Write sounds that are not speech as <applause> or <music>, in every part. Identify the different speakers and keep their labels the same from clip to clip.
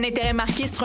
Speaker 1: l'intérêt marqué sur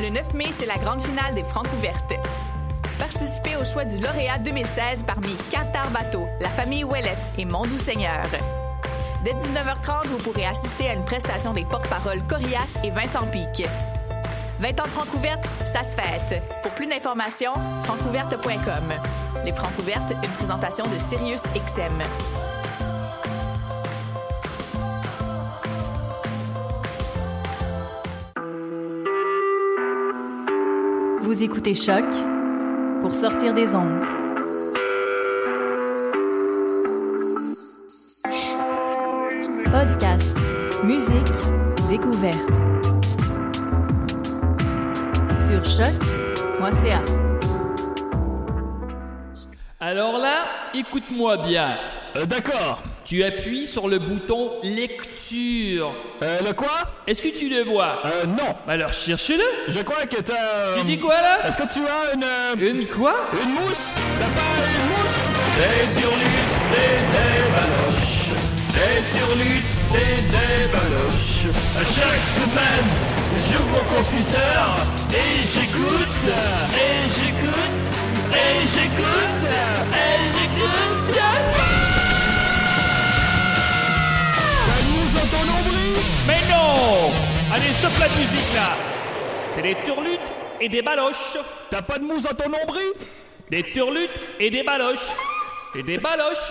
Speaker 1: Le 9 mai, c'est la grande finale des Francs ouvertes. Participez au choix du lauréat 2016 parmi Qatar Bateau, la famille Ouellette et Mondou Seigneur. Dès 19h30, vous pourrez assister à une prestation des porte-paroles Corias et Vincent Pic. 20 ans de Francs ouvertes, ça se fête. Pour plus d'informations, francouverte.com. Les Francs ouvertes, une présentation de Sirius XM.
Speaker 2: Vous écoutez Choc pour sortir des ondes. Podcast, musique, découverte. Sur choc.ca.
Speaker 3: Alors là, écoute-moi bien.
Speaker 4: Euh, D'accord.
Speaker 3: Tu appuies sur le bouton lecture.
Speaker 4: Euh, le quoi
Speaker 3: Est-ce que tu le vois
Speaker 4: Euh, non.
Speaker 3: Alors cherche-le.
Speaker 4: Je crois que t'as.
Speaker 3: Tu dis quoi là
Speaker 4: Est-ce que tu as une. euh,
Speaker 3: Une quoi
Speaker 4: Une mousse T'as pas une mousse
Speaker 5: Des turlutes et des baloches, des turlutes et des baloches. À chaque semaine, j'ouvre mon computer et j'écoute, et j'écoute, et j'écoute, et j'écoute.
Speaker 4: T'as une mousse dans ton nombril
Speaker 3: Mais non Allez, stop la musique là C'est des turlutes et des baloches.
Speaker 4: T'as pas de mousse dans ton nombril
Speaker 3: Des turlutes et des baloches. Et des baloches.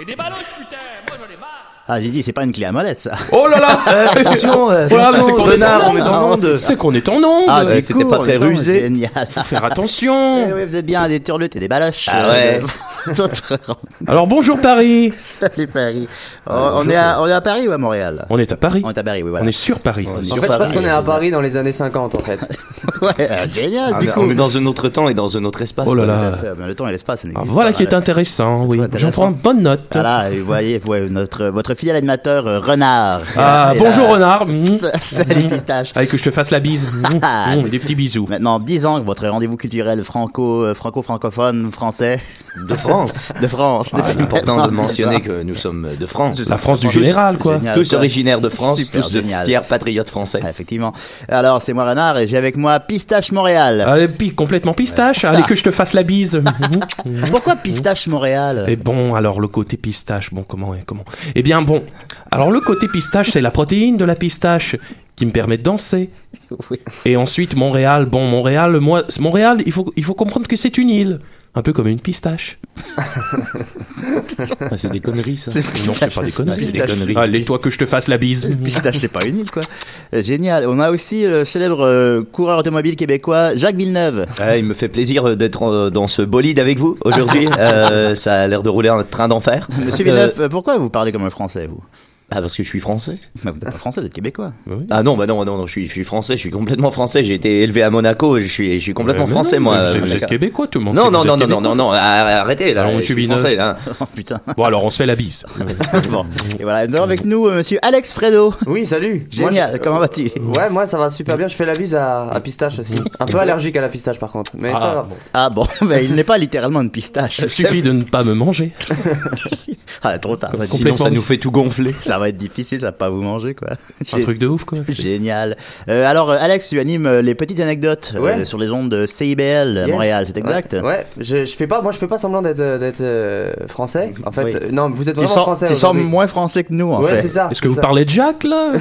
Speaker 3: Et des baloches, putain Moi j'en ai marre
Speaker 6: Ah, j'ai dit, c'est pas une clé à molette, ça.
Speaker 7: Oh
Speaker 4: <laughs>
Speaker 7: là là
Speaker 8: Euh, attention, euh,
Speaker 7: Voilà,
Speaker 8: attention,
Speaker 7: c'est qu'on est
Speaker 8: Renard,
Speaker 7: dans
Speaker 8: on est dans
Speaker 7: l'onde.
Speaker 8: l'onde.
Speaker 7: C'est qu'on est bah, en onde
Speaker 6: Ah,
Speaker 8: Euh,
Speaker 6: des
Speaker 8: c'était
Speaker 6: cours,
Speaker 8: pas très
Speaker 6: en même temps,
Speaker 8: rusé.
Speaker 6: Génial.
Speaker 7: Faire
Speaker 6: <laughs> Eh
Speaker 7: attention
Speaker 6: oui, vous êtes bien à des turlutes et des baloches.
Speaker 8: Ah
Speaker 6: Euh,
Speaker 8: ouais. <laughs>
Speaker 6: Notre rencontre,
Speaker 7: Alors bonjour Paris
Speaker 6: les Paris. On,
Speaker 8: Ah,
Speaker 6: on est à, on est à Paris ou à Montréal
Speaker 7: On est à Paris.
Speaker 6: On est à Paris, oui, voilà.
Speaker 7: On est sur Paris.
Speaker 6: On est
Speaker 8: En
Speaker 6: sur
Speaker 8: fait, Sur
Speaker 9: En fait, je pense
Speaker 6: Paris.
Speaker 9: qu'on est à Paris dans les années 50, en fait.
Speaker 6: <laughs> Ouais, euh, génial,
Speaker 8: Ah,
Speaker 6: du
Speaker 8: mais
Speaker 6: coup.
Speaker 8: on est dans un autre temps et dans un autre espace.
Speaker 7: Oh là
Speaker 8: quoi.
Speaker 7: là.
Speaker 6: Tout à fait, mais le temps et l'espace, ça
Speaker 7: Ah,
Speaker 6: n'existe
Speaker 7: Voilà
Speaker 6: pas,
Speaker 7: qui est
Speaker 6: là.
Speaker 7: intéressant, oui.
Speaker 6: Intéressant. Ah,
Speaker 7: J'en prends bonne note.
Speaker 6: Voilà, et vous voyez, vous voyez, notre, votre fidèle animateur, euh, Renard.
Speaker 7: Ah,
Speaker 6: Et là,
Speaker 7: bonjour
Speaker 6: et <laughs> là,
Speaker 7: Renard Mmh.
Speaker 6: sa- Salut, pistache.
Speaker 7: Allez que je te fasse la bise.
Speaker 6: Ah,
Speaker 7: Mmh, mmh, Des petits bisous.
Speaker 6: Maintenant, 10 ans que votre rendez-vous culturel franco, euh, franco-francophone, français,
Speaker 8: De France.
Speaker 6: <laughs> de France.
Speaker 8: Ah,
Speaker 6: depuis
Speaker 8: C'est important
Speaker 6: maintenant,
Speaker 8: de mentionner
Speaker 6: dix ans.
Speaker 8: que nous sommes de France.
Speaker 7: La France du général, quoi.
Speaker 6: Génial,
Speaker 8: Tous
Speaker 6: quoi.
Speaker 8: originaires de France,
Speaker 6: Super
Speaker 8: tous de
Speaker 6: génial.
Speaker 8: fiers patriotes français.
Speaker 6: Ah, <laughs> effectivement. Alors, c'est moi Renard et j'ai avec moi Pistache Montréal.
Speaker 7: Ah, et puis complètement pistache. Allez que je te fasse la bise.
Speaker 8: <laughs>
Speaker 7: Mmh.
Speaker 6: Pourquoi Pistache Montréal
Speaker 7: Et bon, alors le côté pistache, bon, comment, et comment Eh bien, bon, alors le côté pistache, c'est la protéine de la pistache qui me permet de danser.
Speaker 6: Oui.
Speaker 7: Et ensuite, Montréal, bon, Montréal, moi, c'est- Montréal, il faut, il faut comprendre que c'est une île. Un peu comme une pistache.
Speaker 8: Ah, C'est des
Speaker 6: <laughs>
Speaker 8: conneries, ça.
Speaker 7: Non, c'est pas
Speaker 6: Ah,
Speaker 7: des
Speaker 6: c'est
Speaker 7: conneries.
Speaker 6: des conneries.
Speaker 7: Allez, toi que je te fasse la bise.
Speaker 6: <laughs>
Speaker 8: Euh,
Speaker 6: Pistache, c'est pas une île, quoi. Euh, Génial. On a aussi le célèbre euh, coureur automobile québécois Jacques Villeneuve.
Speaker 8: Ah, il me fait plaisir euh, d'être euh, dans ce bolide avec vous aujourd'hui. Euh, ça a l'air de rouler un train d'enfer.
Speaker 6: Ah. <laughs> Monsieur
Speaker 8: Euh,
Speaker 6: Villeneuve, euh, pourquoi vous parlez comme un Français, vous <laughs>
Speaker 8: ah, parce que je suis français.
Speaker 6: Bah, Vous n'êtes pas Français, vous êtes Québécois. <laughs>
Speaker 8: Ah non, bah non, non, non, je suis, je suis français, je suis complètement français. J'ai été élevé à Monaco, je suis, je suis complètement
Speaker 7: Mais non,
Speaker 8: français, moi.
Speaker 7: Vous,
Speaker 8: euh,
Speaker 7: êtes- vous êtes québécois, tout le monde. sait
Speaker 8: Non,
Speaker 7: que
Speaker 8: non,
Speaker 7: vous
Speaker 8: non,
Speaker 7: êtes
Speaker 8: non, non,
Speaker 7: Québécois.
Speaker 8: non, non, arrêtez, là,
Speaker 7: Alors,
Speaker 8: je
Speaker 7: monsieur
Speaker 8: suis
Speaker 7: Villeneuve.
Speaker 8: français, là.
Speaker 6: Oh putain. <laughs>
Speaker 7: Bon, alors on se fait la
Speaker 8: <laughs>
Speaker 7: bise.
Speaker 6: Bon. Et voilà, nous avons avec nous euh, monsieur Alex Fredo.
Speaker 9: Oui, salut.
Speaker 6: Génial,
Speaker 9: Moi, je- Euh,
Speaker 6: comment vas-tu
Speaker 9: Ouais, moi ça va super bien. Je fais la bise à, à pistache aussi. Un peu allergique à la pistache, par contre. Mais c'est pas
Speaker 7: Ah,
Speaker 9: grave.
Speaker 7: bon.
Speaker 6: Ah bon, <laughs> bah, il n'est pas littéralement une
Speaker 7: <laughs>
Speaker 6: pistache.
Speaker 7: Il suffit de ne pas me manger.
Speaker 6: Ah, trop tard.
Speaker 8: Sinon, ça
Speaker 7: Complètement.
Speaker 8: nous fait tout gonfler.
Speaker 6: Ça va être difficile, ça va pas vous manger, quoi.
Speaker 7: Un truc de ouf, quoi. <laughs>
Speaker 6: Génial. Euh, alors, euh, Alex, tu animes euh, les petites anecdotes euh,
Speaker 9: Ouais.
Speaker 6: sur les ondes de CIBL à
Speaker 9: Yes.
Speaker 6: euh, Montréal, c'est exact
Speaker 9: Ouais, ouais. Je, je fais pas, moi je fais pas semblant d'être, euh, d'être euh, français. En fait,
Speaker 6: Oui.
Speaker 9: euh, non, vous êtes
Speaker 6: Tu,
Speaker 9: vraiment
Speaker 6: sens-
Speaker 9: français.
Speaker 6: tu sembles
Speaker 9: aujourd'hui.
Speaker 6: moins français que nous, en
Speaker 9: Ouais,
Speaker 6: fait.
Speaker 9: c'est ça.
Speaker 7: Est-ce que
Speaker 9: c'est
Speaker 7: vous
Speaker 9: ça.
Speaker 7: parlez de Jacques, là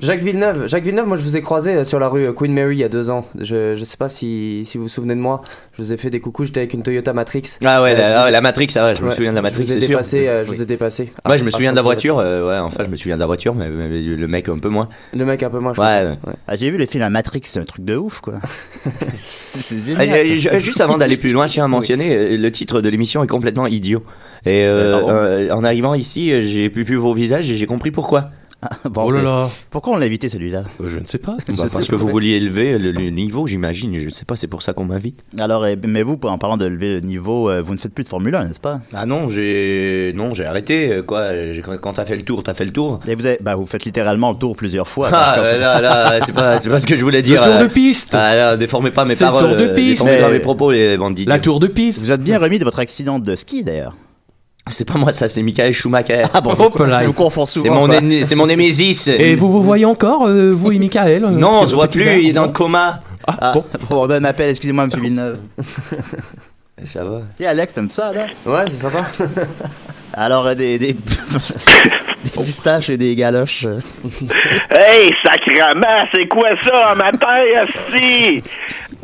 Speaker 9: Jacques Villeneuve. Jacques Villeneuve, moi je vous ai croisé euh, sur la rue euh, Queen Mary il y a deux ans. Je, je sais pas si, si vous vous souvenez de moi. Je vous ai fait des coucous. J'étais avec une Toyota Matrix.
Speaker 8: Ah ouais,
Speaker 9: Euh,
Speaker 8: la,
Speaker 9: je vous
Speaker 8: ah,
Speaker 9: ai-
Speaker 8: la Matrix, ah ouais, je me
Speaker 9: Ouais,
Speaker 8: souviens de la Matrix,
Speaker 9: Je vous ai
Speaker 8: c'est sûr.
Speaker 9: dépassé. euh, je vous ai dépassé.
Speaker 8: Moi, je me souviens de la
Speaker 9: Ah,
Speaker 8: voiture, euh, ouais, enfin, je me souviens de la voiture, mais, mais le mec un peu moins.
Speaker 9: Le mec un peu moins. je
Speaker 8: Ouais,
Speaker 9: crois.
Speaker 8: ouais.
Speaker 6: Ah, J'ai vu le film La Matrix, c'est un truc de ouf, quoi. c'est génial.
Speaker 8: Euh, je- Juste avant d'aller plus loin, je tiens à mentionner, euh, le titre de l'émission est complètement idiot. Et euh,
Speaker 6: Euh, pardon
Speaker 8: euh, en arrivant ici, euh, j'ai pu vu vos visages et j'ai compris pourquoi.
Speaker 6: Ah, <laughs> bon,
Speaker 7: oh là
Speaker 6: c'est-
Speaker 7: là,
Speaker 6: Pourquoi on l'a évité celui-là
Speaker 7: euh, je ne sais pas.
Speaker 8: Bah, parce que vous vouliez élever le, le niveau, j'imagine. Je sais pas, c'est pour ça qu'on m'invite.
Speaker 6: Alors, eh, mais vous, en parlant de lever le niveau, euh, vous ne faites plus de Formule 1, n'est-ce pas
Speaker 8: Ah non, j'ai non, j'ai arrêté. euh, Quoi J'ai- Quand t'as fait le tour, t'as fait le tour.
Speaker 6: Et vous, avez- bah, vous faites littéralement le tour plusieurs fois.
Speaker 8: Ah
Speaker 6: parce que-
Speaker 8: euh, là là, c'est pas c'est pas ce que je voulais
Speaker 7: Le
Speaker 8: dire.
Speaker 7: tour
Speaker 8: euh,
Speaker 7: de piste
Speaker 8: Ah là, déformez pas mes
Speaker 7: C'est le
Speaker 8: paroles.
Speaker 7: tour de
Speaker 8: euh,
Speaker 7: piste.
Speaker 8: déformez pas
Speaker 6: Mais-
Speaker 8: mes propos, les bandits.
Speaker 7: La tour de piste
Speaker 6: Vous êtes bien remis de votre accident de ski d'ailleurs.
Speaker 8: Ah, C'est pas moi, ça, c'est Michael Schumacher.
Speaker 6: Ah bon, je,
Speaker 7: Hop là.
Speaker 6: je vous confonds
Speaker 8: c'est
Speaker 6: souvent.
Speaker 8: mon
Speaker 6: quoi.
Speaker 8: ennemi- c'est mon
Speaker 6: <laughs>
Speaker 8: némésis.
Speaker 7: Et vous vous voyez encore, euh, vous et Michael euh,
Speaker 8: Non,
Speaker 7: c'est
Speaker 8: je vois
Speaker 7: petit
Speaker 8: plus,
Speaker 7: verre,
Speaker 8: il est dans
Speaker 7: non
Speaker 8: le coma.
Speaker 6: Ah, bon. on donne un appel, excusez-moi, monsieur Villeneuve.
Speaker 8: Ça va.
Speaker 6: Et Alex, t'aimes ça là
Speaker 9: Ouais, c'est sympa.
Speaker 6: Alors, euh, des, <laughs> des... des pistaches et des galoches. <laughs> euh.
Speaker 5: Hey, sacrement, c'est quoi ça, matin, esti?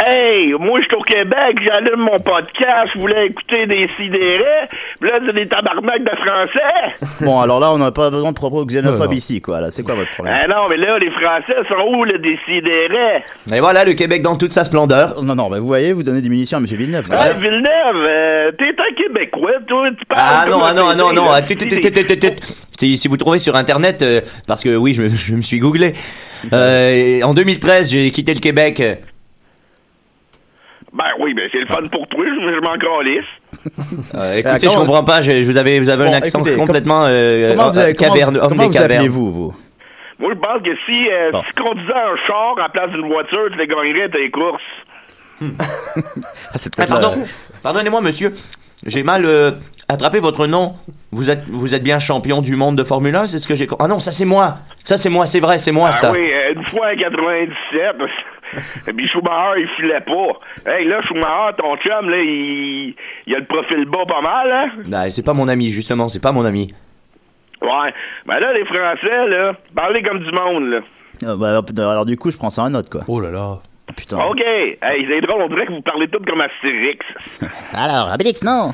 Speaker 5: Hey, moi, je suis au Québec, j'allume mon podcast, je voulais écouter des sidérés, puis là, c'est des tabarnaks de français.
Speaker 6: Bon, alors là, on n'a pas besoin de propos xénophobes
Speaker 7: Non, non.
Speaker 6: ici, quoi. Là, c'est quoi votre problème
Speaker 5: Ah non, mais là, les français sont où, les décidérés?
Speaker 8: Et voilà, le Québec dans toute sa splendeur.
Speaker 6: Non, non, bah, vous voyez, vous donnez des munitions à monsieur Villeneuve.
Speaker 5: Ouais,
Speaker 6: quoi.
Speaker 5: Ah, Villeneuve, euh, t'es un Québécois, toi, tu parles...
Speaker 8: Ah non,
Speaker 5: comme
Speaker 8: ah non,
Speaker 5: un
Speaker 8: ah non, ah non.
Speaker 5: Décidéré.
Speaker 8: ah, tut, tut, tut, tut, tut, tut. Si, si vous trouvez sur Internet, euh, parce que oui, je me, je me suis googlé. Euh, en 2013, j'ai quitté le Québec. Euh,
Speaker 5: Ben oui, mais c'est le fun pour toi, je, je m'en calisse.
Speaker 8: Euh,
Speaker 6: Ah,
Speaker 8: écoutez,
Speaker 6: comment-
Speaker 8: je comprends pas. je- je vous avez, vous avez
Speaker 6: Bon,
Speaker 8: un accent
Speaker 6: écoutez,
Speaker 8: complètement euh,
Speaker 6: Comment vous,
Speaker 8: euh,
Speaker 6: avez- comment-
Speaker 8: caverne, homme
Speaker 6: comment
Speaker 8: des
Speaker 6: vous
Speaker 8: cavernes.
Speaker 6: appelez-vous, vous
Speaker 5: Moi, je pense que si, euh,
Speaker 6: Bon.
Speaker 5: si tu conduisais un char à la place d'une voiture, tu les gagnerais tes courses.
Speaker 6: Ah, c'est
Speaker 8: Ah,
Speaker 6: peut-être,
Speaker 8: pardon.
Speaker 6: euh,
Speaker 8: Pardonnez-moi, monsieur. J'ai mal euh, attrapé votre nom. Vous êtes, vous êtes bien champion du monde de Formule 1, c'est ce que j'ai. co- Ah non, ça c'est moi. Ça c'est moi, c'est vrai, c'est moi
Speaker 5: Ah
Speaker 8: ça.
Speaker 5: oui, euh, une fois en 97, et <laughs> puis Schumacher, il filait pas. Hey, là, Schumacher, ton chum, là, il, il a le profil bas pas mal, hein?
Speaker 8: Bah, c'est pas mon ami justement, c'est pas mon ami.
Speaker 5: Ouais. Ben là, les Français, là, parlez comme du monde, là.
Speaker 6: euh, bah, hop, alors, du coup, je prends ça en note, quoi.
Speaker 7: Oh là là.
Speaker 6: Putain.
Speaker 5: OK. Hey, c'est drôle, on dirait que vous parlez tous comme Astérix.
Speaker 6: Alors, Abélix, non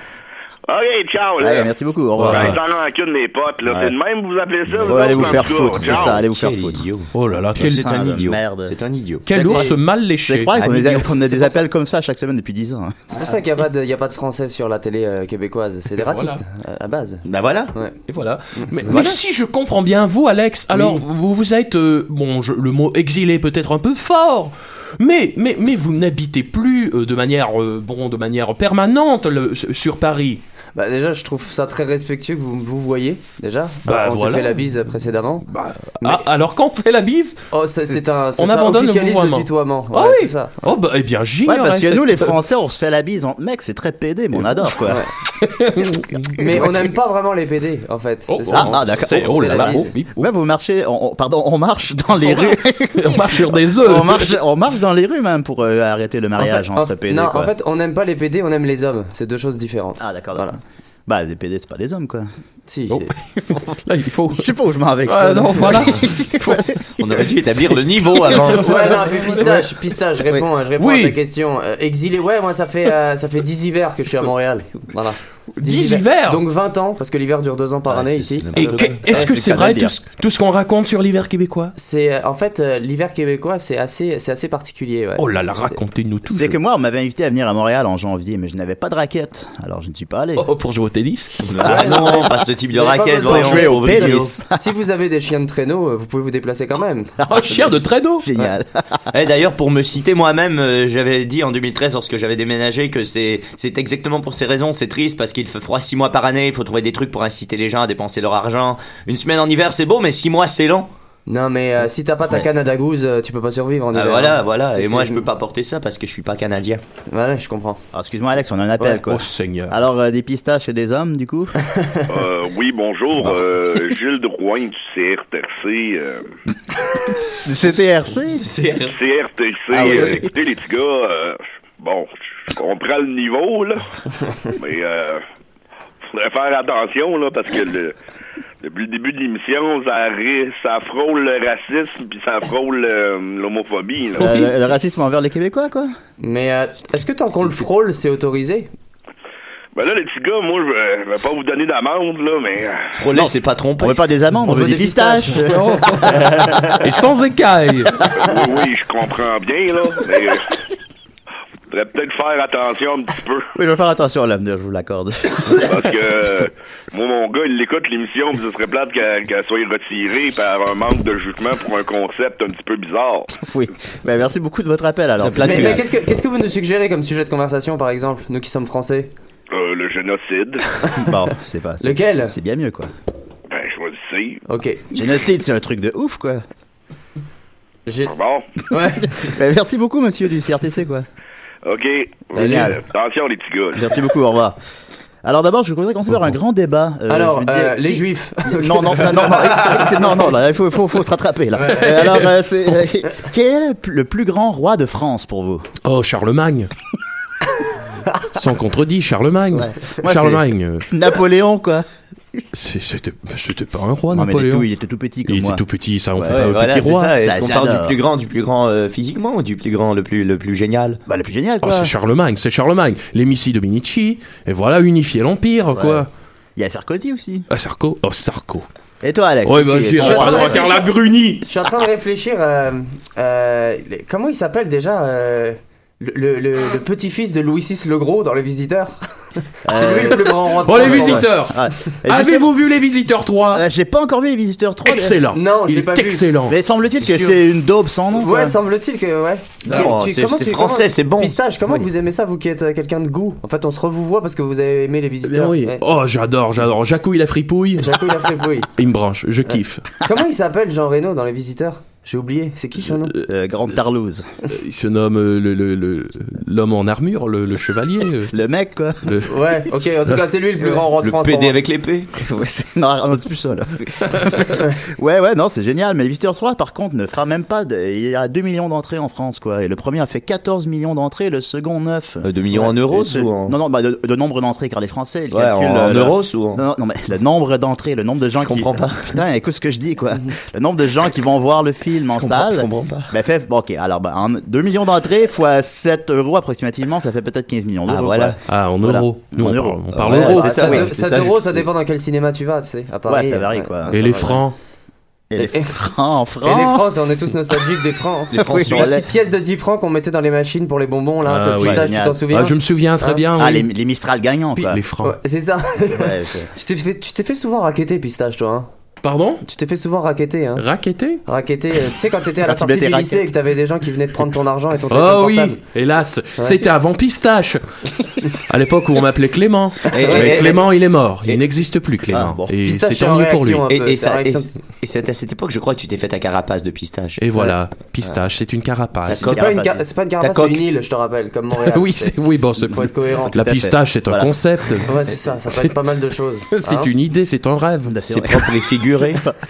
Speaker 5: OK, ciao, là.
Speaker 6: Oh
Speaker 5: Ben,
Speaker 6: Ouais, Merci beaucoup, au revoir.
Speaker 5: Ouais, j'en ai un cul de mes potes, là.
Speaker 6: Ouais.
Speaker 5: C'est de même, vous appelez ça?
Speaker 6: Ouais, allez vous
Speaker 5: autres, en
Speaker 6: faire
Speaker 5: tout cas.
Speaker 6: foutre, c'est
Speaker 5: Ciao.
Speaker 6: ça, allez vous faire
Speaker 8: Quel
Speaker 6: foutre.
Speaker 8: idiot.
Speaker 7: Oh là là, quel,
Speaker 8: C'est un
Speaker 6: de
Speaker 8: idiot.
Speaker 6: merde.
Speaker 8: C'est un idiot.
Speaker 7: quel
Speaker 6: c'est-
Speaker 7: ours mal
Speaker 6: C'est
Speaker 7: léché
Speaker 6: crois qu'on a,
Speaker 8: Idiot.
Speaker 6: qu'on a des appels comme ça chaque semaine depuis 10 ans. hein.
Speaker 9: C'est pour ça qu'il n'y a, pas de- il y a pas de français sur la télé euh, québécoise. C'est des racistes, euh, à- à base.
Speaker 8: Bah voilà.
Speaker 9: Ouais.
Speaker 7: Et voilà. Mais, mais si je comprends bien, vous, Alex, alors vous vous êtes, euh, bon, je- le mot exilé est peut-être un peu fort, mais mais mais vous n'habitez plus euh, de manière euh, bon, de manière permanente le- sur Paris.
Speaker 9: Bah déjà, je trouve ça très respectueux que vous vous voyez déjà.
Speaker 7: Bah,
Speaker 9: Alors, on
Speaker 7: voilà.
Speaker 9: s'est fait la bise euh, précédemment. Mais-
Speaker 7: Ah, alors quand on fait la bise,
Speaker 9: Oh, c'est- c'est un, c'est
Speaker 7: On
Speaker 9: ça,
Speaker 7: abandonne le
Speaker 9: officialise
Speaker 7: vouvoiement.
Speaker 9: tutoiement.
Speaker 7: Ah
Speaker 9: Ouais,
Speaker 7: oui.
Speaker 9: c'est ça.
Speaker 7: oh bah eh bien
Speaker 6: Ouais,
Speaker 7: j'ignorais.
Speaker 6: parce que
Speaker 7: cette-
Speaker 6: nous, les Français, on se fait la bise entre mecs, c'est très pédé, mais on adore, quoi.
Speaker 9: Ouais. <laughs> Mais on n'aime pas vraiment les PD en fait.
Speaker 7: Oh,
Speaker 9: C'est
Speaker 7: oh,
Speaker 9: ça.
Speaker 6: ah, d'accord.
Speaker 7: c'est- Oh là
Speaker 9: On
Speaker 7: là. Oh,
Speaker 9: fait la
Speaker 7: oui, oh.
Speaker 6: Ouais, vous marchez, on, on- pardon, on marche dans les rues.
Speaker 7: on marche sur des œufs.
Speaker 6: on, marche, on marche dans les rues même pour euh, arrêter le mariage
Speaker 9: En fait-
Speaker 6: entre
Speaker 9: en-
Speaker 6: PD.
Speaker 9: non,
Speaker 6: quoi.
Speaker 9: en fait, on n'aime pas les PD, on aime les hommes. C'est deux choses différentes.
Speaker 6: Ah, d'accord,
Speaker 9: Voilà.
Speaker 6: d'accord. Bah, les PD, c'est pas des hommes, quoi.
Speaker 9: Si.
Speaker 7: Oh. Là il faut.
Speaker 6: Je sais pas où je m'en vais avec ça.
Speaker 7: <laughs> Ah
Speaker 6: <laughs>
Speaker 7: <laughs> non, voilà.
Speaker 8: On aurait dû établir le
Speaker 6: <laughs>
Speaker 8: niveau avant.
Speaker 9: Ouais, non, puis pistache, <laughs> pistache, je réponds, je réponds
Speaker 7: Oui.
Speaker 9: à ta question. Euh, exilé, ouais, moi ça fait, euh, ça fait 10 hivers que je suis à Montréal. Voilà.
Speaker 7: 10 hivers
Speaker 9: Donc 20 ans, parce que l'hiver dure 2 ans par
Speaker 8: Ah,
Speaker 9: année
Speaker 8: c'est-
Speaker 9: ici.
Speaker 8: c'est n'importe
Speaker 7: Et
Speaker 9: Donc,
Speaker 7: que- est-ce que
Speaker 6: c'est
Speaker 7: euh, c'est
Speaker 6: quand
Speaker 7: vrai
Speaker 6: même
Speaker 7: tout, ce- tout ce qu'on raconte sur l'hiver québécois
Speaker 9: C'est euh, en fait euh, l'hiver québécois, c'est assez, c'est assez particulier. Ouais.
Speaker 7: Oh là là, racontez-nous tout.
Speaker 6: C'est que moi, on m'avait invité à venir à Montréal en janvier, mais je n'avais pas de raquette. Alors, je ne suis pas allé.
Speaker 7: Oh, pour jouer au <laughs> tennis
Speaker 8: Ah non, pas ce type de
Speaker 9: Vous avez pas
Speaker 8: raquette.
Speaker 9: besoin de
Speaker 8: voyons,
Speaker 9: jouer
Speaker 6: au
Speaker 8: on veut dire.
Speaker 6: pénis.
Speaker 9: si vous avez des chiens de traîneau, euh, vous pouvez vous déplacer quand
Speaker 6: <laughs>
Speaker 9: même.
Speaker 7: Oh, chien de
Speaker 6: <laughs>
Speaker 7: traîneau
Speaker 6: Génial.
Speaker 8: Eh, D'ailleurs, pour me citer moi-même, euh, j'avais dit en 2013, lorsque j'avais déménagé, que c'est c'est exactement pour ces raisons. C'est triste parce qu'il fait froid six mois par année. Il faut trouver des trucs pour inciter les gens à dépenser leur argent. Une semaine en hiver, c'est beau, mais six mois, c'est lent.
Speaker 9: Non, mais euh, si t'as pas ta
Speaker 6: Ouais.
Speaker 9: canne à Dagouze, euh, tu peux pas survivre en
Speaker 8: Ah,
Speaker 9: hiver.
Speaker 8: voilà,
Speaker 9: hein.
Speaker 8: voilà.
Speaker 9: C'est-
Speaker 8: Et moi,
Speaker 9: c'est-
Speaker 8: je peux pas porter ça parce que je suis pas <laughs> canadien.
Speaker 9: Voilà, je comprends.
Speaker 6: Alors, excuse-moi, Alex, on a un appel,
Speaker 9: Ouais.
Speaker 6: quoi.
Speaker 7: Oh Seigneur.
Speaker 6: Alors, euh, des pistaches et des hommes, du coup <laughs>
Speaker 5: Euh, oui, bonjour. Euh, Gilles Drouin du CRTC. euh,
Speaker 6: C'était RC
Speaker 5: CRTC, euh, écoutez les petits gars, euh, bon, je comprends le niveau, là, mais euh, faudrait faire attention, là, parce que le- depuis le début de l'émission, ça, ri- ça frôle le racisme, puis ça frôle euh, l'homophobie, là.
Speaker 6: Euh, le, le racisme envers les Québécois, quoi
Speaker 9: Mais euh, est-ce que tant qu'on le frôle, c'est autorisé
Speaker 5: Ben là, les petits gars, moi, je je vais pas vous donner d'amende, là, mais... euh,
Speaker 8: Frôler, c'est pas
Speaker 6: On
Speaker 8: tromper.
Speaker 6: veut pas des amandes, on, veut des, pistaches.
Speaker 7: <laughs>
Speaker 6: <laughs>
Speaker 7: Oh. Et sans écailles
Speaker 5: Oui, oui, je comprends bien, là. Mais, euh, faudrait
Speaker 10: faudrait peut-être faire attention un petit peu.
Speaker 6: Oui, je vais faire attention à l'avenir, je vous l'accorde.
Speaker 10: Parce que euh, moi, mon gars, il écoute l'émission, puis ce serait plate qu'elle qu'elle soit retirée par un manque de jugement pour un concept un petit peu bizarre.
Speaker 6: <laughs> oui. Ben, merci beaucoup de votre appel, alors.
Speaker 9: Mais, mais qu'est-ce, que, qu'est-ce que vous nous suggérez comme sujet de conversation, par exemple, nous qui sommes français
Speaker 10: Euh, le génocide.
Speaker 6: Bon, c'est pas... c'est-
Speaker 9: Lequel
Speaker 6: C'est bien mieux, quoi.
Speaker 10: Ben, choisissez.
Speaker 9: Ok.
Speaker 6: <laughs> Génocide, c'est un truc de ouf, quoi.
Speaker 9: J'ai...
Speaker 10: Bon,
Speaker 9: Ouais.
Speaker 6: Ben, merci beaucoup, monsieur du CRTC, quoi.
Speaker 10: OK.
Speaker 6: Génial.
Speaker 10: Euh, Attention, les petits gars.
Speaker 6: Merci beaucoup, au revoir. Alors d'abord, je voudrais commencer par un grand débat. Euh,
Speaker 9: Alors,
Speaker 6: je vais
Speaker 9: euh,
Speaker 6: dire-
Speaker 9: les juifs.
Speaker 6: Non, non, non, non, non, non, non, là, il faut, faut, faut se rattraper, là. Euh, alors, euh, c'est, <laughs> euh, quel est le plus- le plus grand roi de France pour vous
Speaker 7: Oh, Charlemagne Sans contredit, Charlemagne.
Speaker 6: Ouais. Moi,
Speaker 7: Charlemagne, euh,
Speaker 6: Napoléon, quoi.
Speaker 7: c'est- c'était c'était pas un roi,
Speaker 6: non, mais il, est
Speaker 7: Oh, Napoléon.
Speaker 6: tout, il était tout petit comme
Speaker 7: il
Speaker 6: moi.
Speaker 7: était tout petit, ça, on
Speaker 6: Ouais,
Speaker 7: fait
Speaker 6: ouais,
Speaker 7: pas un
Speaker 8: Voilà,
Speaker 7: petit
Speaker 8: c'est
Speaker 7: roi.
Speaker 8: ça.
Speaker 6: Ça,
Speaker 8: Est-ce qu'on parle
Speaker 6: j'adore.
Speaker 8: du plus grand, du plus grand euh, physiquement ou du plus grand, le plus, le plus génial
Speaker 6: Bah, le plus génial,
Speaker 7: Oh,
Speaker 6: quoi.
Speaker 7: c'est Charlemagne, c'est Charlemagne. Les Missi Dominici, et voilà, unifier l'Empire, quoi.
Speaker 6: il y a Sarkozy aussi.
Speaker 7: Ah, Sarko Oh, Sarko.
Speaker 6: Et toi, Alex
Speaker 7: Ouais,
Speaker 6: Eh, qui
Speaker 7: bah,
Speaker 6: est
Speaker 7: je dirais
Speaker 6: ton roi
Speaker 7: pas
Speaker 6: de-
Speaker 7: droit, Carla Bruni
Speaker 9: Je suis en train de réfléchir. euh, euh, les- comment il s'appelle déjà euh, le, le- le- le petit-fils de Louis VI le Gros dans Les Visiteurs C'est
Speaker 6: Euh,
Speaker 9: lui le plus grand roi. de
Speaker 7: Euh, Bon, Oh, les
Speaker 9: France.
Speaker 7: visiteurs
Speaker 6: Ah, et
Speaker 7: Avez-vous vu les visiteurs 3
Speaker 6: justement, euh, J'ai pas encore vu les visiteurs 3. d'ailleurs.
Speaker 7: Excellent
Speaker 9: Non, je
Speaker 7: Il
Speaker 9: l'ai
Speaker 7: est
Speaker 9: pas vu.
Speaker 7: excellent
Speaker 6: Mais semble-t-il
Speaker 9: C'est
Speaker 6: que
Speaker 9: sûr.
Speaker 6: c'est une daube sans nom. quoi.
Speaker 9: Ouais, semble-t-il que ouais.
Speaker 8: Non,
Speaker 9: Tu- tu-
Speaker 8: c'est
Speaker 9: comment
Speaker 8: c'est
Speaker 9: tu-
Speaker 8: français,
Speaker 9: comment-
Speaker 8: c'est bon.
Speaker 9: Pistache, comment
Speaker 6: Oui.
Speaker 9: vous aimez ça, vous qui êtes euh, quelqu'un de goût En fait, on se revoit parce que vous avez aimé les visiteurs.
Speaker 7: Eh Oui.
Speaker 9: Ouais.
Speaker 7: Oh, j'adore, j'adore. Jacouille la fripouille,
Speaker 9: Jacouille a fait bruit.
Speaker 7: il me branche, je kiffe.
Speaker 9: Comment il s'appelle Jean Reno dans Les Visiteurs J'ai oublié. C'est qui son nom
Speaker 6: Euh, grande tarlouse.
Speaker 7: Il se nomme euh, le- le- le- l'homme en armure, le, le chevalier. euh,
Speaker 6: Le mec,
Speaker 8: <laughs>
Speaker 6: quoi.
Speaker 7: le-
Speaker 9: Ouais, ok, en tout cas, c'est lui le plus grand roi de
Speaker 8: Le
Speaker 9: France.
Speaker 8: PD
Speaker 9: pour
Speaker 8: avec l'épée
Speaker 6: Ouais, c'est- non, on dit plus ça,
Speaker 8: <laughs>
Speaker 6: là. ouais, ouais, non, c'est génial. Mais Visiteur 3, par contre, ne fera même pas. de- Il y a 2 millions d'entrées en France, quoi. Et le premier a fait 14 millions d'entrées, le second 9.
Speaker 8: 2 Euh, millions en euros ou en.
Speaker 6: Non, non, bah, de, de nombre d'entrées, car les Français, ils
Speaker 8: Ouais, en,
Speaker 6: calculent.
Speaker 8: en
Speaker 6: euh, le-
Speaker 8: euros ou en.
Speaker 6: Non, non, non, mais le nombre d'entrées, le nombre de gens
Speaker 8: Je
Speaker 6: qui.
Speaker 8: comprends pas.
Speaker 6: Putain, écoute ce que je dis, quoi. Le nombre de gens qui vont voir le film en
Speaker 8: Je comprends-
Speaker 6: salle.
Speaker 8: je comprends pas.
Speaker 6: Ben, fait, bon, ok, alors, ben, en 2 millions d'entrées fois 7 euros approximativement, ça fait peut-être 15 millions d'euros.
Speaker 8: Ah, voilà.
Speaker 6: quoi.
Speaker 7: Ah, en
Speaker 6: Voilà.
Speaker 7: euros. Nous,
Speaker 6: En
Speaker 7: on
Speaker 6: euros.
Speaker 7: parle, on parle
Speaker 8: Ouais,
Speaker 7: euros.
Speaker 9: moi.
Speaker 8: c'est
Speaker 9: Ah,
Speaker 8: ça, oui,
Speaker 9: ça,
Speaker 8: c'est
Speaker 9: ça,
Speaker 8: ça,
Speaker 9: euros,
Speaker 8: je-
Speaker 9: ça dépend dans quel cinéma tu vas, tu sais, à Paris. euh,
Speaker 6: Ouais, ça varie,
Speaker 9: ouais.
Speaker 6: quoi.
Speaker 7: Et les francs.
Speaker 6: Et les
Speaker 9: Et-
Speaker 6: francs, francs.
Speaker 9: Et
Speaker 7: Oh.
Speaker 9: les francs, on est tous nostalgiques des francs.
Speaker 8: Les francs
Speaker 6: Oui,
Speaker 8: sur
Speaker 6: mais
Speaker 9: La
Speaker 6: Voilà.
Speaker 9: petite pièce de 10 francs qu'on mettait dans les machines pour les bonbons, là,
Speaker 7: Ah,
Speaker 9: toi,
Speaker 7: oui.
Speaker 9: pistache, tu
Speaker 6: Génial.
Speaker 9: t'en souviens
Speaker 7: Ah, je me souviens très
Speaker 9: Hein
Speaker 7: bien.
Speaker 6: Ah, les,
Speaker 7: oui.
Speaker 6: les Mistral gagnants, quoi.
Speaker 7: les francs.
Speaker 9: Ouais, c'est ça. <laughs>
Speaker 6: Ouais, c'est-
Speaker 9: tu t'es fait, tu t'es fait souvent raqueter, pistache, toi. Hein.
Speaker 7: Pardon
Speaker 9: Tu t'es fait souvent raqueter, hein.
Speaker 7: Raqueté
Speaker 9: Raqueter, euh, tu sais, quand t'étais à la
Speaker 6: Quand tu
Speaker 9: sortie
Speaker 6: mettais
Speaker 9: du
Speaker 6: raquette.
Speaker 9: lycée et que t'avais des gens qui venaient te prendre ton argent et ton téléphone
Speaker 7: Oh oui,
Speaker 9: portable.
Speaker 7: hélas, c'était avant Pistache. à l'époque où on m'appelait Clément.
Speaker 8: Et-
Speaker 7: Mais
Speaker 8: et-
Speaker 7: Clément, il est mort. Il n'existe plus, Clément.
Speaker 6: Ah, bon.
Speaker 7: Et
Speaker 9: Pistache
Speaker 7: c'est
Speaker 9: est en
Speaker 7: tant mieux pour lui.
Speaker 9: réaction, hein.
Speaker 8: Et,
Speaker 9: peu,
Speaker 8: et
Speaker 9: c'est
Speaker 8: ça-
Speaker 9: vrai
Speaker 8: et
Speaker 9: que
Speaker 8: c- et c'est à cette époque, je crois, que tu t'es fait ta carapace de pistache.
Speaker 7: Et voilà, Pistache, c'est une carapace.
Speaker 8: D'accord.
Speaker 9: C'est pas, une
Speaker 6: Carapace.
Speaker 9: gar- c'est pas une carapace,
Speaker 8: Ta
Speaker 9: c'est
Speaker 8: coque.
Speaker 9: une île, je te rappelle, comme Montréal.
Speaker 7: <laughs> oui,
Speaker 9: c'est
Speaker 7: c'est- oui, bon, c'est
Speaker 9: Faut être cohérent.
Speaker 7: La
Speaker 6: Tout à fait.
Speaker 7: pistache, c'est un
Speaker 6: Voilà. <laughs>
Speaker 7: concept.
Speaker 9: Ouais, c'est ça, ça peut être pas mal de
Speaker 7: <laughs>
Speaker 9: choses. hein.
Speaker 7: C'est une idée, c'est un rêve.
Speaker 8: C'est propre et figuré.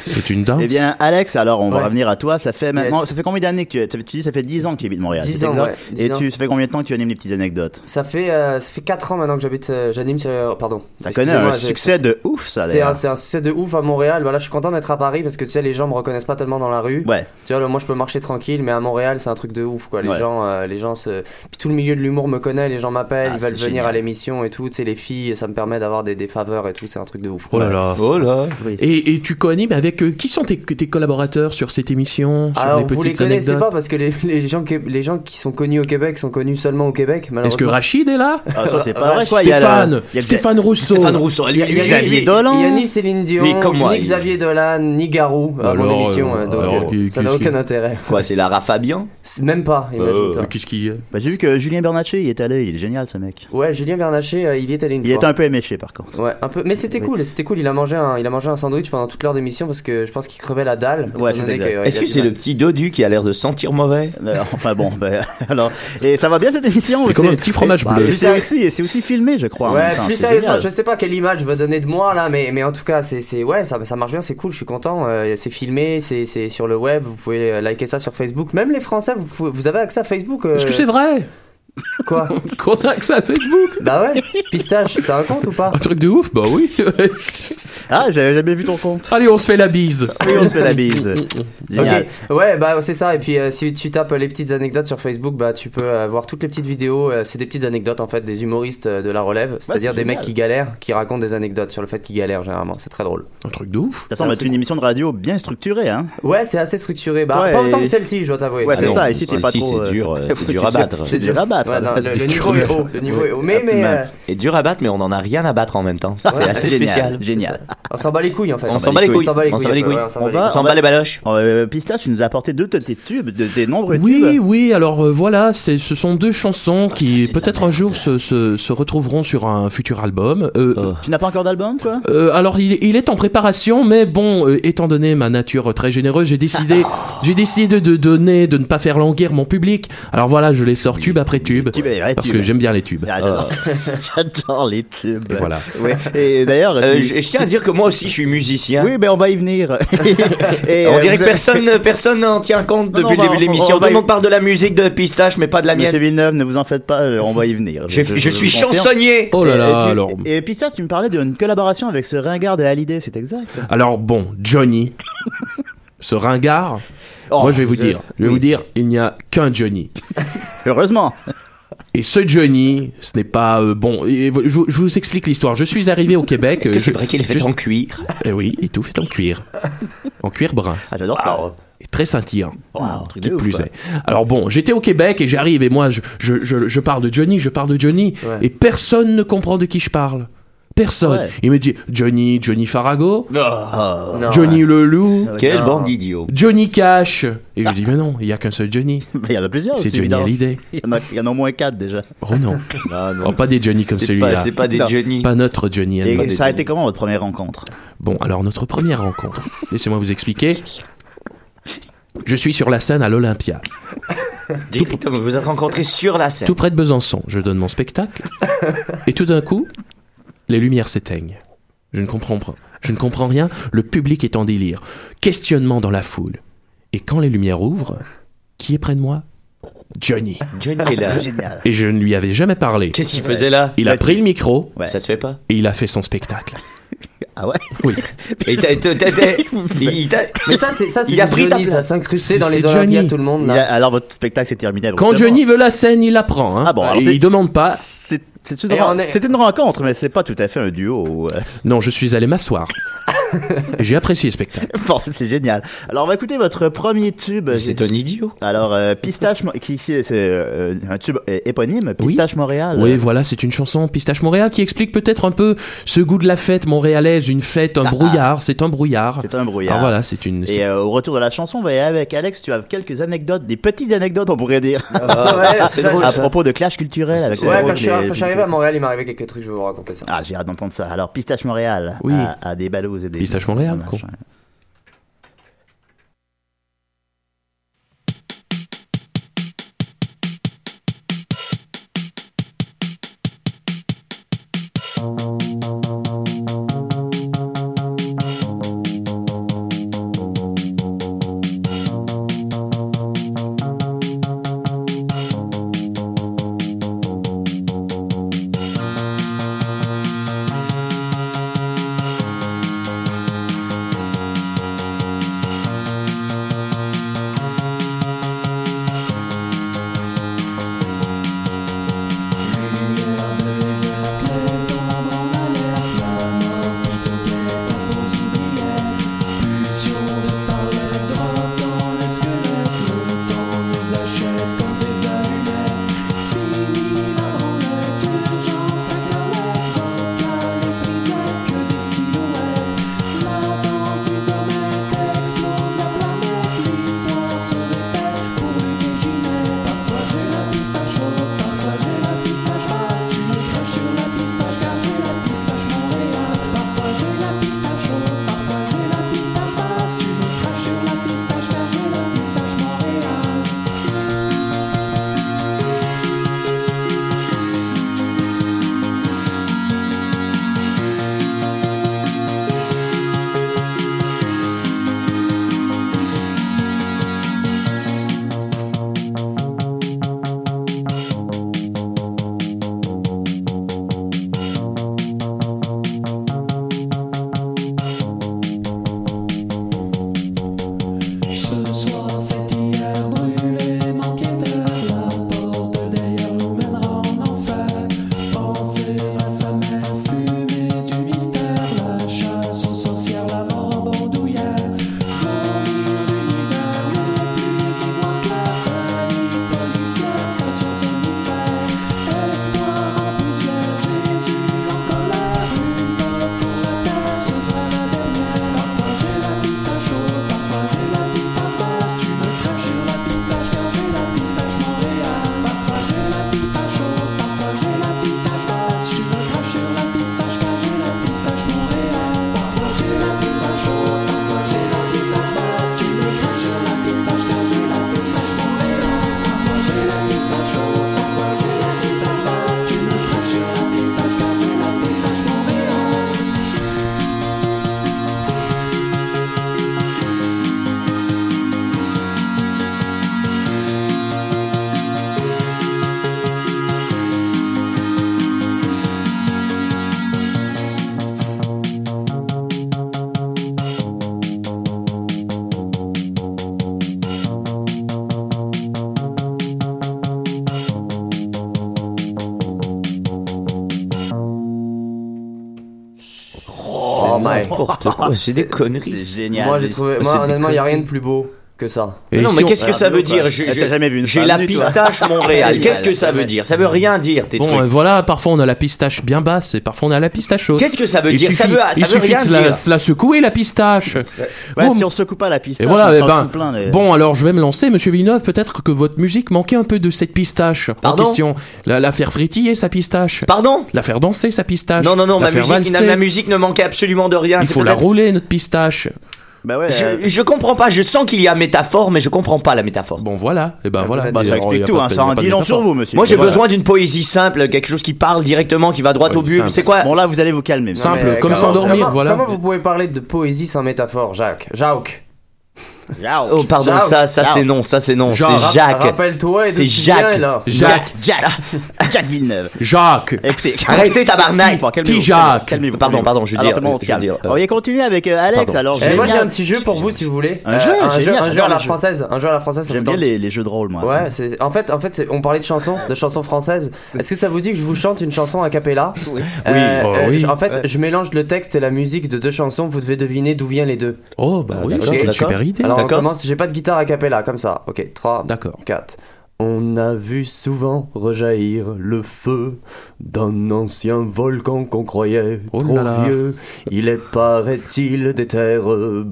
Speaker 7: C'est une danse.
Speaker 6: Eh bien, Alex, alors on va
Speaker 9: Ouais.
Speaker 6: revenir à toi. Ça fait maintenant,
Speaker 9: Yes.
Speaker 6: ça fait combien d'années que tu, tu dis ça fait 10 ans que tu habites Montréal
Speaker 9: 10
Speaker 6: c'est
Speaker 9: ans,
Speaker 6: exact
Speaker 9: ouais, 10
Speaker 6: Et
Speaker 9: ans.
Speaker 6: tu, ça fait combien de temps que tu animes les petites anecdotes
Speaker 9: Ça fait, euh, ça fait 4 ans maintenant que j'habite, euh, j'anime sur. Pardon.
Speaker 6: Ça connaît un
Speaker 9: Excusez-moi, j'ai-
Speaker 6: succès de ouf, ça.
Speaker 9: C'est
Speaker 6: d'ailleurs.
Speaker 9: un, c'est un succès de ouf à Montréal. Voilà, je suis content d'être à Paris parce que tu sais, les gens me reconnaissent pas tellement dans la rue.
Speaker 6: Ouais.
Speaker 9: Tu vois, là, moi je peux marcher tranquille, mais à Montréal, c'est un truc de ouf quoi. Les
Speaker 6: Ouais.
Speaker 9: gens, euh, les gens se. Puis tout le milieu de l'humour me connaît, les gens m'appellent,
Speaker 6: Ah,
Speaker 9: ils veulent
Speaker 6: c'est
Speaker 9: venir
Speaker 6: génial.
Speaker 9: à l'émission et tout. Tu sais, les filles, ça me permet d'avoir des, des faveurs et tout. C'est un truc de ouf.
Speaker 7: Oh là là.
Speaker 8: Oh là.
Speaker 7: Et, et tu co-animes avec euh, qui sont tes, tes collaborateurs sur cette émission sur
Speaker 9: Alors,
Speaker 7: les
Speaker 9: vous les
Speaker 7: petites
Speaker 9: connaissez
Speaker 7: anecdotes
Speaker 9: pas parce que les, <laughs> les gens, qui- les gens qui sont connus au Québec sont connus seulement au Québec.
Speaker 7: Est-ce que
Speaker 9: Malheureusement.
Speaker 7: Rachid est là
Speaker 6: Ah, ça, c'est
Speaker 9: Euh,
Speaker 6: pas vrai, quoi. Il y a la-
Speaker 7: Stéphane,
Speaker 6: il y a-
Speaker 7: Stéphane Rousseau.
Speaker 8: Stéphane Rousseau, lui,
Speaker 9: Il y a-
Speaker 8: lui,
Speaker 9: il y a-
Speaker 6: Xavier
Speaker 9: il y a-
Speaker 6: Dolan.
Speaker 9: Il y a ni Céline Dion,
Speaker 8: Mais comme moi,
Speaker 9: ni
Speaker 8: il-
Speaker 9: Xavier Dolan, ni Garou à mon
Speaker 7: Alors,
Speaker 9: émission.
Speaker 7: euh,
Speaker 9: hein, donc,
Speaker 7: alors,
Speaker 9: euh,
Speaker 7: qui-
Speaker 9: ça
Speaker 7: qui-
Speaker 9: n'a aucun
Speaker 7: qui-
Speaker 9: intérêt.
Speaker 8: Quoi, c'est Lara Fabian
Speaker 9: C'est Même pas, imagine
Speaker 7: Euh, Qu'est-ce qu'il y a
Speaker 6: Bah, J'ai vu que Julien Bernatchez y est allé. Il est génial, ce mec.
Speaker 9: Ouais, Julien Bernaché, euh, il y est allé une
Speaker 6: Il
Speaker 9: fois.
Speaker 6: était un peu éméché, par contre.
Speaker 9: Ouais, un peu. Mais c'était
Speaker 6: Oui.
Speaker 9: cool, c'était cool. Il a mangé un, il a mangé un sandwich pendant toute l'heure d'émission parce que je pense qu'il crevait la dalle.
Speaker 6: Ouais,
Speaker 9: étant
Speaker 6: c'est
Speaker 9: donné
Speaker 6: exact.
Speaker 9: ouais,
Speaker 8: Est-ce
Speaker 9: il a
Speaker 8: que
Speaker 9: du
Speaker 8: c'est
Speaker 9: mal.
Speaker 8: le petit dodu qui a l'air de sentir mauvais
Speaker 6: Euh, Enfin bon, bah, <laughs> alors et ça va bien cette émission.
Speaker 7: Il est
Speaker 6: c'est-
Speaker 7: comme un petit fromage
Speaker 6: bah,
Speaker 7: bleu.
Speaker 6: et C'est aussi, et c'est aussi filmé, je crois. en même temps,
Speaker 9: Ouais, plus
Speaker 6: c'est
Speaker 9: sérieusement,
Speaker 6: génial.
Speaker 9: je sais pas quelle image je veux donner de moi là, mais, mais en tout cas, c'est, c'est, ouais, ça, ça marche bien, c'est cool, je suis content. euh, c'est filmé, c'est, c'est sur le web, vous pouvez euh, liker ça sur Facebook. Même les Français, vous, pouvez- vous avez accès à Facebook. euh,
Speaker 7: Est-ce que c'est vrai
Speaker 9: Quoi
Speaker 7: qu'on a accès à Facebook
Speaker 9: Bah ouais, pistache, t'as un compte ou pas
Speaker 7: Un truc de ouf, bah
Speaker 6: <laughs>
Speaker 7: oui.
Speaker 6: Ah, j'avais jamais vu ton compte.
Speaker 7: Allez, on se fait la bise.
Speaker 6: Oui, on se fait la
Speaker 9: Mm,
Speaker 6: bise. Génial.
Speaker 9: Ok. Ouais, bah c'est ça. Et puis euh, si tu tapes euh, les petites anecdotes sur Facebook, bah tu peux euh, voir toutes les petites vidéos. Euh, c'est des petites anecdotes en fait des humoristes euh, de la relève, c'est-à-dire des
Speaker 6: c'est génial.
Speaker 9: mecs qui galèrent, qui racontent des anecdotes sur le fait qu'ils galèrent généralement. C'est très drôle.
Speaker 7: Un truc de ouf.
Speaker 6: Ça semble être une émission de radio bien structurée, hein.
Speaker 9: Ouais, c'est assez structuré. Bah
Speaker 6: Ouais,
Speaker 9: pas autant
Speaker 6: et-
Speaker 9: que celle-ci, je dois t'avouer.
Speaker 6: Ouais,
Speaker 8: Ah
Speaker 6: c'est
Speaker 8: non,
Speaker 6: ça, ici t'es pas
Speaker 8: celle-ci,
Speaker 6: trop. <laughs>
Speaker 8: c'est dur, euh, c'est dur à
Speaker 6: dur-
Speaker 8: battre.
Speaker 6: C'est dur à battre. à
Speaker 9: Ouais, non,
Speaker 6: battre
Speaker 9: le,
Speaker 6: <laughs> du
Speaker 9: le
Speaker 6: tout.
Speaker 9: niveau est haut. Le niveau est haut. Mais, mais euh,
Speaker 8: Et dur à battre, mais on en a rien à battre en même temps. C'est
Speaker 9: Ouais,
Speaker 8: assez
Speaker 6: génial,
Speaker 8: spécial.
Speaker 6: Génial.
Speaker 9: on s'en bat les couilles en fait.
Speaker 8: On s'en bat les couilles.
Speaker 9: On s'en bat les
Speaker 8: On s'en bat les
Speaker 9: couilles.
Speaker 8: couilles.
Speaker 9: ouais, Ah, on s'en
Speaker 6: On
Speaker 9: bat les
Speaker 6: va-
Speaker 8: On s'en bat les baloches.
Speaker 6: Euh, Pistache, tu nous as apporté deux de tes tubes, de tes nombreux
Speaker 7: Oui,
Speaker 6: tubes.
Speaker 7: oui, alors euh, voilà, c'est- ce sont deux
Speaker 6: Ah,
Speaker 7: chansons
Speaker 8: ça,
Speaker 7: qui
Speaker 8: c'est de la
Speaker 7: peut-être un
Speaker 8: merde.
Speaker 7: jour se, se- se retrouveront sur un futur album. Euh,
Speaker 6: Tu n'as pas encore d'album, toi
Speaker 7: euh, alors il, il est en préparation, mais bon, euh, étant donné ma nature très généreuse,
Speaker 8: <laughs>
Speaker 7: j'ai décidé, j'ai décidé de donner, de ne pas faire languir mon public. Alors voilà, je les sors tube après tube,
Speaker 6: Tube, ouais,
Speaker 7: parce
Speaker 6: tube.
Speaker 7: que j'aime bien les tubes.
Speaker 6: Ah, J'adore <laughs> J'adore les tubes.
Speaker 7: Et voilà.
Speaker 6: Ouais. Et d'ailleurs,
Speaker 8: Euh,
Speaker 6: tu-
Speaker 8: je, je tiens à dire que moi aussi, je suis musicien.
Speaker 6: oui, ben on va y venir. Et,
Speaker 8: on
Speaker 6: euh,
Speaker 8: dirait
Speaker 6: vous avez-
Speaker 8: que personne, personne n'en tient compte
Speaker 6: Non, non,
Speaker 8: depuis le
Speaker 6: bah,
Speaker 8: début de
Speaker 6: on-
Speaker 8: l'émission.
Speaker 6: on
Speaker 8: Tout
Speaker 6: va
Speaker 8: le
Speaker 6: y-
Speaker 8: monde parle de la musique de pistache, mais pas de la
Speaker 6: Monsieur
Speaker 8: mienne.
Speaker 6: Villeneuve, ne vous en faites pas, euh, on va y venir.
Speaker 8: Je, je
Speaker 6: vous
Speaker 8: suis
Speaker 6: confirme.
Speaker 8: chansonnier.
Speaker 7: Oh là
Speaker 6: Et- et
Speaker 7: là,
Speaker 6: tu-
Speaker 7: alors,
Speaker 6: Et Pistache, tu me parlais d'une collaboration avec ce ringard de Hallyday, c'est exact
Speaker 7: alors bon,
Speaker 8: <laughs>
Speaker 7: Johnny, ce ringard,
Speaker 8: Oh,
Speaker 7: moi je vais vous
Speaker 6: je-
Speaker 7: dire, je vais
Speaker 6: oui.
Speaker 7: vous dire, il n'y a qu'un Johnny.
Speaker 6: Heureusement
Speaker 7: Et ce Johnny, ce n'est pas euh, bon. et vo- je, vous- je vous explique l'histoire. Je suis arrivé au Québec.
Speaker 8: Est-ce
Speaker 7: euh,
Speaker 8: que c'est
Speaker 7: je-
Speaker 8: vrai qu'il est fait
Speaker 7: je-
Speaker 8: en cuir
Speaker 7: Eh oui, et tout fait en
Speaker 8: <laughs>
Speaker 7: cuir, en cuir brun,
Speaker 6: Ah, j'adore ça.
Speaker 7: et très scintillant.
Speaker 6: Wow, truc
Speaker 7: Qui
Speaker 6: de ouf,
Speaker 7: plus
Speaker 6: quoi.
Speaker 7: est. Alors bon, j'étais au Québec et j'arrive et moi je, je, je, je parle de Johnny, je parle de Johnny
Speaker 9: Ouais.
Speaker 7: et personne ne comprend de qui je parle. Personne.
Speaker 6: Ouais.
Speaker 7: Il me dit Johnny, Johnny
Speaker 6: Oh.
Speaker 7: Farago,
Speaker 9: couilles. Non,
Speaker 7: Johnny le loup,
Speaker 8: Quelle bande d'idiots.
Speaker 7: Johnny Cash. Et je dis mais non, il y a qu'un seul Johnny.
Speaker 6: Mais Il y en a plusieurs.
Speaker 7: C'est
Speaker 6: une évidence.
Speaker 7: Johnny Hallyday.
Speaker 6: Il y, en a, il y en a au moins quatre déjà.
Speaker 7: Oh non, Oh, pas des Johnny comme
Speaker 8: C'est pas,
Speaker 7: celui-là.
Speaker 8: c'est pas des
Speaker 6: Non.
Speaker 8: Johnny.
Speaker 7: Pas notre Johnny.
Speaker 6: Et
Speaker 7: Hallyday.
Speaker 6: ça a été comment votre première rencontre
Speaker 7: Bon, alors notre première rencontre, laissez-moi vous expliquer. Je suis sur la scène à l'Olympia,
Speaker 8: Directement, Vous êtes rencontrés sur la scène.
Speaker 7: tout près de Besançon. Je donne
Speaker 6: <laughs>
Speaker 7: mon spectacle et tout d'un coup, les lumières s'éteignent. Je ne comprends pas. Je ne comprends rien. Le public est en délire. Questionnement dans la foule. Et quand les lumières ouvrent, qui est près de moi Johnny.
Speaker 8: Johnny est là.
Speaker 6: Ah, Génial.
Speaker 7: Et je ne lui avais jamais parlé.
Speaker 8: Qu'est-ce qu'il faisait là
Speaker 7: Ah, Il a pris le micro
Speaker 6: Ouais.
Speaker 8: Ça se fait
Speaker 7: <laughs>
Speaker 8: pas.
Speaker 7: et il a fait
Speaker 6: <laughs>
Speaker 7: son spectacle.
Speaker 6: Ah ouais
Speaker 7: Oui.
Speaker 8: Et t'as- t'as- t'as- t'as- il t'a-
Speaker 9: Mais ça, c'est ça, c'est
Speaker 8: Il a
Speaker 9: du
Speaker 8: pris ta
Speaker 9: Johnny, ça
Speaker 8: place.
Speaker 9: s'incruster dans
Speaker 7: C'est
Speaker 9: les Olympiades,
Speaker 7: Johnny.
Speaker 9: tout le monde.
Speaker 6: Il
Speaker 9: là.
Speaker 6: a- alors votre spectacle s'est terminé.
Speaker 7: Quand
Speaker 6: abruptement.
Speaker 7: Johnny veut la scène, il la prend. Hein.
Speaker 6: Ah bon, alors
Speaker 7: Et
Speaker 6: c'est-
Speaker 7: il demande pas.
Speaker 6: C'est c'est une,
Speaker 9: Et
Speaker 6: ren-
Speaker 9: on est-
Speaker 6: c'est une rencontre, mais c'est pas tout à fait un duo. ou, euh,
Speaker 7: Non, je suis
Speaker 6: <laughs>
Speaker 7: allé m'asseoir. Et J'ai apprécié le spectacle.
Speaker 6: bon, c'est génial. Alors, on va écouter votre premier tube.
Speaker 8: C'est un idiot.
Speaker 6: Alors, euh, Pistache, Mo- qui c'est c'est, euh, un tube euh, éponyme, Pistache Montréal.
Speaker 7: Oui, voilà, c'est une chanson Pistache Montréal qui explique peut-être un peu ce goût de la fête montréalaise, une fête,
Speaker 8: Ah.
Speaker 7: un brouillard, c'est un brouillard.
Speaker 6: C'est un brouillard.
Speaker 7: Ah voilà, c'est une.
Speaker 6: Et euh, au retour de la chanson, on va y aller avec Alex. Tu as quelques anecdotes, des petites anecdotes, on pourrait dire,
Speaker 9: Ah, Ouais,
Speaker 8: ça, c'est
Speaker 9: ça-
Speaker 8: drôle.
Speaker 6: à
Speaker 8: Oh, ça.
Speaker 6: propos de clash culturel avec
Speaker 9: Ouais,
Speaker 6: les-
Speaker 9: quand je suis-
Speaker 6: les-
Speaker 9: quand je suis arrivé à Montréal, il m'est arrivé quelques trucs, je vais vous raconter ça.
Speaker 6: Ah, j'ai hâte d'entendre ça. Alors, Pistache Montréal.
Speaker 7: Oui.
Speaker 6: À, à des ballots et des.
Speaker 7: Pistache Montréal,
Speaker 6: Ah,
Speaker 7: con.
Speaker 6: machin.
Speaker 11: Pistache Montréal,
Speaker 9: Oh my.
Speaker 8: N'importe
Speaker 7: <laughs>
Speaker 8: quoi, c'est des conneries.
Speaker 6: C'est génial.
Speaker 9: Moi, j'ai trouvé.
Speaker 8: Mais
Speaker 9: Moi,
Speaker 8: c'est des
Speaker 9: honnêtement, il n'y a
Speaker 8: conneries.
Speaker 9: rien de plus beau que ça.
Speaker 8: Mais non,
Speaker 7: si
Speaker 8: mais
Speaker 7: on- hein.
Speaker 8: qu'est-ce que
Speaker 6: Ah,
Speaker 8: ça
Speaker 6: non,
Speaker 8: veut
Speaker 6: bah,
Speaker 8: dire J'ai
Speaker 6: t'as
Speaker 8: j'ai-
Speaker 6: jamais vu une
Speaker 8: J'ai
Speaker 6: femme
Speaker 8: la
Speaker 6: nue, toi.
Speaker 8: pistache
Speaker 7: <laughs>
Speaker 8: Montréal. Qu'est-ce que ça
Speaker 6: Jamais.
Speaker 8: veut dire Ça veut rien dire, tes
Speaker 7: Bon, euh,
Speaker 8: trucs.
Speaker 7: voilà, parfois on a la pistache bien basse et parfois on a la pistache haute.
Speaker 8: Qu'est-ce que ça veut
Speaker 7: il
Speaker 8: dire
Speaker 7: suffit,
Speaker 8: Ça veut, ça
Speaker 7: il
Speaker 8: veut
Speaker 7: suffit
Speaker 8: rien
Speaker 7: de la,
Speaker 8: dire.
Speaker 7: se la secouer la pistache.
Speaker 6: Ouais,
Speaker 7: Bon,
Speaker 6: si on secoue pas la piste,
Speaker 7: Et voilà, eh
Speaker 6: on s'en
Speaker 7: ben,
Speaker 6: fout plein. les-
Speaker 7: bon alors je vais me lancer, Monsieur Villeneuve, peut-être que votre musique manquait un peu de cette pistache.
Speaker 8: Pardon
Speaker 7: en question, la, la faire frétiller sa pistache,
Speaker 8: Pardon
Speaker 7: la faire danser sa pistache.
Speaker 8: Non, non, non,
Speaker 7: la
Speaker 8: ma
Speaker 7: faire
Speaker 8: musique,
Speaker 7: valser.
Speaker 8: ma musique ne manquait absolument de rien.
Speaker 7: Il
Speaker 8: c'est
Speaker 7: faut la
Speaker 8: peut-être-
Speaker 7: rouler notre pistache.
Speaker 6: Bah ouais. euh,
Speaker 8: Je, je comprends pas, je sens qu'il y a métaphore, mais je comprends pas la métaphore.
Speaker 7: Bon voilà,
Speaker 8: Ah,
Speaker 7: et ben voilà.
Speaker 6: Bah,
Speaker 7: Et
Speaker 6: ça
Speaker 7: alors, il y
Speaker 6: explique
Speaker 7: a
Speaker 6: tout,
Speaker 7: pas
Speaker 6: hein,
Speaker 7: de-
Speaker 6: ça
Speaker 7: il y a
Speaker 6: en
Speaker 7: pas
Speaker 6: dit
Speaker 7: de
Speaker 6: long
Speaker 7: métaphore.
Speaker 6: sur vous, monsieur.
Speaker 8: Moi j'ai
Speaker 6: Voilà.
Speaker 8: besoin d'une poésie simple, quelque chose qui parle directement, qui va droit au
Speaker 7: Poésie
Speaker 8: but.
Speaker 7: simple.
Speaker 8: C'est quoi
Speaker 6: Bon, là, vous allez vous calmer.
Speaker 7: Ça- Simple,
Speaker 9: mais
Speaker 7: comme
Speaker 9: comment-
Speaker 7: s'endormir,
Speaker 9: comment-
Speaker 7: voilà.
Speaker 9: Comment vous pouvez parler de poésie sans métaphore, Jacques Jacques
Speaker 6: Jao.
Speaker 8: Oh pardon,
Speaker 9: Jacques.
Speaker 8: ça, ça c'est
Speaker 6: Jacques.
Speaker 8: non, ça c'est non,
Speaker 7: Jacques.
Speaker 8: c'est Jacques.
Speaker 9: Ah, Rappelle-toi et
Speaker 8: C'est Jacques.
Speaker 9: là.
Speaker 7: Jacques,
Speaker 6: Jack.
Speaker 7: <laughs>
Speaker 6: Jack Villeneuve.
Speaker 7: Jacques. <laughs>
Speaker 6: Écoutez, <laughs>
Speaker 8: Arrêtez tabarnak
Speaker 6: calmez-vous, calmez-vous,
Speaker 7: Jacques.
Speaker 6: Calmez-vous.
Speaker 8: Pardon,
Speaker 6: calmez-vous.
Speaker 8: pardon, je veux
Speaker 6: Alors,
Speaker 8: dire,
Speaker 6: tout le monde se
Speaker 8: je veux
Speaker 6: calme.
Speaker 8: dire, euh,
Speaker 6: On va continuer avec euh, Alex.
Speaker 8: pardon.
Speaker 6: Alors,
Speaker 9: Eh, moi j'ai
Speaker 6: génial.
Speaker 9: un petit jeu pour vous si vous voulez. Euh,
Speaker 6: Un jeu,
Speaker 9: un jeu,
Speaker 6: génial,
Speaker 9: un jeu
Speaker 6: j'adore
Speaker 9: à la
Speaker 6: les jeux.
Speaker 9: française, un jeu à la française. ça
Speaker 6: J'aime
Speaker 9: vous tente
Speaker 6: bien les, les jeux de rôle, moi.
Speaker 9: Ouais, c'est en fait, en fait, c'est- on parlait de chansons, de chansons françaises. Est-ce que ça vous dit que je vous chante une chanson a cappella Oui.
Speaker 7: Oui. Oh, oui.
Speaker 9: En fait, je mélange le texte et la musique de deux chansons. Vous devez deviner d'où viennent les deux.
Speaker 7: Oh bah
Speaker 8: Ah,
Speaker 7: oui,
Speaker 8: d'accord,
Speaker 7: c'est une
Speaker 8: d'accord.
Speaker 7: super idée.
Speaker 9: Alors on
Speaker 8: D'accord.
Speaker 9: commence. J'ai pas de guitare a cappella comme ça. Ok, 3
Speaker 7: D'accord.
Speaker 9: 4 On a vu souvent rejaillir le feu d'un ancien volcan qu'on croyait
Speaker 7: Oh là
Speaker 9: trop
Speaker 7: là.
Speaker 9: vieux. Il est, paraît-il, des terres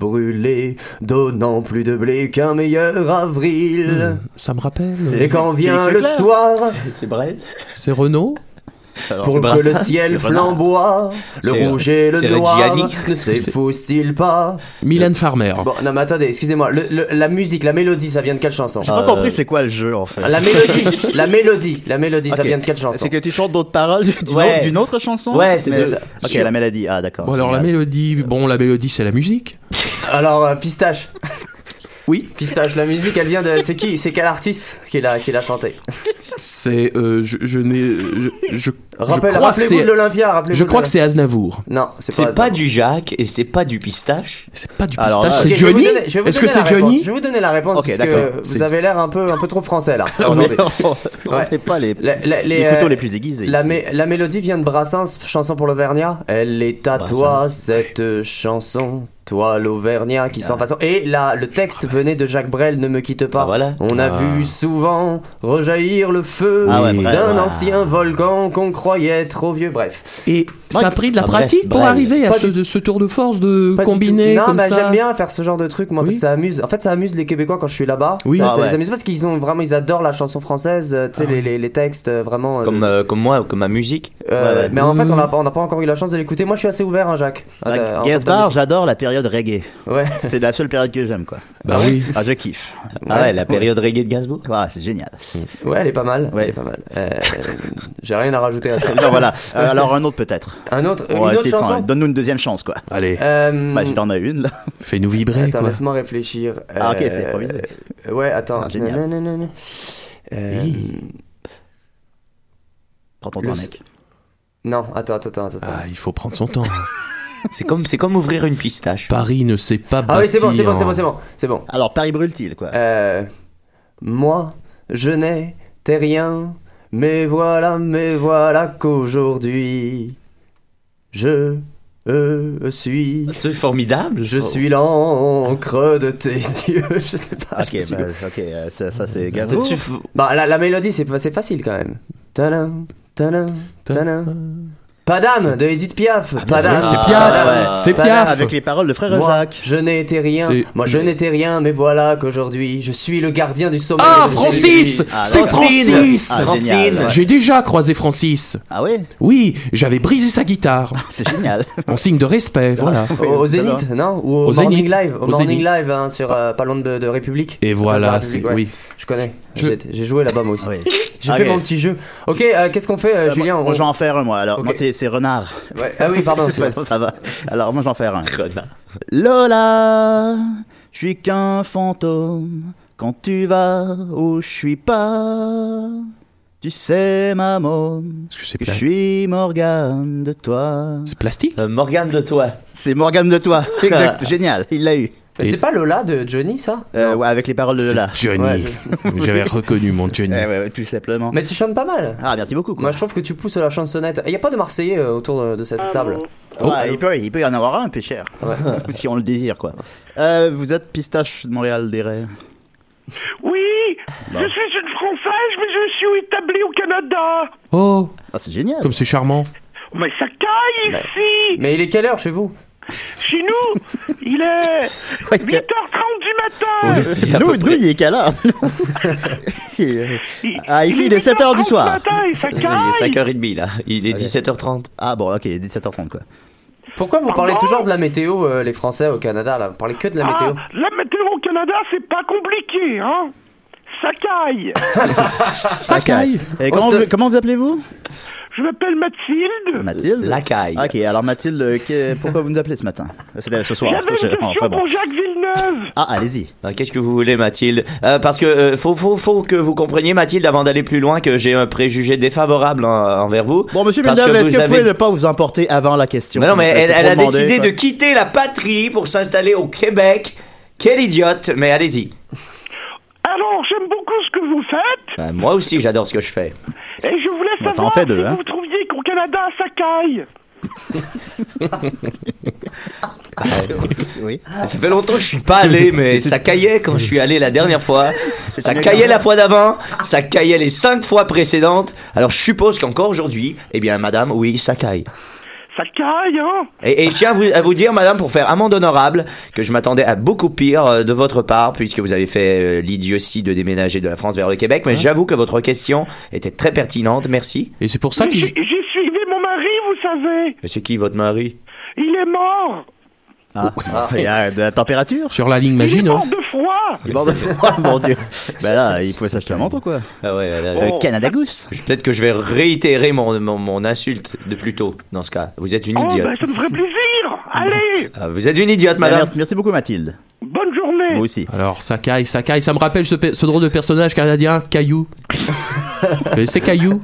Speaker 9: brûlées, donnant plus de blé qu'un meilleur avril.
Speaker 7: Ça me
Speaker 6: Hmm.
Speaker 7: rappelle.
Speaker 9: Et quand vient
Speaker 6: Félix
Speaker 9: le
Speaker 6: Leclerc.
Speaker 9: soir,
Speaker 8: C'est vrai
Speaker 7: C'est Renaud.
Speaker 6: Alors,
Speaker 9: pour
Speaker 6: c'est
Speaker 9: que
Speaker 6: pas
Speaker 9: le
Speaker 6: ça,
Speaker 9: ciel
Speaker 6: c'est Renard.
Speaker 9: flamboie, le
Speaker 8: C'est-
Speaker 9: rouge et le
Speaker 8: c'est
Speaker 9: noir
Speaker 8: Reggiani.
Speaker 9: ne s'épouse-t-il pas
Speaker 7: Mylène Farmer.
Speaker 6: Oh.
Speaker 9: Bon, non mais attendez, excusez-moi, le- le- la musique, la mélodie, ça vient de quelle chanson Euh,
Speaker 6: J'ai pas
Speaker 8: euh,
Speaker 6: compris c'est quoi le jeu, en fait.
Speaker 9: La mélodie, la mélodie, la mélodie, ça
Speaker 6: Ok.
Speaker 9: vient de quelle chanson
Speaker 6: C'est que tu chantes d'autres paroles d'une
Speaker 8: Ouais.
Speaker 6: autre- d'une autre chanson
Speaker 8: Ouais, c'est
Speaker 6: mais-
Speaker 8: de ça.
Speaker 6: Ok, la mélodie. Ah, d'accord.
Speaker 7: Bon alors la
Speaker 6: Génial.
Speaker 7: mélodie, bon la mélodie c'est la musique.
Speaker 9: Alors euh, pistache.
Speaker 7: <laughs> Oui.
Speaker 9: Pistache, la musique, elle vient de. C'est qui C'est quel artiste qui l'a qui l'a chanté
Speaker 7: C'est euh, je je n'ai je, je, je
Speaker 9: Rappel-
Speaker 7: crois que
Speaker 9: Rappelez-vous de
Speaker 7: c'est
Speaker 9: l'Olympia. Rappelez-vous
Speaker 7: je
Speaker 9: de
Speaker 7: crois que
Speaker 9: l'Olympia.
Speaker 7: c'est Aznavour.
Speaker 9: Non, c'est pas.
Speaker 8: C'est pas
Speaker 9: Aznavour.
Speaker 8: du Jacques et c'est pas du pistache.
Speaker 7: C'est pas du
Speaker 6: Alors là-
Speaker 7: pistache,
Speaker 9: euh, Ok,
Speaker 7: c'est
Speaker 9: je vais vous
Speaker 7: Johnny.
Speaker 9: donner- je vais vous
Speaker 7: Est-ce que
Speaker 9: donner la
Speaker 7: c'est
Speaker 9: réponse.
Speaker 7: Johnny
Speaker 9: Je vais vous donner la réponse
Speaker 6: Ok,
Speaker 9: parce
Speaker 6: d'accord.
Speaker 9: que vous
Speaker 6: C'est-
Speaker 9: avez l'air un peu un peu trop français là.
Speaker 7: <laughs>
Speaker 6: On
Speaker 9: Aujourd'hui.
Speaker 6: est-
Speaker 8: <laughs>
Speaker 6: on
Speaker 9: Ouais.
Speaker 6: n'est pas les,
Speaker 9: La- la- les,
Speaker 6: les couteaux
Speaker 9: euh,
Speaker 6: les plus aiguisés.
Speaker 9: La,
Speaker 6: ici.
Speaker 9: mé- la mélodie vient de Brassens, chanson pour l'Auvergnat. Elle est à toi,
Speaker 8: Brassens.
Speaker 9: cette chanson. Toi, l'Auvergnat qui
Speaker 6: Ah.
Speaker 9: s'en façon. Et là, le texte venait de Jacques Brel, Ne me quitte pas.
Speaker 8: Ah, voilà.
Speaker 9: On a
Speaker 7: Ah.
Speaker 9: vu souvent rejaillir le feu
Speaker 6: Ah ouais, bref,
Speaker 9: d'un
Speaker 6: ouais.
Speaker 9: ancien volcan qu'on croyait trop vieux. Bref.
Speaker 7: Et ça a pris de la
Speaker 8: Ah, bref,
Speaker 7: pratique pour
Speaker 8: bref.
Speaker 7: arriver à
Speaker 9: Pas
Speaker 7: ce,
Speaker 9: du-
Speaker 7: de- ce tour de force de
Speaker 9: Pas du
Speaker 7: combiner
Speaker 9: tout. Non,
Speaker 7: comme
Speaker 9: bah,
Speaker 7: ça.
Speaker 9: j'aime bien faire ce genre de truc, moi,
Speaker 7: Oui.
Speaker 9: parce que ça amuse. En fait, ça amuse les Québécois quand je suis là-bas.
Speaker 7: Oui.
Speaker 9: ça,
Speaker 6: Ah
Speaker 9: ça
Speaker 6: ouais. Ah,
Speaker 9: les amuse parce qu'ils ont vraiment, ils adorent la chanson française, euh, tu sais, les, les- les textes euh, vraiment. euh,
Speaker 8: Comme, euh, comme moi, comme ma musique.
Speaker 9: euh,
Speaker 6: Ouais, ouais.
Speaker 9: Mais en fait, on n'a pas, on n'a pas encore eu la chance de l'écouter. Moi, je suis assez ouvert, hein, Jacques. Euh, en
Speaker 6: Ah,
Speaker 9: fait,
Speaker 6: Gainsbourg, j'adore la période reggae.
Speaker 9: Ouais. <laughs>
Speaker 6: C'est la seule période que j'aime, quoi.
Speaker 7: Bah oui.
Speaker 6: Ah, je kiffe.
Speaker 8: Ah ouais, la période reggae de Gainsbourg.
Speaker 6: Ah, c'est génial. <laughs>
Speaker 9: Ouais, elle est pas mal.
Speaker 6: Ouais.
Speaker 9: Elle est pas mal. Euh, J'ai rien à rajouter à ça.
Speaker 6: <laughs> Non, voilà. Euh, alors, un autre peut-être.
Speaker 9: Un autre,
Speaker 6: On
Speaker 9: Euh, une
Speaker 6: va
Speaker 9: autre
Speaker 6: essayer de-
Speaker 9: chanson.
Speaker 6: Donne-nous une deuxième chance, quoi.
Speaker 7: Allez,
Speaker 9: <laughs> Euh,
Speaker 6: Bah, si t'en as une, là.
Speaker 7: fais-nous vibrer
Speaker 9: attends,
Speaker 7: quoi.
Speaker 9: laisse-moi réfléchir.
Speaker 6: Ah, ok,
Speaker 9: Euh,
Speaker 6: c'est improvisé.
Speaker 9: euh, Ouais, attends.
Speaker 6: Ah, génial.
Speaker 9: Non, non, non, non. Euh,
Speaker 6: Prends ton
Speaker 9: Le-
Speaker 6: temps, mec.
Speaker 9: Non, attends, attends, attends. attends.
Speaker 7: Ah, il faut prendre son temps.
Speaker 8: C'est comme, c'est comme ouvrir une pistache.
Speaker 7: Paris ne s'est pas
Speaker 9: Ah oui, c'est bon,
Speaker 7: bâti
Speaker 9: c'est bon,
Speaker 7: en-
Speaker 9: c'est bon, c'est bon, c'est bon.
Speaker 6: Alors, Paris brûle-t-il, quoi.
Speaker 9: Euh, moi, je n'étais rien, mais voilà, mais voilà qu'aujourd'hui, je euh, suis.
Speaker 8: C'est formidable.
Speaker 7: Oh.
Speaker 9: Je suis l'encre de tes <laughs> yeux. Je sais pas.
Speaker 6: ok,
Speaker 9: je suis-
Speaker 6: bah, ok, euh, ça, ça, c'est Gainsbourg.
Speaker 8: Tu-
Speaker 9: Bah, la, la mélodie, c'est pas- c'est facile quand même. Tadam, tadam, tadam. Pas d'âme de Edith Piaf. Ah, pas
Speaker 7: Ah, c'est
Speaker 9: d'âme.
Speaker 7: vrai, c'est
Speaker 9: Pas
Speaker 7: Piaf.
Speaker 9: d'âme.
Speaker 7: C'est
Speaker 9: Pas
Speaker 7: Piaf.
Speaker 6: Ah, Avec les paroles de Frère
Speaker 9: d'âme. Moi,
Speaker 6: Jacques.
Speaker 9: je n'étais rien.
Speaker 7: C'est-
Speaker 9: Moi, je n'étais rien, mais voilà qu'aujourd'hui, je suis le gardien du sommeil.
Speaker 7: Ah,
Speaker 9: de
Speaker 7: Francis
Speaker 9: celui-
Speaker 6: Ah,
Speaker 7: C'est
Speaker 8: Francine
Speaker 7: Francis
Speaker 6: Ah,
Speaker 8: Francine.
Speaker 6: génial. ouais.
Speaker 7: J'ai déjà croisé Francis.
Speaker 6: Ah ouais
Speaker 7: Oui, j'avais brisé sa guitare.
Speaker 6: C'est
Speaker 9: <laughs>
Speaker 6: génial.
Speaker 7: En signe de respect, voilà.
Speaker 6: Ah.
Speaker 9: Au, au Zénith, non Ou au,
Speaker 7: Au
Speaker 9: Morning
Speaker 7: Zénith.
Speaker 9: Live Au,
Speaker 7: Au
Speaker 9: Morning
Speaker 7: Zénith.
Speaker 9: Live, hein, sur euh, pas loin de, de République.
Speaker 7: Et
Speaker 9: Place de la
Speaker 7: voilà, c'est
Speaker 9: République, ouais.
Speaker 7: oui.
Speaker 9: Je connais.
Speaker 7: Je-
Speaker 9: J'ai j'ai joué là-bas moi aussi.
Speaker 6: Ah ouais.
Speaker 9: J'ai
Speaker 6: Ok.
Speaker 9: fait mon petit jeu. Ok, euh, qu'est-ce qu'on fait, euh,
Speaker 6: Euh,
Speaker 9: Julien
Speaker 6: moi,
Speaker 9: on-
Speaker 6: j'en fais un, moi. Alors,
Speaker 9: Ok.
Speaker 6: moi, c'est
Speaker 9: <laughs>
Speaker 6: c'est Renard.
Speaker 9: Ouais. Ah oui, pardon.
Speaker 6: <laughs>
Speaker 8: <laughs>
Speaker 9: c'est-
Speaker 6: Non, ça va. Alors, moi, j'en fais un. Lola, je suis qu'un fantôme. Quand tu vas où je suis pas, tu sais, ma môme,
Speaker 7: Parce que c'est
Speaker 6: que je
Speaker 7: pla-
Speaker 6: suis Morgane de toi.
Speaker 7: c'est plastique.
Speaker 8: Euh, Morgane de toi.
Speaker 6: C'est Morgane de toi. Exact. <laughs> Génial. Il l'a eu.
Speaker 9: Mais
Speaker 6: Et-
Speaker 9: c'est pas Lola de Johnny, ça
Speaker 6: Euh, ouais, avec les paroles de Lola.
Speaker 7: Johnny.
Speaker 9: Ouais,
Speaker 7: J'avais reconnu mon
Speaker 6: Eh
Speaker 7: Johnny.
Speaker 6: ouais, ouais, tout simplement.
Speaker 9: Mais tu chantes pas mal.
Speaker 6: Ah, merci beaucoup. Quoi.
Speaker 9: Moi, je trouve que tu pousses la chansonnette. Il n'y a pas de Marseillais euh, autour de, de cette table.
Speaker 6: Ouais, il, peut, il peut y en avoir un, peu cher. <laughs> si on le désire, quoi. Euh, vous êtes pistache de Montréal, des rêves.
Speaker 5: Oui, je suis une Française, mais je suis établie au Canada.
Speaker 7: Oh,
Speaker 6: Ah, c'est génial.
Speaker 7: comme c'est charmant.
Speaker 5: Mais ça caille ici
Speaker 9: Mais il est quelle heure chez vous
Speaker 5: Chez nous, il est
Speaker 6: Ouais,
Speaker 5: 8h30
Speaker 6: <laughs>
Speaker 5: du matin
Speaker 7: Ouais, c'est à
Speaker 6: nous,
Speaker 7: peu
Speaker 6: nous,
Speaker 7: près.
Speaker 6: il est qu'à l'heure. Ah, ici, il est 7 heures du soir.
Speaker 5: matin et ça
Speaker 8: Il est
Speaker 5: caille
Speaker 8: 5h30 là, il est 17h30.
Speaker 6: Ah bon, ok, 17h30, quoi.
Speaker 9: Pourquoi vous parlez
Speaker 5: Pardon
Speaker 9: toujours de la météo, euh, les Français au Canada là Vous parlez que de la
Speaker 5: Ah,
Speaker 9: météo.
Speaker 5: la météo au Canada, c'est pas compliqué, hein Ça caille
Speaker 7: Sakai.
Speaker 6: Et
Speaker 9: On
Speaker 6: comment,
Speaker 9: se-
Speaker 6: vous, comment vous appelez-vous
Speaker 5: Je m'appelle Mathilde.
Speaker 6: Mathilde
Speaker 8: Lacaille.
Speaker 6: Ok, alors Mathilde, euh, que- pourquoi vous nous appelez ce matin C'est euh, ce soir.
Speaker 5: J'avais une
Speaker 6: je-
Speaker 5: question
Speaker 6: enfin, bon.
Speaker 5: pour Jacques Villeneuve.
Speaker 6: Ah, allez-y.
Speaker 8: Ah, Qu'est-ce que vous voulez, Mathilde Euh, Parce que euh, faut, faut, faut que vous compreniez, Mathilde, avant d'aller plus loin, que j'ai un préjugé défavorable en- envers vous.
Speaker 6: Bon, monsieur
Speaker 8: Parce
Speaker 6: Villeneuve, est-ce que vous
Speaker 8: avez-
Speaker 6: pouvez ne pas vous emporter avant la question
Speaker 8: Mais non,
Speaker 6: s'il
Speaker 8: mais
Speaker 6: vous plaît,
Speaker 8: elle,
Speaker 6: c'est
Speaker 8: elle a
Speaker 6: trop demandé,
Speaker 8: décidé
Speaker 6: quoi.
Speaker 8: de quitter la patrie pour s'installer au Québec. Quelle idiote Mais allez-y.
Speaker 5: Alors, j'aime beaucoup ce que vous faites
Speaker 8: Euh, moi aussi, j'adore ce que je fais.
Speaker 5: et je voulais
Speaker 6: Bah, ça en
Speaker 5: savoir
Speaker 6: fait deux,
Speaker 5: si
Speaker 6: hein.
Speaker 5: vous trouviez qu'au Canada, ça caille.
Speaker 6: Oui.
Speaker 8: Ah, Ça fait longtemps que je suis pas <laughs> allé, mais ça caillait quand je suis allé la dernière <laughs> fois. Ça
Speaker 6: mieux
Speaker 8: caillait
Speaker 6: quand
Speaker 8: la fois d'avant. Ça caillait les cinq fois précédentes. Alors je suppose qu'encore aujourd'hui, eh bien, madame, oui, ça caille.
Speaker 5: Ça caille, hein
Speaker 8: Et, et je tiens à vous, à vous dire, madame, pour faire amende honorable, que je m'attendais à beaucoup pire euh, de votre part, puisque vous avez fait euh, l'idiotie de déménager de la France vers le Québec, mais j'avoue que votre question était très pertinente, merci.
Speaker 7: Et c'est pour ça
Speaker 5: Mais
Speaker 7: qu'il.
Speaker 5: J'ai j'ai suivi mon mari, vous savez.
Speaker 8: Mais C'est qui votre mari
Speaker 5: Il est mort.
Speaker 6: Ah, il y a de la température
Speaker 7: Sur la ligne
Speaker 5: Il est
Speaker 7: Maginot.
Speaker 5: mort de froid.
Speaker 6: Il est
Speaker 8: <laughs>
Speaker 6: mort de froid, mon dieu. Ben là, il pouvait s'acheter un manteau, quoi.
Speaker 8: Ah ouais, là, là,
Speaker 5: Oh,
Speaker 8: là.
Speaker 6: Le Canada Goose.
Speaker 8: Je- Peut-être que je vais réitérer mon, mon, mon insulte de plus tôt, dans ce cas. Vous êtes une
Speaker 5: Oh,
Speaker 8: idiote.
Speaker 5: ben, ça me ferait plaisir. Allez,
Speaker 8: Ah, Vous êtes une idiote, madame.
Speaker 6: Merci, merci beaucoup, Mathilde.
Speaker 5: bonne journée.
Speaker 6: Moi aussi.
Speaker 7: Alors Sakai, Sakai, ça me rappelle ce, pe- ce drôle de personnage canadien,
Speaker 6: <laughs>
Speaker 7: Caillou. Mais c'est Caillou,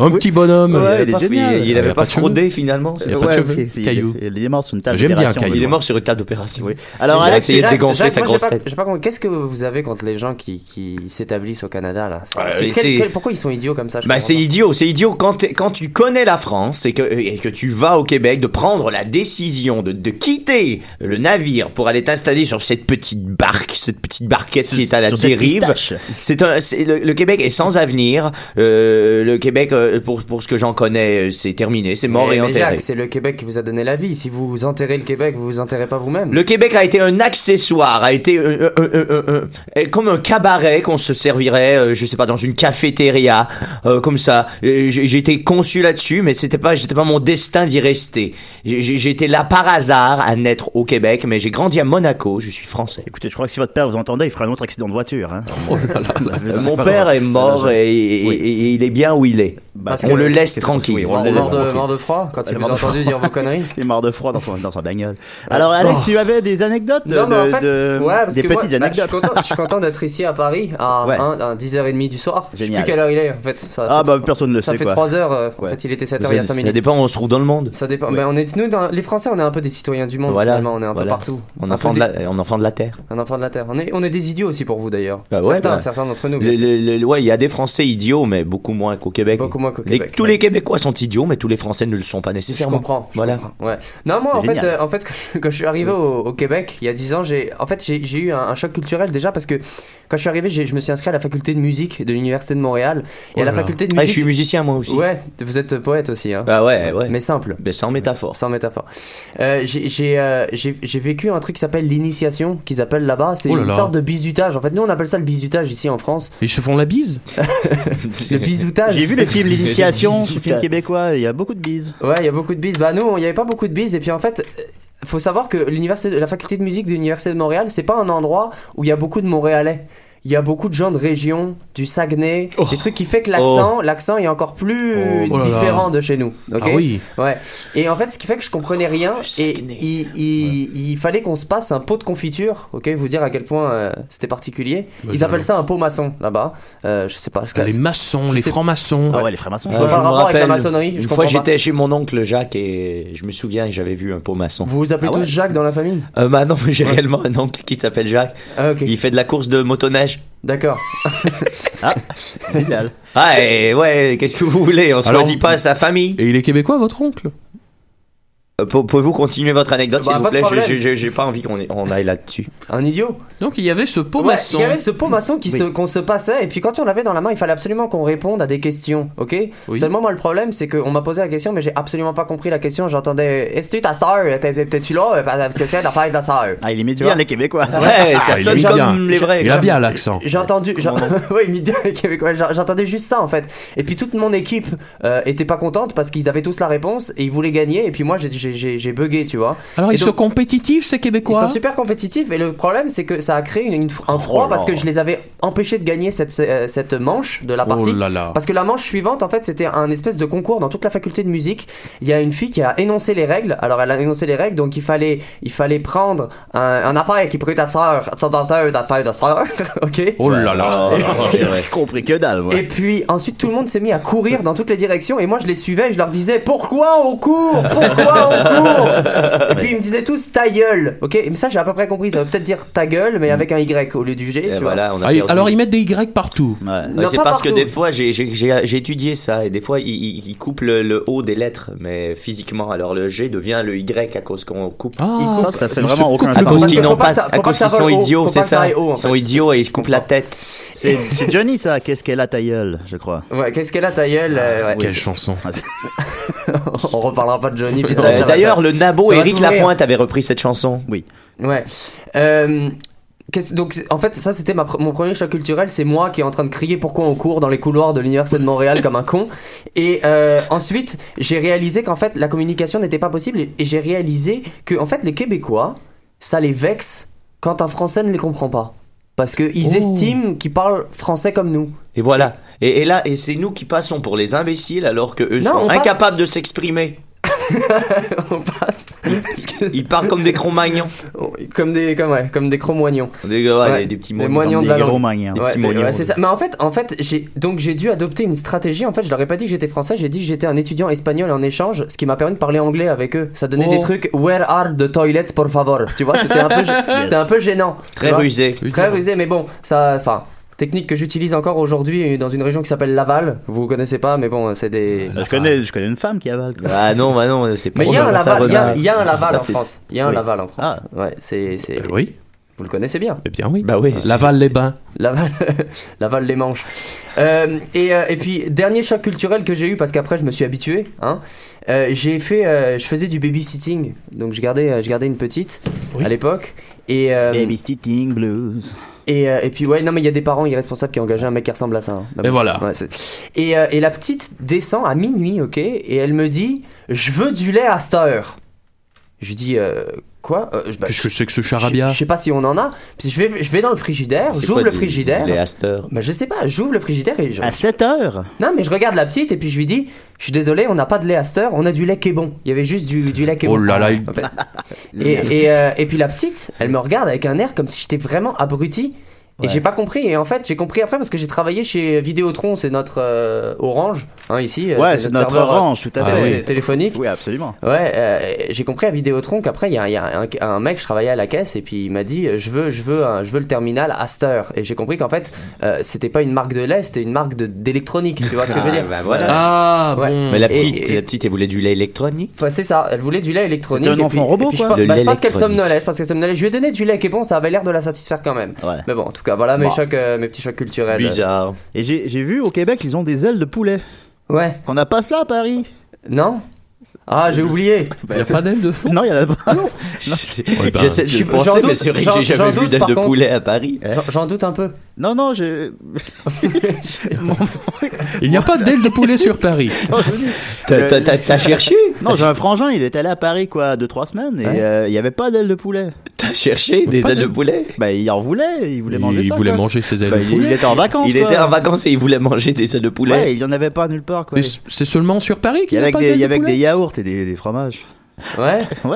Speaker 7: un petit bonhomme.
Speaker 6: Ouais,
Speaker 8: avait
Speaker 6: il est
Speaker 8: pas-
Speaker 6: génial.
Speaker 8: il- il
Speaker 7: Il
Speaker 8: avait
Speaker 7: avait euh,
Speaker 8: pas
Speaker 7: pas de cheveux.
Speaker 8: fraudé, finalement. c'est-
Speaker 7: Il a pas de
Speaker 6: Ouais,
Speaker 7: cheveux,
Speaker 6: ok, c'est-
Speaker 7: Caillou.
Speaker 6: Il il est mort sur une table
Speaker 7: J'aime bien
Speaker 6: d'opération,
Speaker 7: Caillou.
Speaker 6: je
Speaker 8: Il est
Speaker 6: crois.
Speaker 8: mort sur une table d'opération.
Speaker 6: Oui. Alors,
Speaker 8: Il a
Speaker 6: Alex,
Speaker 8: essayé de
Speaker 9: Jacques-
Speaker 8: dégonfler
Speaker 9: Jacques,
Speaker 8: sa
Speaker 9: moi,
Speaker 8: grosse
Speaker 9: j'ai pas-
Speaker 8: tête.
Speaker 9: J'ai pas compris. Qu'est-ce que vous avez contre les gens qui, qui s'établissent au Canada là C'est-
Speaker 8: Euh,
Speaker 9: c'est
Speaker 8: mais
Speaker 9: quel-
Speaker 8: c'est-
Speaker 9: quel- Pourquoi ils sont idiots comme ça je
Speaker 8: Bah
Speaker 9: comprends
Speaker 8: c'est
Speaker 9: pas.
Speaker 8: idiot, c'est idiot quand, t'es- quand tu connais la France et que, et que tu vas au Québec de prendre la décision de, de quitter le navire pour aller t'installer sur cette petite barque, cette petite barquette qui est à la
Speaker 6: Sur cette
Speaker 8: dérive.
Speaker 6: pistache.
Speaker 8: C'est un, c'est- le, le Québec est sans avenir. Euh, le Québec, euh, pour, pour ce que j'en connais, euh, c'est terminé, c'est mort
Speaker 9: Mais-
Speaker 8: et
Speaker 9: mais
Speaker 8: enterré.
Speaker 9: Jacques, C'est le Québec qui vous a donné la vie. Si vous enterrez le Québec, vous vous enterrez pas vous-même.
Speaker 8: Le Québec a été un accessoire, a été euh, euh, euh, euh, euh, euh, comme un cabaret qu'on se servirait, euh, je sais pas, dans une cafétéria, euh, comme ça. Euh, J'ai j'ai été conçu là-dessus, mais c'était pas, j'étais pas mon destin d'y rester. J'ai- J'ai j'ai été là par hasard à naître au Québec, mais j'ai grandi à Monaco, je suis français.
Speaker 6: Écoutez, je crois que si votre père vous entendait, il ferait un autre accident de voiture. hein. <laughs>
Speaker 9: Ah,
Speaker 8: Euh, Mon père est mort et, et-
Speaker 6: Oui.
Speaker 8: et il est bien où il est.
Speaker 6: Bah,
Speaker 9: Parce
Speaker 8: on
Speaker 9: que-
Speaker 8: le laisse
Speaker 6: qu'est-ce que-
Speaker 8: tranquille.
Speaker 6: oui,
Speaker 9: Mort
Speaker 6: on le laisse
Speaker 9: de,
Speaker 6: tranquille.
Speaker 9: mort de froid quand
Speaker 6: Il
Speaker 9: il
Speaker 6: est
Speaker 9: vous
Speaker 6: mort
Speaker 9: a
Speaker 6: de
Speaker 9: entendu
Speaker 6: froid.
Speaker 9: dire vos
Speaker 6: <laughs>
Speaker 9: conneries.
Speaker 6: Il est mort de froid dans, son- dans sa bagnole. Alors, Alex, tu avais des anecdotes de,
Speaker 9: Oh. Non, mais en
Speaker 6: de-
Speaker 9: fait-
Speaker 6: de-
Speaker 9: Ouais, parce
Speaker 6: des
Speaker 9: que moi,
Speaker 6: petites
Speaker 9: bah, je suis
Speaker 6: anecdotes.
Speaker 9: content- je suis content, d'être ici à Paris à,
Speaker 6: Ouais.
Speaker 9: un- à 10h30 du soir. Je sais
Speaker 6: Génial.
Speaker 9: plus quelle heure il est en fait. Ça,
Speaker 6: Ah,
Speaker 9: fait-
Speaker 6: bah, personne ne le
Speaker 9: ça
Speaker 6: sait,
Speaker 9: fait
Speaker 6: quoi.
Speaker 9: 3 heures. euh, En
Speaker 6: Ouais.
Speaker 9: fait, il était 7h il y a 5
Speaker 8: Ça
Speaker 9: minutes.
Speaker 8: dépend où on se trouve dans le monde.
Speaker 9: Ça dépend. Ben, on est, nous, dans- les Français, on est un peu des citoyens du monde
Speaker 8: Voilà,
Speaker 9: finalement. On est un
Speaker 8: voilà.
Speaker 9: peu partout.
Speaker 8: On
Speaker 9: Un
Speaker 8: enfant
Speaker 9: peu
Speaker 8: de
Speaker 9: des-
Speaker 8: la, on enfant de la terre.
Speaker 9: Un enfant de la Terre. On est, on est des idiots aussi pour vous d'ailleurs.
Speaker 8: Bah ouais,
Speaker 9: certains
Speaker 8: bah.
Speaker 9: certains d'entre nous. bien
Speaker 8: Le,
Speaker 9: sûr.
Speaker 8: le- le- ouais, il y a des Français idiots, mais beaucoup moins qu'au Québec.
Speaker 9: Beaucoup moins qu'au
Speaker 8: Les-
Speaker 9: Québec,
Speaker 8: tous
Speaker 9: bah, ouais.
Speaker 8: les Québécois sont idiots, mais tous les Français ne le sont pas
Speaker 9: Je
Speaker 8: nécessairement.
Speaker 9: comprends. je
Speaker 8: voilà.
Speaker 9: comprends, Ouais. Non, moi,
Speaker 6: C'est
Speaker 9: en fait,
Speaker 6: génial.
Speaker 9: euh, en fait, <laughs> quand je suis arrivé au, au Québec, il y a 10 ans, j'ai, en fait, j'ai j'ai eu un, un choc culturel déjà parce que quand je suis arrivé, j'ai- je me suis inscrit à la faculté de musique de l'université de Montréal et à la
Speaker 7: Oh là.
Speaker 9: faculté de
Speaker 8: Ah,
Speaker 9: musique.
Speaker 8: je suis musicien moi aussi.
Speaker 9: Ouais, vous êtes poète aussi, hein.
Speaker 8: Bah ouais, ouais.
Speaker 9: Mais simple.
Speaker 8: Mais sans métaphore.
Speaker 9: Sans métaphore. Euh, j'ai- J'ai euh, j'ai- j'ai vécu un truc qui s'appelle l'initiation, qu'ils appellent là-bas. C'est
Speaker 7: Oh là
Speaker 9: une
Speaker 7: là.
Speaker 9: sorte de bizutage. En fait, nous, on appelle ça le bizutage ici en France.
Speaker 7: Ils se font la bise.
Speaker 9: Le bizutage.
Speaker 6: J'ai vu le film L'Initiation, ce film québécois, il y a beaucoup de bises.
Speaker 9: Ouais, il y a beaucoup de bises. Bah nous, il n'y avait pas beaucoup de bises. Et puis en fait, euh, faut savoir que l'université, la faculté de musique de l'université de Montréal, c'est pas un endroit où il y a beaucoup de Montréalais. il y a beaucoup de gens de région, du Saguenay, des trucs qui fait que l'accent, l'accent est encore plus
Speaker 7: Oh. Oh là là.
Speaker 9: différent de chez nous. ok
Speaker 7: Ah oui.
Speaker 9: Ouais. Et en fait, ce qui fait que je comprenais rien, et il, il- il fallait qu'on se passe un pot de confiture, ok, vous dire à quel point euh, c'était particulier.
Speaker 7: Bah,
Speaker 9: Ils
Speaker 7: j'ai-
Speaker 9: appellent ça un pot maçon là-bas. Euh, je sais pas ce que
Speaker 7: Les maçons,
Speaker 9: Je
Speaker 7: les
Speaker 9: sais-
Speaker 7: francs-maçons.
Speaker 6: Ah ouais, les francs-maçons.
Speaker 9: Je vois
Speaker 8: Ah,
Speaker 9: pas le
Speaker 8: me
Speaker 9: rapport avec la
Speaker 8: rappelle,
Speaker 9: maçonnerie, je
Speaker 8: Une
Speaker 9: comprends
Speaker 8: fois,
Speaker 9: pas.
Speaker 8: j'étais chez mon oncle Jacques et je me souviens, j'avais vu un pot maçon.
Speaker 9: Vous vous appelez
Speaker 8: Ah ouais.
Speaker 9: tous Jacques dans la famille
Speaker 8: Euh, bah non, mais <laughs> j'ai réellement un oncle qui s'appelle Jacques.
Speaker 9: Ah, ok.
Speaker 8: Il fait de la course de motoneige.
Speaker 9: D'accord.
Speaker 6: Génial.
Speaker 8: Ah et ouais, qu'est-ce que vous voulez On
Speaker 7: Alors-
Speaker 8: choisit pas sa famille.
Speaker 7: Et il est québécois, votre oncle
Speaker 8: Euh, pou- Pouvez-vous continuer votre anecdote,
Speaker 9: Bah,
Speaker 8: s'il
Speaker 9: pas
Speaker 8: vous
Speaker 9: de
Speaker 8: plaît J'ai-
Speaker 9: problème.
Speaker 8: j'ai- J'ai j'ai pas envie qu'on ait- on aille là-dessus.
Speaker 9: Un idiot.
Speaker 7: Donc il y avait ce pot
Speaker 9: Ouais,
Speaker 7: maçon.
Speaker 9: il y avait ce pot maçon qui se- qu'on se passait, et puis quand on l'avait dans la main, il fallait absolument qu'on réponde à des questions, ok
Speaker 7: Oui.
Speaker 9: Seulement, moi, le problème, c'est qu'on m'a posé la question, mais j'ai absolument pas compris la question. J'entendais Est-ce que ta star T'es- t'es- T'es-tu là Euh, Parce que c'est l'affaire de la star
Speaker 6: Ah, il imite bien les Québécois.
Speaker 8: Ouais,
Speaker 7: Ah,
Speaker 8: ça
Speaker 7: il
Speaker 8: sonne
Speaker 7: est
Speaker 8: comme
Speaker 7: bien.
Speaker 8: les vrais.
Speaker 7: Il a bien l'accent.
Speaker 9: J'ai entendu, j'en- <laughs> oui, midi québécois. J'en- J'entendais juste ça en fait. Et puis toute mon équipe euh, était pas contente parce qu'ils avaient tous la réponse et ils voulaient gagner. Et puis moi, j'ai- j'ai j'ai- j'ai bugué, tu vois.
Speaker 7: Alors
Speaker 9: Et
Speaker 7: ils sont
Speaker 9: donc-
Speaker 7: compétitifs, ces
Speaker 9: Ils
Speaker 7: Québécois
Speaker 9: sont super compétitifs et le problème c'est que ça a créé une, une- un
Speaker 6: Oh
Speaker 9: froid
Speaker 6: là.
Speaker 9: parce que je les avais empêchés de gagner cette, euh, cette manche de la
Speaker 7: Oh
Speaker 9: partie.
Speaker 7: là là.
Speaker 9: Parce que la manche suivante, en fait, c'était un espèce de concours dans toute la faculté de musique. Il y a une fille qui a énoncé les règles. Alors, elle a énoncé les règles, donc il fallait, il fallait prendre un, un appareil qui prenait ta sœur, ta dentaire, ta feuille de sœur, <laughs> ok
Speaker 7: Oh là là.
Speaker 6: <laughs> Oh, J'ai compris que dalle, moi.
Speaker 9: Et puis ensuite tout le monde s'est mis à courir dans toutes les directions et moi je les suivais et je leur disais pourquoi on court pourquoi on court et puis ils me disaient tous ta gueule ok mais ça j'ai à peu près compris ça veut peut-être dire ta gueule mais avec un y au lieu du g
Speaker 8: Mm. Et
Speaker 9: tu
Speaker 8: voilà, on a
Speaker 7: Ah, il-
Speaker 8: perdu.
Speaker 7: alors ils mettent des Y partout.
Speaker 6: Ouais.
Speaker 9: vois
Speaker 8: Ouais,
Speaker 9: Non,
Speaker 8: c'est
Speaker 9: pas
Speaker 8: parce que
Speaker 9: partout.
Speaker 8: des fois j'ai- j'ai j'ai- j'ai étudié ça et des fois ils- ils ils coupent le, le haut des lettres mais physiquement alors le G devient le Y à cause qu'on coupe
Speaker 7: Ah,
Speaker 6: Ça, ça fait
Speaker 7: ils se
Speaker 6: vraiment aucun
Speaker 7: coupent le
Speaker 6: sens.
Speaker 8: parce
Speaker 9: que
Speaker 8: qu'ils
Speaker 9: faut
Speaker 8: n'ont
Speaker 9: pas
Speaker 8: pas,
Speaker 9: ça-
Speaker 8: à
Speaker 9: faut
Speaker 8: cause
Speaker 9: pas
Speaker 8: qu'ils
Speaker 9: que ça
Speaker 8: sont
Speaker 9: vole haut,
Speaker 8: idiots
Speaker 9: faut
Speaker 8: c'est
Speaker 9: pas que ça
Speaker 8: ça
Speaker 9: aille haut, en
Speaker 8: ils sont
Speaker 9: fait.
Speaker 8: idiots et ils se coupent la tête
Speaker 6: C'est c'est Johnny, ça. Qu'est-ce qu'elle a ta gueule, je crois. Ah,
Speaker 9: ouais qu'est-ce qu'elle a ta gueule euh, ouais.
Speaker 7: Quelle chanson.
Speaker 9: on reparlera pas de Johnny puis ça,
Speaker 8: Euh,
Speaker 9: j'arrête.
Speaker 8: d'ailleurs le nabo
Speaker 9: Ça va hein.
Speaker 8: Eric
Speaker 9: t'ouvrir.
Speaker 8: Lapointe avait repris cette chanson
Speaker 9: ouais Euh, qu'est-ce- donc en fait ça c'était ma pr- mon premier choc culturel c'est moi qui est en train de crier pourquoi on court dans les couloirs de l'université de Montréal comme un con et euh, ensuite j'ai réalisé qu'en fait la communication n'était pas possible et, et j'ai réalisé que en fait les Québécois ça les vexe quand un Français ne les comprend pas parce que ils estiment qu'ils parlent français comme nous <laughs>
Speaker 8: et voilà et, et là et c'est nous qui passons pour les imbéciles alors que eux
Speaker 9: Non, on
Speaker 8: sont
Speaker 9: passe-
Speaker 8: incapables de s'exprimer
Speaker 9: on passe parce que-
Speaker 8: ils parlent comme des cro-magnons
Speaker 9: comme des comme ouais, comme des cro-moignons
Speaker 8: des, ouais,
Speaker 9: Ouais.
Speaker 8: des- des petits
Speaker 9: Des
Speaker 8: mots
Speaker 9: moignons de la
Speaker 6: Des
Speaker 9: langue.
Speaker 6: gros maniens.
Speaker 8: petits moignons.
Speaker 9: c'est ça. Mais en fait, en fait, j'ai donc j'ai dû adopter une stratégie. En fait, je leur ai pas dit que j'étais français. J'ai dit que j'étais un étudiant espagnol en échange, ce qui m'a permis de parler anglais avec eux. Ça donnait
Speaker 7: Oh.
Speaker 9: des trucs. Where are the toilets, por favor? Tu vois, c'était un peu, c'était un peu gênant.
Speaker 8: très
Speaker 9: Tu vois
Speaker 8: rusés
Speaker 9: Très rusé, mais bon, ça, enfin. Technique que j'utilise encore aujourd'hui dans une région qui s'appelle Laval. Vous connaissez pas, mais bon, c'est des.
Speaker 6: Je connais, je connais une femme qui avale. quoi.
Speaker 8: ah non bah non c'est pas
Speaker 9: Mais il y a un
Speaker 8: ça
Speaker 9: Laval, il y a-
Speaker 8: remonte.
Speaker 9: il y a un Laval
Speaker 8: Ça,
Speaker 9: en
Speaker 8: c'est-
Speaker 9: France. Il y a un
Speaker 6: Oui.
Speaker 9: Laval en France.
Speaker 6: Ah.
Speaker 9: Ouais, c'est, c'est.
Speaker 7: Euh, Oui,
Speaker 9: Vous le connaissez bien.
Speaker 7: eh bien oui. Bah,
Speaker 8: bah oui
Speaker 7: Laval les bains.
Speaker 9: Laval, <laughs> Laval les manches. Euh, et, euh, et puis dernier choc culturel que j'ai eu parce qu'après je me suis habitué. Hein, euh, j'ai fait, euh, je faisais du babysitting, donc je gardais, euh, je gardais une petite à l'époque. Et, euh,
Speaker 6: Baby sitting blues.
Speaker 9: et, euh, et puis ouais, non mais il y a des parents irresponsables qui ont engagé un mec qui ressemble à ça. hein.
Speaker 7: Et voilà.
Speaker 9: Ouais, c'est- et, euh, et la petite descend à minuit, ok, et elle me dit, je veux du lait à cette heure. Je lui dis euh, quoi Euh, je- bah,
Speaker 7: Qu'est-ce que c'est que ce
Speaker 9: je-
Speaker 7: charabia
Speaker 9: Je sais pas si on en a. Puis je vais, je vais dans le frigidaire,
Speaker 8: C'est
Speaker 9: j'ouvre
Speaker 8: quoi
Speaker 9: le
Speaker 8: du-
Speaker 9: frigidaire.
Speaker 8: les Astor
Speaker 9: Bah je sais pas, j'ouvre le frigidaire et je...
Speaker 6: À 7 heures
Speaker 9: Non mais je regarde la petite et puis je lui dis, je suis désolé, on n'a pas de lait Aster, on a du lait Kébon. Il y avait juste du, du lait Kébon.
Speaker 7: Oh là là, il-
Speaker 9: En fait. et, et, euh, et puis la petite, elle me regarde avec un air comme si j'étais vraiment abruti. Et j'ai pas compris, et en fait j'ai compris après parce que j'ai travaillé chez Vidéotron, c'est notre euh, Orange, hein, ici. euh,
Speaker 6: Ouais, c'est notre
Speaker 9: serveur, euh,
Speaker 6: orange, tout à
Speaker 9: télé-
Speaker 6: fait.
Speaker 9: Téléphonique.
Speaker 6: Oui, absolument.
Speaker 9: Ouais, euh, j'ai compris à Vidéotron qu'après il y a, il y a un, un mec, je travaillais à la caisse et puis il m'a dit euh, je veux, je veux, un- je veux le terminal Astor et j'ai compris qu'en fait euh, c'était pas une marque de lait, c'était une marque de- d'électronique. Tu vois ce que je veux dire
Speaker 8: bah voilà.
Speaker 7: Ah
Speaker 9: Ouais.
Speaker 7: bon.
Speaker 8: Mais <laughs> la
Speaker 9: Et-
Speaker 8: petite,
Speaker 9: et-
Speaker 8: la petite, elle voulait du lait électronique.
Speaker 9: Enfin, c'est ça, elle voulait du lait électronique.
Speaker 6: C'était un
Speaker 9: et
Speaker 6: enfant
Speaker 9: puis-
Speaker 6: robot,
Speaker 9: et puis je
Speaker 6: quoi.
Speaker 9: pense-
Speaker 8: Le
Speaker 9: bah,
Speaker 8: lait
Speaker 9: je pense qu'elle
Speaker 8: électronique.
Speaker 9: somnolait, je pense qu'elle somnolait. Je lui ai donné du lait qui est bon, ça avait l'air de la satisfaire quand même.
Speaker 6: Ouais.
Speaker 9: Mais bon, en tout cas, voilà mes
Speaker 8: Bah.
Speaker 9: chocs, euh, mes petits chocs culturels.
Speaker 8: Bizarre.
Speaker 6: Et j'ai j'ai vu au Québec, ils ont des ailes de poulet.
Speaker 9: Ouais,
Speaker 6: On n'a pas ça à Paris.
Speaker 9: non Ah, j'ai oublié.
Speaker 7: Il n'y Bah, a pas d'aile de
Speaker 6: <laughs>
Speaker 7: fond.
Speaker 6: Non, il y en a pas.
Speaker 8: Je sais-
Speaker 7: Ouais, bah,
Speaker 8: J'essaie de
Speaker 9: Eh ben, je-
Speaker 8: le penser,
Speaker 9: j'en
Speaker 8: mais
Speaker 9: doute,
Speaker 8: c'est vrai que
Speaker 9: j'en-
Speaker 8: j'ai
Speaker 9: j'en
Speaker 8: jamais vu
Speaker 9: doute,
Speaker 8: d'aile
Speaker 9: par
Speaker 8: de
Speaker 9: contre.
Speaker 8: poulet à Paris.
Speaker 9: J'en- J'en doute un peu.
Speaker 6: Non, non, <laughs> je.
Speaker 7: Il n'y a pas d'aile de poulet sur Paris.
Speaker 8: T'as- t'as- <laughs> T'as t'as cherché
Speaker 6: Non, j'ai un frangin, il est allé à Paris, quoi, deux, trois semaines, et euh, il y avait pas d'aile de poulet.
Speaker 8: chercher des
Speaker 6: Pas
Speaker 8: ailes
Speaker 6: de-
Speaker 8: de poulet.
Speaker 6: Bah, il en voulait, il voulait manger
Speaker 7: il
Speaker 6: ça.
Speaker 7: voulait
Speaker 6: quoi.
Speaker 7: manger ses ailes
Speaker 6: Bah,
Speaker 7: de
Speaker 6: il,
Speaker 7: poulet.
Speaker 6: il était en vacances.
Speaker 8: Il
Speaker 6: quoi.
Speaker 8: était en vacances et il voulait manger des ailes de poulet.
Speaker 6: Ouais, il y en avait pas nulle part, quoi.
Speaker 7: Et c- C'est seulement sur Paris
Speaker 6: Il y
Speaker 7: qu'il n'y a
Speaker 6: avait
Speaker 7: pas
Speaker 6: que des, il y avait
Speaker 7: d'ailes
Speaker 6: que
Speaker 7: de
Speaker 6: des
Speaker 7: poulet.
Speaker 6: yaourts et des, des fromages. <laughs>
Speaker 9: Ouais,
Speaker 6: Ouais.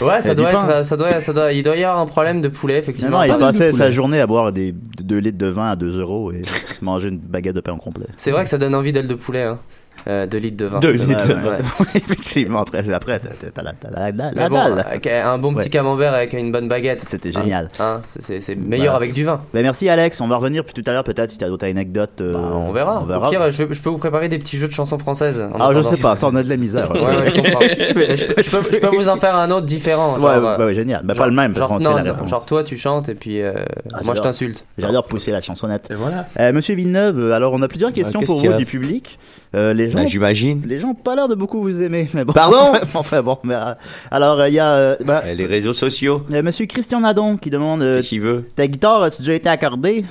Speaker 9: ouais,
Speaker 6: y a
Speaker 9: ça
Speaker 6: du
Speaker 9: doit
Speaker 6: pain.
Speaker 9: être, euh, ça doit, ça doit, il doit y avoir un problème de poulet effectivement.
Speaker 6: Finalement, il
Speaker 7: pas d'ailes de
Speaker 6: passait
Speaker 7: poulet.
Speaker 6: sa journée à boire des 2 litres de vin à 2 euros et <laughs> manger une baguette de pain au complet.
Speaker 9: C'est vrai que ça donne envie d'ailes de poulet, hein. euh, de litres de vin.
Speaker 8: Deux
Speaker 6: Ouais,
Speaker 8: litres.
Speaker 6: ouais.
Speaker 9: Ouais.
Speaker 6: <laughs> Effectivement, après, c'est- après, t'as- t'as- t'as la, t'as la- la- la
Speaker 9: Mais bon,
Speaker 6: dalle.
Speaker 9: avec un bon petit
Speaker 6: Ouais.
Speaker 9: camembert avec une bonne baguette.
Speaker 6: C'était génial.
Speaker 9: Hein, c'est- c'est c'est meilleur
Speaker 6: Voilà.
Speaker 9: avec du vin.
Speaker 6: Bah, merci Alex, on va revenir plus tout à l'heure peut-être si t'as d'autres anecdotes. euh,
Speaker 9: Bah, on verra.
Speaker 6: On verra.
Speaker 9: Au pire, je, je peux vous préparer des petits jeux de chansons françaises. en
Speaker 6: ah, je
Speaker 9: attendant.
Speaker 6: sais pas, ça on a de la misère.
Speaker 9: <laughs> Ouais, ouais, je
Speaker 6: <laughs>
Speaker 9: comprends. Mais je, je peux, je peux vous en faire un autre différent.
Speaker 6: Ouais,
Speaker 9: genre, euh,
Speaker 6: bah, ouais, génial. Bah, pas
Speaker 9: genre-
Speaker 6: le même, parce
Speaker 9: genre-
Speaker 6: qu'on sait
Speaker 9: non,
Speaker 6: la
Speaker 9: non,
Speaker 6: réponse.
Speaker 9: Genre, toi, tu chantes et puis euh,
Speaker 6: Ah,
Speaker 9: moi, je
Speaker 6: j'adore.
Speaker 9: t'insulte.
Speaker 6: J'adore pousser la chansonnette.
Speaker 7: Et voilà.
Speaker 6: Euh, Monsieur Villeneuve, euh, alors on a plusieurs questions
Speaker 8: qu'est-ce
Speaker 6: pour
Speaker 8: qu'il y
Speaker 6: vous
Speaker 8: a
Speaker 6: du public. Euh, les gens,
Speaker 8: Bah, J'imagine.
Speaker 6: les gens ont pas l'air de beaucoup vous aimer. Mais bon,
Speaker 8: Pardon
Speaker 6: <laughs> Enfin bon, mais, euh, alors euh, il y a euh, bah,
Speaker 8: Euh, Les réseaux sociaux.
Speaker 6: euh, Monsieur Christian Nadon qui demande euh,
Speaker 8: Qu'est-ce qu'il veut
Speaker 6: ta guitare as-tu déjà été accordée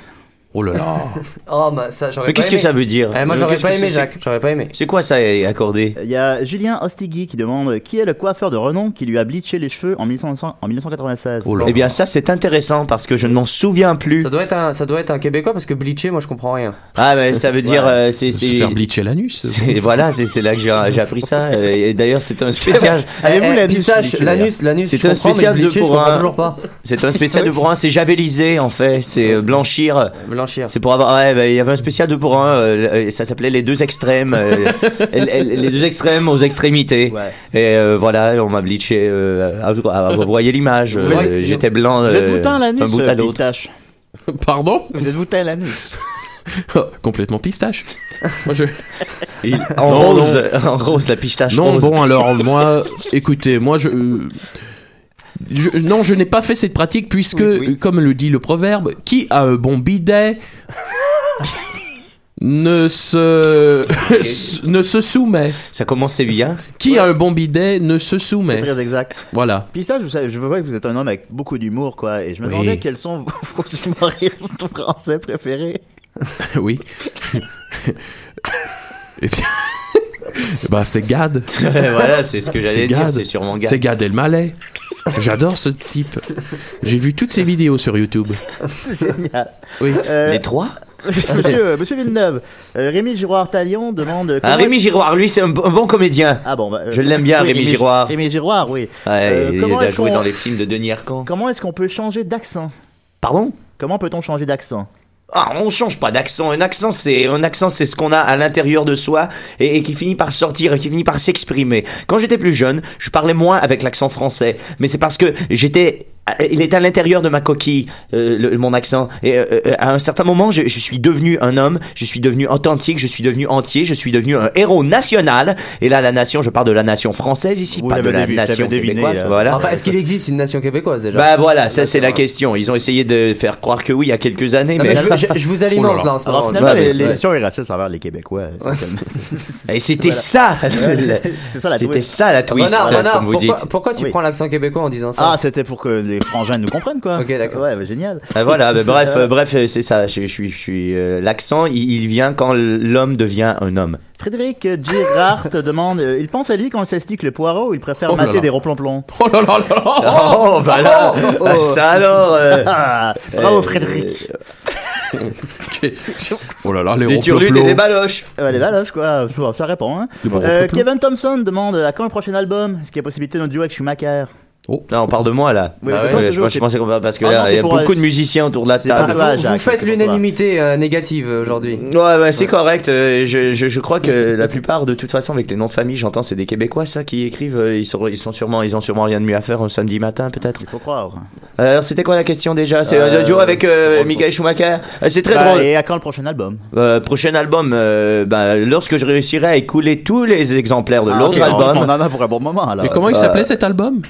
Speaker 7: Oh là là. <laughs>
Speaker 9: Oh, bah, ça, j'aurais
Speaker 8: Mais
Speaker 9: pas
Speaker 8: qu'est-ce que
Speaker 9: aimé.
Speaker 8: ça veut dire
Speaker 9: Eh, Moi,
Speaker 8: Mais
Speaker 9: j'aurais
Speaker 8: qu'est-ce
Speaker 9: pas
Speaker 8: que
Speaker 9: aimé,
Speaker 8: c'est-
Speaker 9: Jacques. J'aurais pas aimé.
Speaker 8: C'est quoi ça, accordé
Speaker 6: Il y a Julien Ostigui qui demande euh, qui est le coiffeur de renom qui lui a bleaché les cheveux en, 1900 en 1996.
Speaker 7: Oh là.
Speaker 8: Eh bien, ça, c'est intéressant parce que je ne m'en souviens plus.
Speaker 9: Ça doit, être un, ça doit être un Québécois parce que bleacher, moi, je comprends rien.
Speaker 8: Ah, mais ça veut dire. euh, c'est-
Speaker 7: Se
Speaker 8: c'est-
Speaker 7: faire bleacher l'anus.
Speaker 8: <laughs> c'est- Voilà, c'est c'est là que j'ai j'ai appris ça. euh, Et d'ailleurs,
Speaker 9: <laughs>
Speaker 8: c'est un spécial.
Speaker 6: Avez-vous
Speaker 9: ben, Eh, eh,
Speaker 6: l'anus
Speaker 9: pistache,
Speaker 6: bleaché,
Speaker 9: L'anus, l'anus,
Speaker 8: C'est
Speaker 9: je
Speaker 8: un
Speaker 9: comprends, mais
Speaker 8: spécial de
Speaker 9: bleacher, je
Speaker 8: pour
Speaker 9: comprends
Speaker 8: un-
Speaker 9: toujours pas.
Speaker 8: C'est un spécial
Speaker 9: <laughs>
Speaker 8: de pour un. C'est javeliser, en fait. C'est euh, blanchir.
Speaker 9: Blanchir.
Speaker 8: C'est pour avoir. Ouais, bah, il y avait un spécial de pour un. euh, euh, ça s'appelait les deux extrêmes. euh, elle- elle- les deux extrêmes aux extrémités.
Speaker 6: Ouais.
Speaker 8: Et euh, voilà, on m'a bleaché. euh, ah, vous- ah, vous voyez l'image. euh,
Speaker 6: Ouais.
Speaker 8: J'étais blanc.
Speaker 6: Vous êtes
Speaker 8: euh,
Speaker 6: boutin l'anus,
Speaker 8: d'un bout à l'autre.
Speaker 6: pistache.
Speaker 7: <laughs> Pardon <laughs>
Speaker 6: Vous êtes boutin
Speaker 8: <laughs>
Speaker 6: l'anus.
Speaker 7: Complètement pistache. Moi, je...
Speaker 8: Il- en
Speaker 7: Non,
Speaker 8: rose, <laughs> en rose, la pistache
Speaker 7: Non,
Speaker 8: rose.
Speaker 7: bon, alors moi, écoutez, moi je. euh, je- non, je n'ai pas fait cette pratique puisque,
Speaker 6: Oui, oui.
Speaker 7: euh, comme le dit le proverbe, qui a un bon bidet ne se ne se soumet.
Speaker 8: Ça commençait bien.
Speaker 7: Qui a un bon bidet ne se
Speaker 6: C'est
Speaker 7: soumet.
Speaker 6: très exact.
Speaker 7: Voilà. <laughs>
Speaker 6: Pistache, vous savez, je vois que vous êtes un homme avec beaucoup d'humour, quoi, et je me
Speaker 7: Oui.
Speaker 6: demandais quels sont vos <laughs> vos humoristes français préférés. <laughs>
Speaker 7: oui. <laughs> Et bien, bah c'est Gad,
Speaker 8: voilà, c'est ce que j'allais
Speaker 7: C'est
Speaker 8: dire,
Speaker 7: Gad.
Speaker 8: c'est sûrement Gad.
Speaker 7: c'est Gad Elmaleh. J'adore ce type. J'ai vu toutes ses vidéos sur YouTube.
Speaker 6: C'est génial.
Speaker 7: Oui.
Speaker 6: Euh,
Speaker 8: Les trois
Speaker 6: <laughs> monsieur, euh, monsieur Villeneuve, euh, Rémi Giroir-Talion demande.
Speaker 8: Ah,
Speaker 6: comment-
Speaker 8: Rémi Giroir, lui, c'est un, bon- un bon comédien.
Speaker 6: Ah bon, bah, euh,
Speaker 8: Je l'aime bien, Rémi
Speaker 6: Gi-
Speaker 8: Giroir.
Speaker 6: Rémi Giroir, oui.
Speaker 8: Ouais,
Speaker 6: Euh,
Speaker 8: il
Speaker 6: comment
Speaker 8: a
Speaker 6: est-ce
Speaker 8: joué
Speaker 6: qu'on-
Speaker 8: dans les films de Denis Arcand.
Speaker 6: Comment est-ce qu'on peut changer d'accent
Speaker 8: Pardon
Speaker 6: Comment peut-on changer d'accent
Speaker 8: ah, on change pas d'accent. Un accent, c'est un accent, c'est ce qu'on a à l'intérieur de soi et, et qui finit par sortir, et qui finit par s'exprimer. Quand j'étais plus jeune, je parlais moins avec l'accent français, mais c'est parce que j'étais, il était à l'intérieur de ma coquille, euh, le- mon accent. Et euh, euh, à un certain moment, je, je suis devenu un homme, je suis devenu authentique, je suis devenu entier, je suis devenu un héros national. Et là, la nation, je parle de la nation française ici,
Speaker 6: Vous
Speaker 8: pas de
Speaker 6: l'avez
Speaker 8: la
Speaker 6: devi-
Speaker 8: nation
Speaker 6: t'avais deviné,
Speaker 8: québécoise.
Speaker 6: euh,
Speaker 8: voilà.
Speaker 9: Enfin, est-ce qu'il existe une nation québécoise déjà
Speaker 8: Bah voilà, ça c'est la question. Ils ont essayé de faire croire que oui il y a quelques années,
Speaker 9: Non,
Speaker 8: mais
Speaker 9: mais je, je- je vous alimente
Speaker 7: là.
Speaker 9: là en ce
Speaker 6: Alors
Speaker 9: moment.
Speaker 6: finalement,
Speaker 8: ouais,
Speaker 6: les-
Speaker 8: mais-
Speaker 6: l'émission est raciste envers les Québécois. essentiellement.
Speaker 8: Et c'était ça, le-
Speaker 6: <laughs> C'est ça la
Speaker 8: c'était
Speaker 6: twist.
Speaker 8: ça la twist,
Speaker 9: Renard,
Speaker 8: euh,
Speaker 9: renard,
Speaker 8: comme vous
Speaker 9: pourquoi,
Speaker 8: dites.
Speaker 9: pourquoi tu
Speaker 6: Oui.
Speaker 9: prends l'accent québécois en disant ça
Speaker 6: Ah, c'était pour que les frangins nous comprennent, quoi.
Speaker 9: Ok, d'accord.
Speaker 6: Ouais, bah, génial.
Speaker 8: Ah, voilà, mais bref, euh, bref, euh, c'est ça. Je, je suis, je suis euh, l'accent, il, il vient quand l'homme devient un homme.
Speaker 6: Frédéric Girard te demande euh, il pense à lui quand le s'estique le poireau ou il préfère
Speaker 7: Oh là
Speaker 6: mater
Speaker 7: là.
Speaker 6: des ronds-plomplons
Speaker 8: <laughs>
Speaker 7: Oh là là là là.
Speaker 8: Oh, voilà,
Speaker 6: oh.
Speaker 8: Ah, ça alors. euh,
Speaker 6: Ah, <laughs> bravo
Speaker 8: euh,
Speaker 6: Frédéric.
Speaker 7: Oh là là, les
Speaker 8: Des turlutes et
Speaker 7: ronfloplos.
Speaker 8: des baloches.
Speaker 6: Ouais, les baloches, quoi. Ça, ça répond, hein.
Speaker 7: Des bons
Speaker 6: Euh,
Speaker 7: ronfloplos.
Speaker 6: Kevin Thompson demande à quand le prochain album Est-ce qu'il y a possibilité d'un duo avec Schumacher
Speaker 8: Non, on parle de moi là.
Speaker 6: Oui,
Speaker 8: Ah
Speaker 6: mais
Speaker 8: ouais,
Speaker 6: quand
Speaker 8: je,
Speaker 6: toujours,
Speaker 8: pense- je
Speaker 6: c'est-
Speaker 8: pensais qu'on parlait parce que
Speaker 6: Ah
Speaker 8: là,
Speaker 6: non, c'est
Speaker 8: il y a
Speaker 6: pour, euh,
Speaker 8: beaucoup de musiciens autour de la
Speaker 6: c'est pas
Speaker 8: table.
Speaker 6: pour la-
Speaker 9: Vous- Vous
Speaker 6: Jacques,
Speaker 9: faites
Speaker 6: c'est pour
Speaker 9: l'unanimité euh, négative aujourd'hui.
Speaker 8: Ouais, ouais, c'est correct. euh, je, je, je crois que la plupart, de toute façon, avec les noms de famille, j'entends, c'est des Québécois, ça, qui écrivent. euh, Ils sont, ils sont sûrement, ils ont sûrement rien de mieux à faire un samedi matin, peut-être.
Speaker 6: Il faut croire.
Speaker 8: Euh, Alors, c'était quoi la question déjà C'est
Speaker 6: Euh,
Speaker 8: un duo avec
Speaker 6: drôle,
Speaker 8: euh,
Speaker 6: drôle.
Speaker 8: Michael Schumacher. Euh, c'est très
Speaker 6: Bah,
Speaker 8: drôle.
Speaker 6: Et à quand le prochain album
Speaker 8: Euh, prochain album, euh, bah, lorsque je réussirai à écouler tous les exemplaires de
Speaker 6: Ah, ok,
Speaker 8: l'autre
Speaker 6: on-
Speaker 8: album,
Speaker 6: On en a pour un bon moment, alors.
Speaker 7: Mais comment il
Speaker 8: bah,
Speaker 7: s'appelait cet album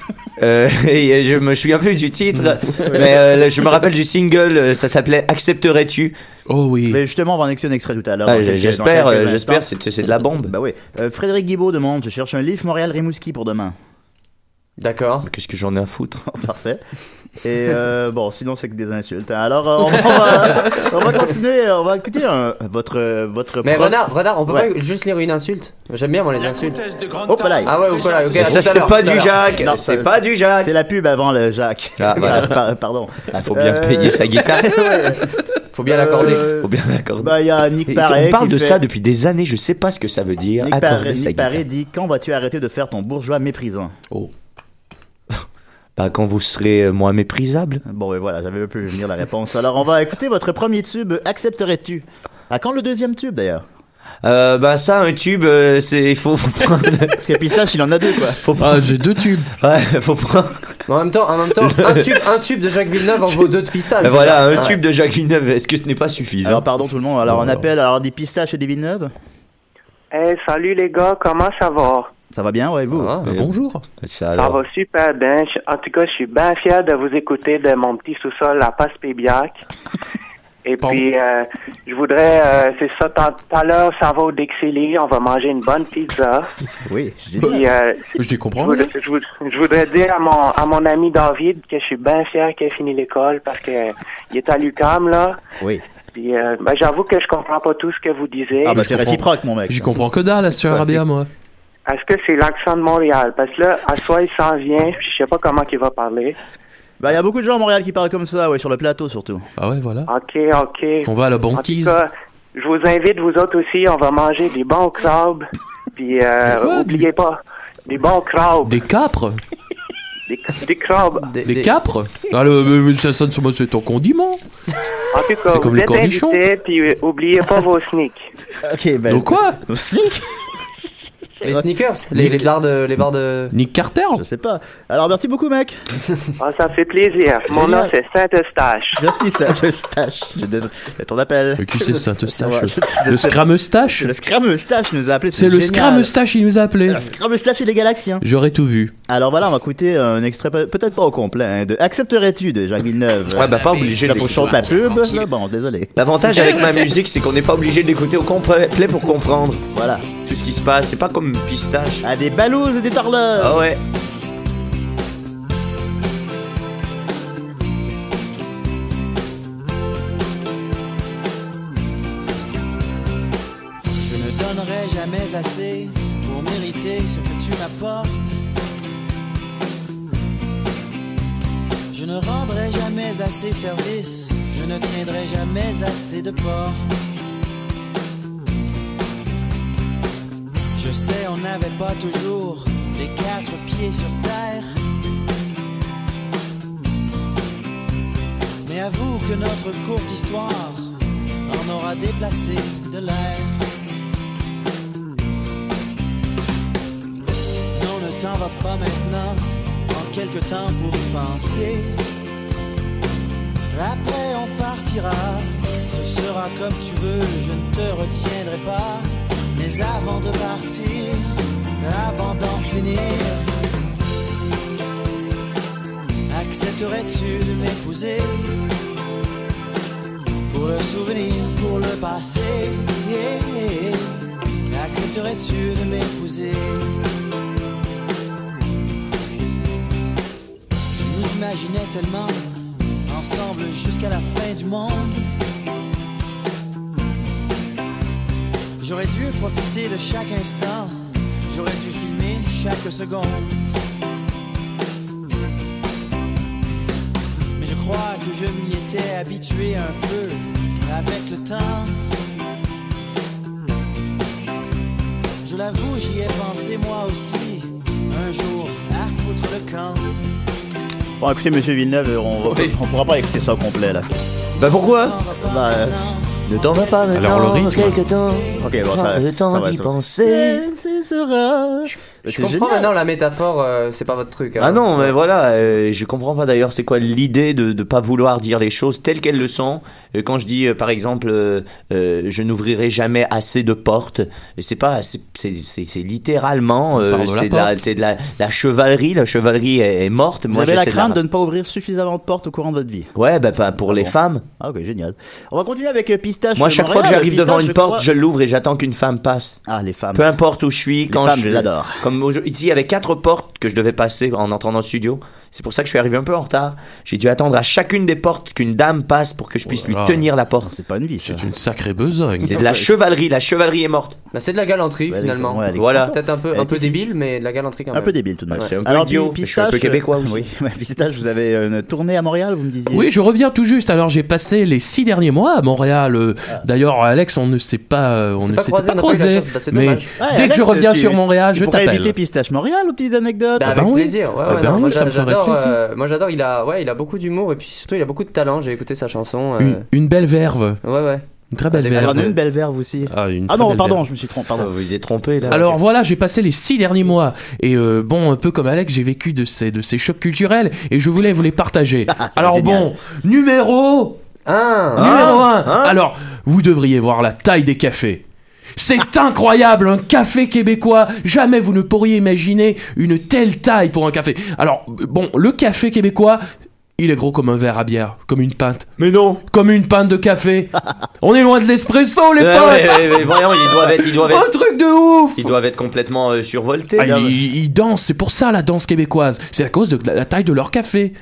Speaker 8: euh, <laughs> et euh, je me souviens plus
Speaker 6: <laughs>
Speaker 8: du titre, mais euh, je me rappelle du single, euh, ça s'appelait Accepterais-tu
Speaker 7: Oh oui.
Speaker 6: Mais justement, on va en écouter un extrait tout à l'heure.
Speaker 8: Ah,
Speaker 6: dans quelques-
Speaker 8: J'espère,
Speaker 6: dans quelques
Speaker 8: euh,
Speaker 6: instants.
Speaker 8: j'espère, c'est c'est de la bombe.
Speaker 6: Bah oui. Euh, Frédéric Guibaud demande je cherche un livre Montréal-Rimouski pour demain.
Speaker 9: D'accord.
Speaker 8: Mais Qu'est-ce que j'en ai à foutre
Speaker 6: <laughs> Parfait. Et euh, bon, sinon c'est que des insultes. Alors euh, on, va, on va continuer, on va écouter un- votre euh, votre.
Speaker 9: Mais
Speaker 6: pro-
Speaker 9: renard, renard, on peut
Speaker 6: Ouais.
Speaker 9: pas juste lire une insulte J'aime bien moi les insultes.
Speaker 6: Hop là.
Speaker 9: Ah ouais, ou quoi là ok, à
Speaker 8: Mais ça,
Speaker 9: tout à
Speaker 8: c'est
Speaker 9: l'heure,
Speaker 8: pas
Speaker 9: tout à
Speaker 8: du
Speaker 9: l'heure.
Speaker 8: Jacques
Speaker 6: Non,
Speaker 8: C'est
Speaker 6: ça-
Speaker 8: pas du Jacques
Speaker 6: C'est la pub avant le Jacques.
Speaker 8: Ah,
Speaker 6: <laughs>
Speaker 8: voilà.
Speaker 6: Par- Pardon.
Speaker 8: Ah, Faut bien
Speaker 6: Euh,
Speaker 8: payer sa guitare.
Speaker 9: Faut bien l'accorder.
Speaker 6: Euh,
Speaker 8: Faut bien l'accorder.
Speaker 6: Bah il y a Nick
Speaker 8: Et
Speaker 6: Paré.
Speaker 8: on parle
Speaker 6: qui
Speaker 8: de
Speaker 6: fait-
Speaker 8: ça depuis des années, je sais pas ce que ça veut dire.
Speaker 6: Nick
Speaker 8: accorder
Speaker 6: Paré,
Speaker 8: sa
Speaker 6: Nick
Speaker 8: guitare.
Speaker 6: Paré dit quand vas-tu arrêter de faire ton bourgeois méprisant
Speaker 8: Bah, quand vous serez euh, moins méprisable.
Speaker 6: Bon ben voilà, j'avais pu venir la réponse. Alors on va écouter votre premier tube. Accepterais-tu À quand le deuxième tube d'ailleurs
Speaker 8: Euh, bah, ça, un tube, euh, c'est. Faut, faut prendre.
Speaker 6: Parce que Pistache il en a deux quoi.
Speaker 7: Ah, j'ai deux tubes.
Speaker 8: <laughs> Ouais, faut prendre.
Speaker 9: Mais en même temps, en même temps, un tube, un tube de Jacques Villeneuve en vaut deux de pistache.
Speaker 8: Bah, voilà, un
Speaker 9: Ah ouais.
Speaker 8: tube de Jacques Villeneuve, est-ce que ce n'est pas suffisant
Speaker 6: Alors pardon tout le monde. Alors on appelle alors des pistaches et des Villeneuve.
Speaker 11: Hey, salut les gars, comment ça va?
Speaker 6: Ça va bien ouais et vous
Speaker 8: Ah,
Speaker 7: Euh,
Speaker 8: euh,
Speaker 7: bonjour.
Speaker 8: Ça,
Speaker 11: Ça
Speaker 6: Ah.
Speaker 8: alors.
Speaker 11: va super bien. Je- En tout cas, je suis bien fier de vous écouter de mon petit sous-sol à
Speaker 6: <laughs>
Speaker 11: Passe-Pébiac. Et puis, euh, je voudrais, euh, c'est ça, tant- tout à l'heure, ça va au Dixili, on va manger une bonne pizza.
Speaker 6: Oui. c'est génial.
Speaker 11: Puis, euh,
Speaker 7: Je les
Speaker 11: je,
Speaker 7: comprends.
Speaker 11: voudrais, je voudrais- je voudrais dire à mon, à mon ami David que je suis bien fier qu'il ait fini l'école parce que euh, il est à l'UCAM, là.
Speaker 6: Oui.
Speaker 11: Puis, euh, ben, j'avoue que je comprends pas tout ce que vous disiez.
Speaker 6: Ah bah
Speaker 7: je
Speaker 6: c'est
Speaker 7: comprends.
Speaker 6: réciproque mon mec.
Speaker 7: J'y comprends que dalle sur
Speaker 6: Ouais, c'est-
Speaker 7: RDA, moi.
Speaker 11: Est-ce que c'est l'accent de Montréal? Parce que là, à soi, il s'en vient, puis je sais pas comment il va parler.
Speaker 6: Bah il y a beaucoup de gens à Montréal qui parlent comme ça, ouais, sur le plateau surtout.
Speaker 7: Ah ouais, voilà.
Speaker 11: OK, OK.
Speaker 7: On va à la
Speaker 11: En tout
Speaker 7: banquise.
Speaker 9: ah,
Speaker 11: cas, je vous invite, vous autres aussi, on va manger des bons crabes. Puis, euh,
Speaker 7: Des quoi,
Speaker 11: oubliez pas, des bons crabes.
Speaker 7: Des capres
Speaker 11: Des, des crabes.
Speaker 9: Des-
Speaker 7: Des
Speaker 9: des-
Speaker 7: capres Ah, le, mais ça sonne sur moi, c'est ton condiment.
Speaker 11: En tout cas,
Speaker 7: C'est comme
Speaker 11: vous
Speaker 7: les
Speaker 11: êtes
Speaker 7: cornichons.
Speaker 11: invités, puis euh, oubliez pas vos sneaks.
Speaker 6: Ok ben.
Speaker 7: Donc quoi
Speaker 6: Nos slicks
Speaker 9: Les sneakers, les, les barres de, les barres de.
Speaker 7: Nick Carter
Speaker 6: Je sais pas. Alors merci beaucoup mec.
Speaker 11: Ah, ça fait plaisir. Mon
Speaker 6: Génial.
Speaker 11: nom, c'est Saint-Eustache.
Speaker 6: Merci Serge Eustache. Je donne- Ton appel.
Speaker 7: Mais qui c'est
Speaker 6: Ouais,
Speaker 7: Saint-Eustache
Speaker 6: <laughs> je- je-
Speaker 7: Le Scram Eustache
Speaker 6: Le Scram Eustache nous a appelé.
Speaker 7: C'est le
Speaker 6: génial.
Speaker 7: Scram Eustache, il nous a appelé.
Speaker 6: Le Scram Eustache et les Galaxiens.
Speaker 7: J'aurais tout vu.
Speaker 6: Alors voilà, on va écouter un extrait, pe- peut-être pas au complet, hein, de Accepterais-tu de Jacques Villeneuve
Speaker 8: Ah, bah, pas obligé
Speaker 6: Là,
Speaker 8: de
Speaker 6: pour
Speaker 8: l'écouter.
Speaker 6: chanter la pub. là, bon, désolé.
Speaker 8: L'avantage avec ma musique, c'est qu'on n'est pas obligé de l'écouter au complet pour comprendre
Speaker 6: Voilà.
Speaker 8: tout ce qui se passe. C'est pas comme pistache.
Speaker 6: À des balouses et des torleurs.
Speaker 8: Ah ouais.
Speaker 12: Je ne donnerai jamais assez pour mériter ce que tu m'apportes. Je ne rendrai jamais assez service, je ne tiendrai jamais assez de porte. Je sais, on n'avait pas toujours les quatre pieds sur terre. Mais avoue que notre courte histoire en aura déplacé de l'air. Non, ne t'en va pas maintenant, en quelque temps pour y penser. Après on partira, ce sera comme tu veux, je ne te retiendrai pas. Mais avant de partir, avant d'en finir, accepterais-tu de m'épouser Pour le souvenir, pour le passé, accepterais-tu de m'épouser Je nous imaginais tellement ensemble jusqu'à la fin du monde. J'aurais dû profiter de chaque instant, j'aurais dû filmer chaque seconde. Mais je crois que je m'y étais habitué un peu avec le temps. Je l'avoue, j'y ai pensé moi aussi, un jour à foutre le camp.
Speaker 11: Oh.
Speaker 6: Bon, écoutez, monsieur Villeneuve, on, va-
Speaker 8: Oui.
Speaker 6: on pourra pas écouter ça au complet là.
Speaker 8: Bah pourquoi
Speaker 6: Bah, euh,
Speaker 8: Ne t'en vas pas maintenant,
Speaker 7: Alors, le rythme.
Speaker 8: quelque temps.
Speaker 6: ok, bon,
Speaker 8: Prends
Speaker 6: Eh ben, ça.
Speaker 8: Ah, le temps
Speaker 6: ça va,
Speaker 8: d'y
Speaker 6: ça va.
Speaker 8: penser.
Speaker 6: C'est sera.
Speaker 9: Je comprends maintenant la métaphore, euh, c'est pas votre truc. hein.
Speaker 8: Ah non, mais voilà, euh, je comprends pas d'ailleurs c'est quoi l'idée de ne pas vouloir dire les choses telles qu'elles le sont, Euh, Quand je dis, euh, par exemple, euh, euh, je n'ouvrirai jamais assez de portes, c'est pas, c'est c'est- c'est- c'est littéralement, euh,
Speaker 6: parle de la
Speaker 8: c'est de, la,
Speaker 6: porte.
Speaker 8: c'est de la- la chevalerie. La chevalerie est, est morte.
Speaker 6: Vous avez la
Speaker 8: j'essaie
Speaker 6: crainte de
Speaker 8: la-
Speaker 6: ne pas ouvrir suffisamment de portes au courant de votre vie.
Speaker 8: Ouais, bah, pas pour les
Speaker 6: bon.
Speaker 8: femmes.
Speaker 6: Ah ok, génial. On va continuer avec euh, Pistache.
Speaker 8: Moi, chaque
Speaker 6: Montréal.
Speaker 8: fois que j'arrive
Speaker 6: Pistache,
Speaker 8: devant une porte,
Speaker 6: crois-
Speaker 8: je l'ouvre et j'attends qu'une femme passe.
Speaker 6: Ah, les femmes.
Speaker 8: Peu importe où je suis, quand
Speaker 6: femmes,
Speaker 8: je
Speaker 6: je l'adore.
Speaker 8: Comme aujourd'hui- ici, il y avait quatre portes que je devais passer en entrant dans le studio. C'est pour ça que je suis arrivé un peu en retard. J'ai dû attendre à chacune des portes qu'une dame passe pour que je puisse lui
Speaker 7: Oh là. Ah
Speaker 8: tenir la porte.
Speaker 6: C'est pas une vie,
Speaker 7: C'est une sacrée besogne.
Speaker 8: C'est de la chevalerie. La chevalerie est morte.
Speaker 9: Bah, c'est de la galanterie
Speaker 8: Ouais,
Speaker 9: finalement.
Speaker 8: Alexandre, ouais,
Speaker 9: voilà.
Speaker 8: Alexandre.
Speaker 9: Peut-être un peu, un
Speaker 8: Elle
Speaker 9: peu
Speaker 8: était-
Speaker 9: débile, mais de la galanterie quand
Speaker 6: Un
Speaker 9: même.
Speaker 6: peu débile tout de même.
Speaker 9: Ouais.
Speaker 8: C'est un peu
Speaker 6: Alors,
Speaker 8: idiot,
Speaker 6: puis,
Speaker 8: mais je suis un peu
Speaker 6: Pistache,
Speaker 8: québécois
Speaker 6: euh,
Speaker 8: aussi.
Speaker 6: <laughs> Oui, ouais, Pistache, vous avez euh, une tournée à Montréal, vous me disiez.
Speaker 7: Oui, je reviens tout juste. Alors, j'ai passé les six derniers mois à Montréal. Euh, D'ailleurs, Alex, on ne s'est pas, euh, on
Speaker 9: s'est
Speaker 7: ne
Speaker 9: Ah. pas
Speaker 7: s'était
Speaker 9: croisés,
Speaker 7: pas
Speaker 9: on n'a pas eu la
Speaker 7: croisés.
Speaker 9: chance. Bah, c'est
Speaker 7: mais
Speaker 9: dommage.
Speaker 6: Ouais,
Speaker 7: dès que
Speaker 6: Alex,
Speaker 7: je reviens
Speaker 6: tu-
Speaker 7: sur Montréal,
Speaker 6: tu
Speaker 7: je
Speaker 6: pourrais
Speaker 7: t'appelle.
Speaker 6: éviter Pistache Montréal aux petites anecdotes.
Speaker 9: Bah,
Speaker 7: Ah bah
Speaker 9: avec
Speaker 7: oui.
Speaker 9: plaisir. Ouais,
Speaker 7: Ah
Speaker 9: ouais,
Speaker 7: bah
Speaker 9: non,
Speaker 7: oui,
Speaker 9: moi,
Speaker 7: ça me ferait
Speaker 9: j'adore.
Speaker 7: plaisir.
Speaker 9: euh, moi j'adore. Il a, ouais, il a beaucoup d'humour et puis surtout il a beaucoup de talent. J'ai écouté sa chanson. euh,
Speaker 7: Une, une belle verve.
Speaker 9: Ouais, ouais.
Speaker 7: Une très belle
Speaker 9: Avec
Speaker 6: Alors,
Speaker 7: verve.
Speaker 6: une belle verve
Speaker 9: bah.
Speaker 6: aussi.
Speaker 7: Ah, une
Speaker 6: Ah
Speaker 7: très
Speaker 6: non,
Speaker 7: belle
Speaker 6: pardon,
Speaker 7: verve.
Speaker 6: je me suis trompé.
Speaker 8: Ah,
Speaker 6: Pardon.
Speaker 8: vous vous êtes trompé là.
Speaker 7: Alors voilà, j'ai passé les six derniers mois et euh, bon, un peu comme Alex, j'ai vécu de ces de ces chocs culturels et je voulais vous
Speaker 6: <laughs>
Speaker 7: les partager. Alors
Speaker 6: Ah, génial.
Speaker 7: bon, numéro
Speaker 9: Un.
Speaker 7: Numéro 1 Alors, vous devriez voir la taille des cafés. C'est incroyable, un café québécois. Jamais vous ne pourriez imaginer une telle taille pour un café. Alors, bon, le café québécois, il est gros comme un verre à bière, comme une pinte,
Speaker 8: Mais non.
Speaker 7: comme une pinte de café. On est loin de l'espresso, les
Speaker 8: Ouais,
Speaker 7: pintes.
Speaker 8: Eh ouais, ouais, ouais, voyons, ils doivent être, ils doivent
Speaker 7: Un
Speaker 8: être,
Speaker 7: truc de ouf.
Speaker 8: ils doivent être complètement euh, survoltés.
Speaker 7: Ah,
Speaker 8: là.
Speaker 7: ils, ils dansent, c'est pour ça la danse québécoise. C'est à cause de la, la taille de leur café.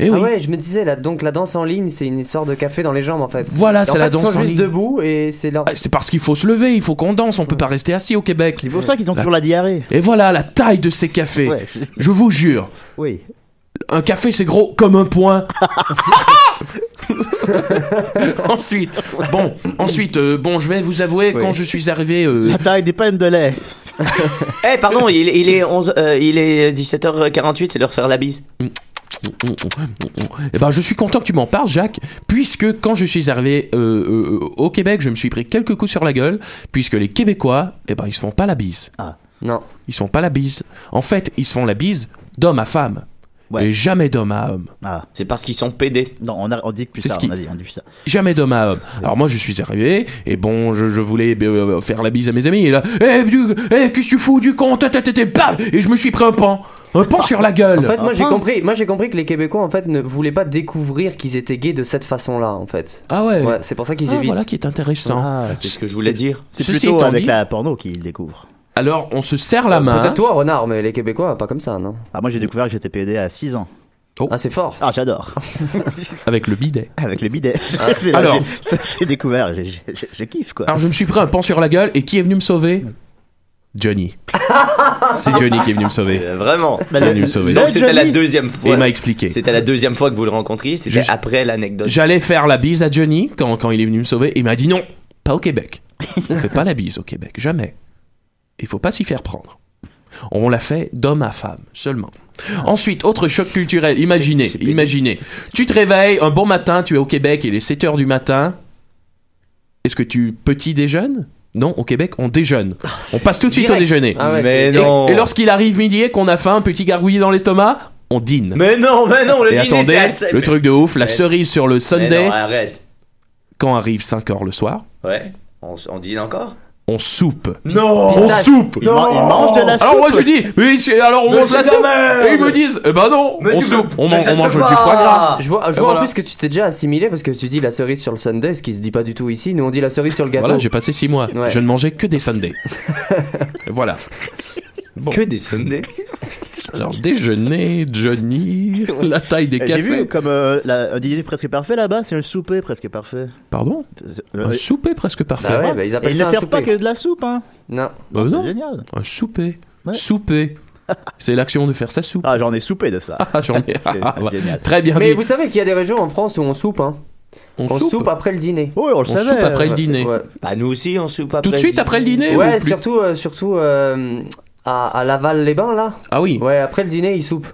Speaker 7: Et
Speaker 9: Ah
Speaker 7: oui.
Speaker 9: ouais, je me disais là, donc la danse en ligne, c'est une histoire de café dans les jambes en fait.
Speaker 7: Voilà,
Speaker 9: Et
Speaker 7: c'est
Speaker 9: en
Speaker 7: la
Speaker 9: fait,
Speaker 7: danse
Speaker 9: Ils sont
Speaker 7: en
Speaker 9: juste
Speaker 7: ligne.
Speaker 9: debout et c'est leur.
Speaker 7: Ah, C'est parce qu'il faut se lever, il faut qu'on danse, on peut pas rester assis au Québec.
Speaker 6: C'est pour ça qu'ils ont toujours la diarrhée.
Speaker 7: Et voilà la taille de ces cafés.
Speaker 6: Ouais, c'est-
Speaker 7: Je vous jure,
Speaker 6: Oui.
Speaker 7: un café c'est gros comme
Speaker 6: <laughs>
Speaker 7: un point. ensuite, bon, ensuite, euh, bon, je vais vous avouer
Speaker 6: Oui.
Speaker 7: quand je suis arrivé. euh,
Speaker 6: La taille des pannes de lait.
Speaker 8: Eh pardon, il, il est 11, euh, il est 17h48, c'est l'heure de faire la bise.
Speaker 7: Eh ben, je suis content que tu m'en parles, Jacques, puisque quand je suis arrivé euh, euh, au Québec, je me suis pris quelques coups sur la gueule, puisque les Québécois, eh ben, ils se font pas la bise.
Speaker 9: Non.
Speaker 7: Ils se font pas la bise. En fait, ils se font la bise d'homme à femme,
Speaker 6: Ouais.
Speaker 7: et jamais d'homme à homme.
Speaker 6: Ah,
Speaker 8: C'est parce qu'ils sont pédés.
Speaker 6: non, on, a, on dit plus
Speaker 7: C'est
Speaker 6: ça,
Speaker 7: ce qui-
Speaker 6: on a dit, on dit plus ça.
Speaker 7: Jamais d'homme à homme. Alors moi je suis arrivé et bon je, je voulais euh, faire la bise à mes amis et là Eh, du- eh, qu'est-ce que tu fous du con Ta, ta, ta, ta, bam et je me suis pris un pan un pan sur la gueule.
Speaker 9: En fait, moi j'ai
Speaker 6: Apprendre.
Speaker 9: compris, moi j'ai compris que les Québécois en fait ne voulaient pas découvrir qu'ils étaient gays de cette façon-là en fait.
Speaker 7: ah ouais.
Speaker 9: Ouais, c'est pour ça qu'ils
Speaker 7: Ah,
Speaker 9: évitent.
Speaker 7: voilà qui est intéressant.
Speaker 6: Ah,
Speaker 8: C'est ce que je voulais dire.
Speaker 6: c'est
Speaker 7: Ceci
Speaker 6: plutôt
Speaker 7: étant
Speaker 6: avec
Speaker 7: dit-
Speaker 6: la porno qu'ils découvrent.
Speaker 7: Alors on se serre la main.
Speaker 9: Euh, Peut-être toi, renard, mais les Québécois, pas comme ça, non
Speaker 6: Ah, moi j'ai découvert que j'étais PD à 6 ans.
Speaker 9: Ah, c'est fort.
Speaker 6: Ah, j'adore.
Speaker 7: Avec le bidet.
Speaker 6: <laughs> Avec les bidets. <laughs> C'est là,
Speaker 7: Ah. Alors.
Speaker 6: j'ai- ça, j'ai découvert, j'ai- j'ai- j'ai- je kiffe quoi.
Speaker 7: Alors je me suis pris un pan sur la gueule et qui est venu me sauver Johnny. C'est Johnny qui est venu me sauver.
Speaker 8: Euh, vraiment.
Speaker 7: Il est venu me sauver.
Speaker 8: Donc c'était la
Speaker 6: Johnny.
Speaker 8: deuxième
Speaker 7: Et
Speaker 8: fois.
Speaker 7: il m'a expliqué.
Speaker 8: C'était la deuxième fois que vous le rencontriez, c'était
Speaker 7: Juste-
Speaker 8: après l'anecdote.
Speaker 7: J'allais faire la bise à Johnny quand, quand il est venu me sauver. Et il m'a dit non, pas au
Speaker 8: <laughs>
Speaker 7: Québec. On fait pas la bise au Québec, jamais. Il faut pas s'y faire prendre. On la fait d'homme à femme seulement. Ensuite, autre choc culturel. Imaginez,
Speaker 8: Ah. C'est pénible.
Speaker 7: imaginez. Tu te réveilles un bon matin, tu es au Québec, il est 7 heures du matin. Est-ce que tu petit déjeunes Non, au Québec, on déjeune. On passe tout de suite au
Speaker 9: Direct.
Speaker 7: déjeuner.
Speaker 9: Ah ouais,
Speaker 8: mais
Speaker 9: c'est-
Speaker 8: non.
Speaker 7: Et lorsqu'il arrive midi et qu'on a faim, petit gargouillis dans l'estomac, on dîne.
Speaker 8: Mais non, mais non, le
Speaker 7: et
Speaker 8: dîner
Speaker 7: attendez,
Speaker 8: c'est assez-
Speaker 7: le truc de ouf, la
Speaker 8: Mais-
Speaker 7: cerise sur le
Speaker 8: Mais
Speaker 7: Sunday
Speaker 8: non, arrête.
Speaker 7: quand arrive 5 heures le soir,
Speaker 8: Ouais. On, s- on dîne encore
Speaker 7: on soupe.
Speaker 8: Non
Speaker 7: On soupe
Speaker 6: Il man- il mange de la soupe.
Speaker 7: alors moi je dis, oui, je- alors on
Speaker 8: Mais
Speaker 7: mange
Speaker 8: c'est
Speaker 7: la
Speaker 8: de la
Speaker 7: soupe
Speaker 8: merde
Speaker 7: Et ils me disent, eh ben non,
Speaker 8: Mais
Speaker 7: on
Speaker 8: tu
Speaker 7: soupe,
Speaker 8: peux-
Speaker 7: on,
Speaker 8: mais
Speaker 7: man-
Speaker 8: ça
Speaker 7: on
Speaker 8: se
Speaker 7: mange
Speaker 8: peut
Speaker 7: du
Speaker 8: pas.
Speaker 7: foie gras
Speaker 9: Je vois, je
Speaker 7: Et
Speaker 9: vois
Speaker 7: voilà.
Speaker 9: en plus que tu t'es déjà assimilé parce que tu dis la cerise sur le Sunday, ce qui se dit pas du tout ici. Nous on dit la cerise sur le gâteau.
Speaker 7: Voilà, j'ai passé 6 mois,
Speaker 9: Ouais.
Speaker 7: je ne mangeais que des sundaes. voilà. Bon,
Speaker 8: Que des Sundays
Speaker 7: alors déjeuner, Johnny, la taille des
Speaker 6: Eh, J'ai vu
Speaker 7: cafés.
Speaker 6: comme euh, la- un dîner presque parfait là-bas, c'est un souper presque parfait.
Speaker 7: Pardon Un
Speaker 6: Euh,
Speaker 7: souper Ah presque parfait.
Speaker 9: Bah ouais, bah ils
Speaker 6: et
Speaker 9: appellent
Speaker 6: ils ne
Speaker 9: ça un
Speaker 6: servent pas
Speaker 9: souper.
Speaker 6: que de la soupe, hein.
Speaker 9: Non.
Speaker 7: Bah
Speaker 6: C'est
Speaker 7: non,
Speaker 6: génial.
Speaker 7: un souper.
Speaker 6: Ouais.
Speaker 7: Souper. C'est l'action de faire sa soupe.
Speaker 6: Ah, j'en ai soupé
Speaker 7: <laughs>
Speaker 6: de ça.
Speaker 7: Ah, j'en ai. Ah, bah,
Speaker 6: Génial.
Speaker 7: Très bien
Speaker 9: Mais
Speaker 7: dit.
Speaker 9: vous savez qu'il y a des régions en France où on soupe, hein. On, soupe. après le dîner.
Speaker 6: Oui, on le
Speaker 7: On
Speaker 6: savait. Euh,
Speaker 7: soupe après le dîner.
Speaker 9: Ouais,
Speaker 8: Bah nous aussi on soupe après.
Speaker 7: Tout de
Speaker 8: le
Speaker 7: suite après le dîner
Speaker 9: Ouais,
Speaker 7: ou plus-
Speaker 9: surtout, euh, surtout euh, à, à Laval-les-Bains là.
Speaker 7: Ah oui.
Speaker 9: Ouais, après le dîner, ils soupent.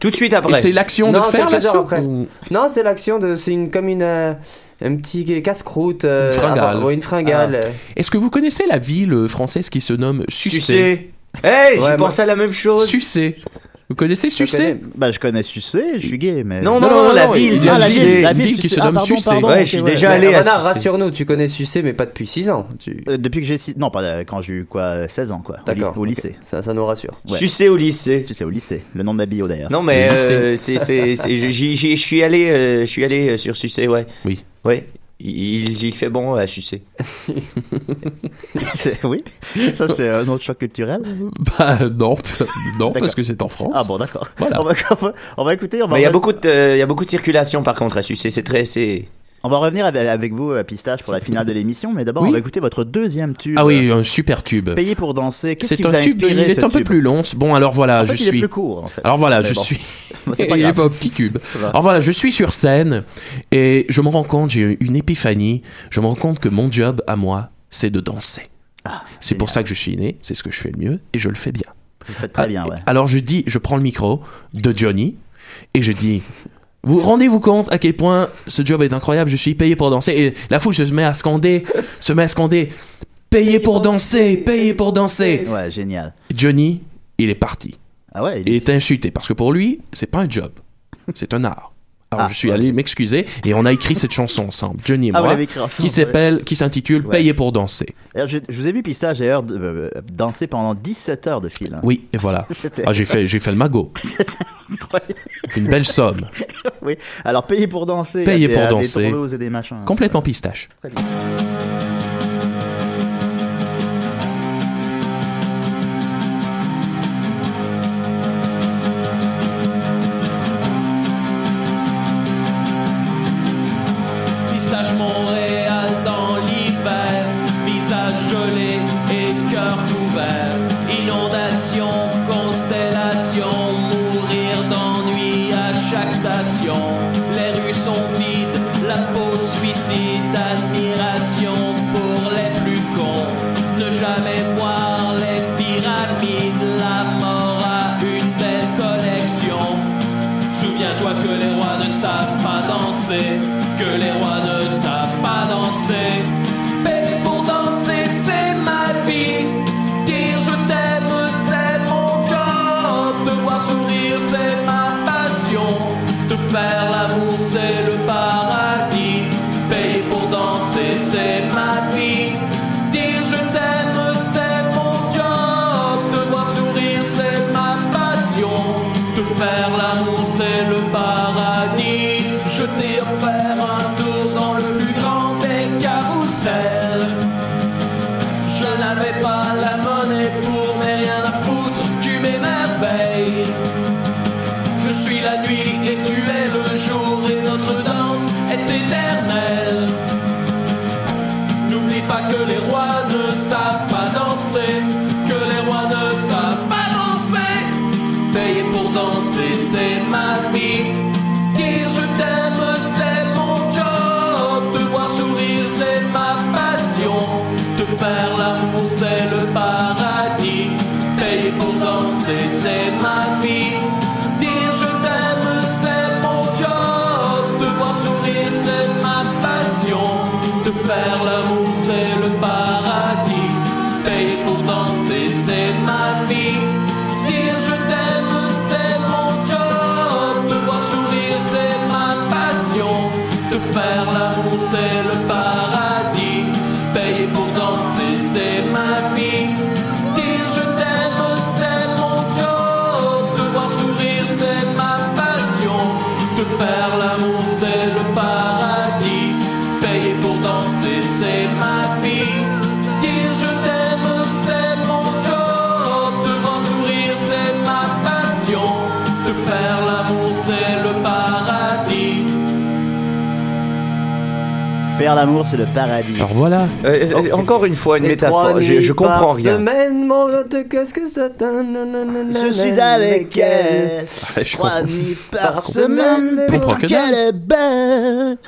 Speaker 8: Tout de suite
Speaker 7: Et
Speaker 8: après.
Speaker 7: c'est l'action de
Speaker 9: Non,
Speaker 7: faire la
Speaker 9: quelques heures
Speaker 7: soupe
Speaker 9: après.
Speaker 7: ou-
Speaker 9: Non, c'est l'action de. C'est une, comme une. euh, un petit casse-croûte. euh,
Speaker 7: Une fringale. Ah.
Speaker 9: avant- ouais, une fringale.
Speaker 7: Est-ce que vous connaissez la ville française qui se nomme Sucé
Speaker 8: Sucé. Hey,
Speaker 9: Ouais,
Speaker 8: j'ai
Speaker 9: moi-
Speaker 8: pensé à la même chose.
Speaker 7: Sucé. Vous connaissez Sucé
Speaker 6: Bah, je connais Sucé, je suis gay, mais.
Speaker 8: Non, non, non, la ville de
Speaker 6: Ah, la
Speaker 8: Sucé.
Speaker 6: ville, la
Speaker 8: Une
Speaker 6: ville
Speaker 8: ville qui
Speaker 6: Sucé.
Speaker 8: se
Speaker 6: Ah,
Speaker 8: nomme
Speaker 6: pardon,
Speaker 8: Sucé.
Speaker 6: pardon,
Speaker 8: Ouais,
Speaker 6: ok,
Speaker 8: je suis déjà allé à
Speaker 9: Renard,
Speaker 8: Sucé.
Speaker 9: Bah, rassure-nous, tu connais Sucé, mais pas depuis 6 ans. Tu...
Speaker 6: Euh, Depuis que j'ai. six- Non, pas euh, quand j'ai eu quoi, euh, 16 ans, quoi. au li-
Speaker 9: D'accord,
Speaker 6: Au,
Speaker 9: ok.
Speaker 6: lycée.
Speaker 9: Ça, ça nous rassure.
Speaker 8: Sucé au lycée.
Speaker 6: Sucé au lycée. Le nom de ma bio, d'ailleurs.
Speaker 8: Non mais
Speaker 6: Le lycée.
Speaker 8: euh, c'est c'est c'est- je- j'y- j'y- je suis allé euh, je suis allé euh, sur Sucé ouais.
Speaker 7: Oui.
Speaker 8: Ouais. Il, il fait bon euh, à Sucé.
Speaker 6: <laughs> C'est-
Speaker 7: <laughs>
Speaker 6: oui. Ça, c'est un autre choc culturel.
Speaker 7: Bah <laughs> non, non
Speaker 6: D'accord.
Speaker 7: parce que c'est en France.
Speaker 6: Ah bon, d'accord.
Speaker 7: Voilà.
Speaker 6: On, va, on va- on va écouter. On va,
Speaker 8: Mais il y a
Speaker 9: ben,
Speaker 6: reven-
Speaker 8: beaucoup de euh, il y a beaucoup de circulation par contre à Sucé, c'est très c'est
Speaker 6: on va revenir avec- avec vous, euh, Pistache, pour la finale de l'émission. Mais d'abord,
Speaker 7: Oui.
Speaker 6: on va écouter votre deuxième tube.
Speaker 7: Ah oui, un super tube.
Speaker 6: Payé pour danser. Euh, Qu'est-ce qui
Speaker 7: C'est
Speaker 6: vous
Speaker 7: un
Speaker 6: a
Speaker 7: tube,
Speaker 6: inspiré
Speaker 7: il est
Speaker 6: ce
Speaker 7: un peu
Speaker 6: tube
Speaker 7: plus long. Bon, alors voilà,
Speaker 6: En fait, il
Speaker 7: je
Speaker 6: est
Speaker 7: suis.
Speaker 6: plus court, en fait.
Speaker 7: Alors voilà,
Speaker 6: Mais
Speaker 7: je
Speaker 6: bon.
Speaker 7: suis.
Speaker 6: C'est pas
Speaker 7: <laughs> il est
Speaker 6: grave.
Speaker 7: pas un petit cube.
Speaker 6: va.
Speaker 7: Alors voilà, je suis sur scène et je me rends compte, j'ai eu une épiphanie. Je me rends compte que mon job à moi, c'est de danser. c'est pour ça que je suis né, c'est ce que je fais le mieux et je le fais bien.
Speaker 6: Vous faites très bien, ouais.
Speaker 7: Alors je dis, je prends le micro de Johnny et je dis. Vous rendez-vous compte à quel point ce job est incroyable, je suis payé pour danser et la foule se met à scander, se met à scander payé pour danser, payé pour danser.
Speaker 6: Ouais, génial.
Speaker 7: Johnny, il est parti.
Speaker 6: Ah ouais,
Speaker 7: il, est insulté parce que pour lui, c'est pas un job, c'est un art. Alors je suis allé m'excuser et on a écrit cette chanson ensemble, Johnny et
Speaker 6: Ah, vous
Speaker 7: moi,
Speaker 6: l'avez écrit ensemble,
Speaker 7: qui s'appelle, qui s'intitule
Speaker 6: Ouais.
Speaker 7: Payé pour danser.
Speaker 6: D'ailleurs, Je, je vous ai vu Pistache d'ailleurs d- euh, danser pendant 17 heures de fil. hein.
Speaker 7: Oui, et voilà.
Speaker 6: <laughs> C'était-
Speaker 7: Ah, j'ai fait, j'ai fait
Speaker 6: <laughs>
Speaker 7: le magot. Une belle somme.
Speaker 6: oui. Alors payé pour danser.
Speaker 7: Payé
Speaker 6: à des-
Speaker 7: pour
Speaker 6: à
Speaker 7: danser.
Speaker 6: Des tourneaux et des machins.
Speaker 7: Complètement pistache.
Speaker 3: Pistache Montréal dans l'hiver, visage gelé et cœur couvert. Inondation, constellation, mourir d'ennui à chaque station. Les rues sont vides, la peau suicide, admiration pour les plus cons. Ne jamais voir les pyramides, la mort a une belle collection. Souviens-toi que les rois ne savent pas danser, que les rois ne savent pas danser. Payer pour danser, c'est ma vie. Dire je t'aime, c'est mon job. Te voir sourire, c'est ma passion. Te faire l'amour, c'est le paradis. Payer pour danser, c'est ma vie. Dire je t'aime, c'est mon job. Te voir sourire, c'est ma passion. Te faire l'amour, c'est le paradis. Je t'ai offert un tour dans le plus grand des carousels. Je n'avais pas la monnaie pour, mais rien à foutre, tu m'émerveilles. Je suis la nuit et tu es le jour, et notre danse est éternelle. N'oublie pas que les rois ne savent pas danser, que les rois ne savent pas danser. Payer pour danser, c'est ma vie. Dire je t'aime, c'est mon job. Te voir sourire, c'est ma passion. Te faire l'amour, c'est le paradis. Payer pour danser, c'est ma vie. Dire je t'aime, c'est mon job. Te voir sourire, c'est ma passion. Te faire l'amour, c'est le paradis. Payer pour danser, c'est ma vie. Dire je t'aime, c'est mon job. Te voir sourire, c'est ma passion. Te faire l'amour, c'est le paradis. Payer pour danser, c'est ma vie. Dire je t'aime, c'est mon job. Te voir sourire, c'est ma passion. Te faire l'amour, c'est le paradis. Payer pour danser, c'est ma vie. Dire je t'aime, c'est mon job. Te voir sourire, c'est ma passion. Te faire l'amour, c'est le paradis.
Speaker 6: Faire l'amour, c'est le paradis.
Speaker 7: Alors voilà.
Speaker 8: Euh, euh, encore une fois une
Speaker 9: Et
Speaker 8: métaphore,
Speaker 9: trois
Speaker 8: je,
Speaker 9: nuits
Speaker 8: je comprends
Speaker 9: par
Speaker 8: rien.
Speaker 9: Semaine, mon Dieu, qu'est-ce que ça donne, nanana,
Speaker 6: Je suis avec elle.
Speaker 7: je
Speaker 6: Trois
Speaker 7: comprends.
Speaker 6: nuits par
Speaker 9: Par
Speaker 6: semaine.
Speaker 9: semaine,
Speaker 6: Putain
Speaker 7: comprends que
Speaker 6: qu'elle est belle.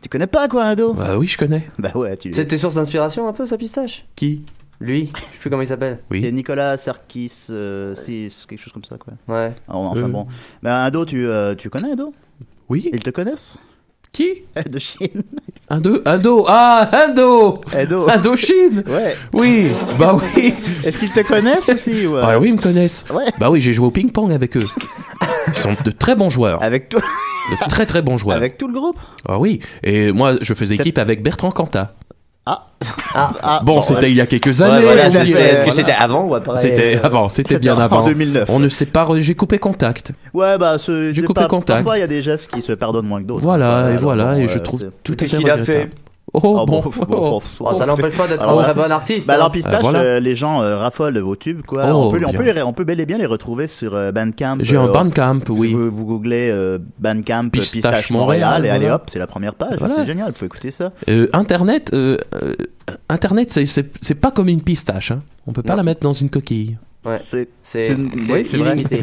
Speaker 6: Tu connais pas quoi, Ado
Speaker 7: Bah oui, je connais.
Speaker 6: Bah ouais, tu.
Speaker 9: C'était source d'inspiration un peu, sa pistache
Speaker 7: Qui
Speaker 9: Lui, je sais plus comment il s'appelle.
Speaker 7: Oui.
Speaker 6: C'est Nicolas Sarkis, euh, c'est c'est quelque chose comme ça quoi.
Speaker 9: Ouais.
Speaker 6: Alors, enfin
Speaker 7: Euh.
Speaker 6: bon. Bah, Mais Ado, tu, euh, tu connais Ado
Speaker 7: Oui.
Speaker 6: Ils te connaissent
Speaker 7: Qui
Speaker 6: <laughs>
Speaker 7: <laughs>
Speaker 6: De Chine.
Speaker 7: Indo, Indo, ah, Indo
Speaker 6: Indo
Speaker 7: Indochine
Speaker 6: Ouais
Speaker 7: Oui, bah oui
Speaker 6: Est-ce qu'ils te
Speaker 7: <laughs>
Speaker 6: connaissent aussi ou, euh,
Speaker 7: Ah oui, ils me connaissent
Speaker 6: Ouais.
Speaker 7: Bah oui, j'ai joué au ping-pong avec eux. Ils sont de très bons joueurs.
Speaker 6: Avec toi
Speaker 7: De très très bons joueurs.
Speaker 6: Avec tout le groupe
Speaker 7: Ah oui, et moi je faisais équipe avec Bertrand Cantat.
Speaker 6: Ah
Speaker 7: Ah, bon, c'était il y a quelques
Speaker 8: Ouais,
Speaker 7: années.
Speaker 8: voilà,
Speaker 7: on
Speaker 8: c'est-
Speaker 7: dit,
Speaker 8: c'est- est-ce
Speaker 7: euh,
Speaker 8: que
Speaker 7: voilà.
Speaker 8: c'était avant ou après
Speaker 7: C'était
Speaker 8: euh,
Speaker 7: avant, c'était
Speaker 8: c'était
Speaker 7: bien
Speaker 8: en
Speaker 7: avant.
Speaker 6: 2009,
Speaker 7: On ne sait pas, re- j'ai coupé contact.
Speaker 6: Ouais, bah, ce, j'ai
Speaker 7: coupé
Speaker 6: pas-
Speaker 7: contact.
Speaker 6: Parfois, il y a des gestes qui se pardonnent moins que d'autres.
Speaker 7: Voilà, et
Speaker 6: alors,
Speaker 7: voilà,
Speaker 6: bon,
Speaker 7: et je
Speaker 6: euh,
Speaker 7: trouve
Speaker 6: c'est-
Speaker 7: tout à
Speaker 8: Qu'est-ce
Speaker 7: fait
Speaker 8: qu'il a
Speaker 7: regrettable.
Speaker 8: fait
Speaker 7: Oh,
Speaker 6: Ah
Speaker 7: bon,
Speaker 6: bon,
Speaker 7: oh,
Speaker 6: bon,
Speaker 9: Oh, ça n'empêche pas d'être
Speaker 6: Ah ouais.
Speaker 9: un très bon artiste.
Speaker 6: Bah,
Speaker 9: hein.
Speaker 6: alors, pistache,
Speaker 7: Ah, voilà.
Speaker 6: euh, les gens euh, raffolent de vos tubes, quoi.
Speaker 7: Oh,
Speaker 6: on, peut, on,
Speaker 7: bien.
Speaker 6: peut les- on peut bel et bien les retrouver sur euh, Bandcamp.
Speaker 7: J'ai un
Speaker 6: euh,
Speaker 7: Bandcamp, oui.
Speaker 6: Vous, vous googlez euh, Bandcamp
Speaker 7: Pistache
Speaker 6: Pistache, Montréal,
Speaker 7: Montréal,
Speaker 6: et allez
Speaker 7: voilà.
Speaker 6: hop, c'est la première page.
Speaker 7: Voilà.
Speaker 6: C'est génial, vous pouvez écouter ça.
Speaker 7: Euh, Internet, euh, euh, Internet, c'est- c'est c'est pas comme une pistache. hein. On peut pas
Speaker 9: Non.
Speaker 7: la mettre dans une coquille
Speaker 9: Ouais.
Speaker 6: C'est
Speaker 9: C'est
Speaker 6: une-
Speaker 9: c'est
Speaker 6: oui, <laughs> c'est vrai.
Speaker 9: illimité.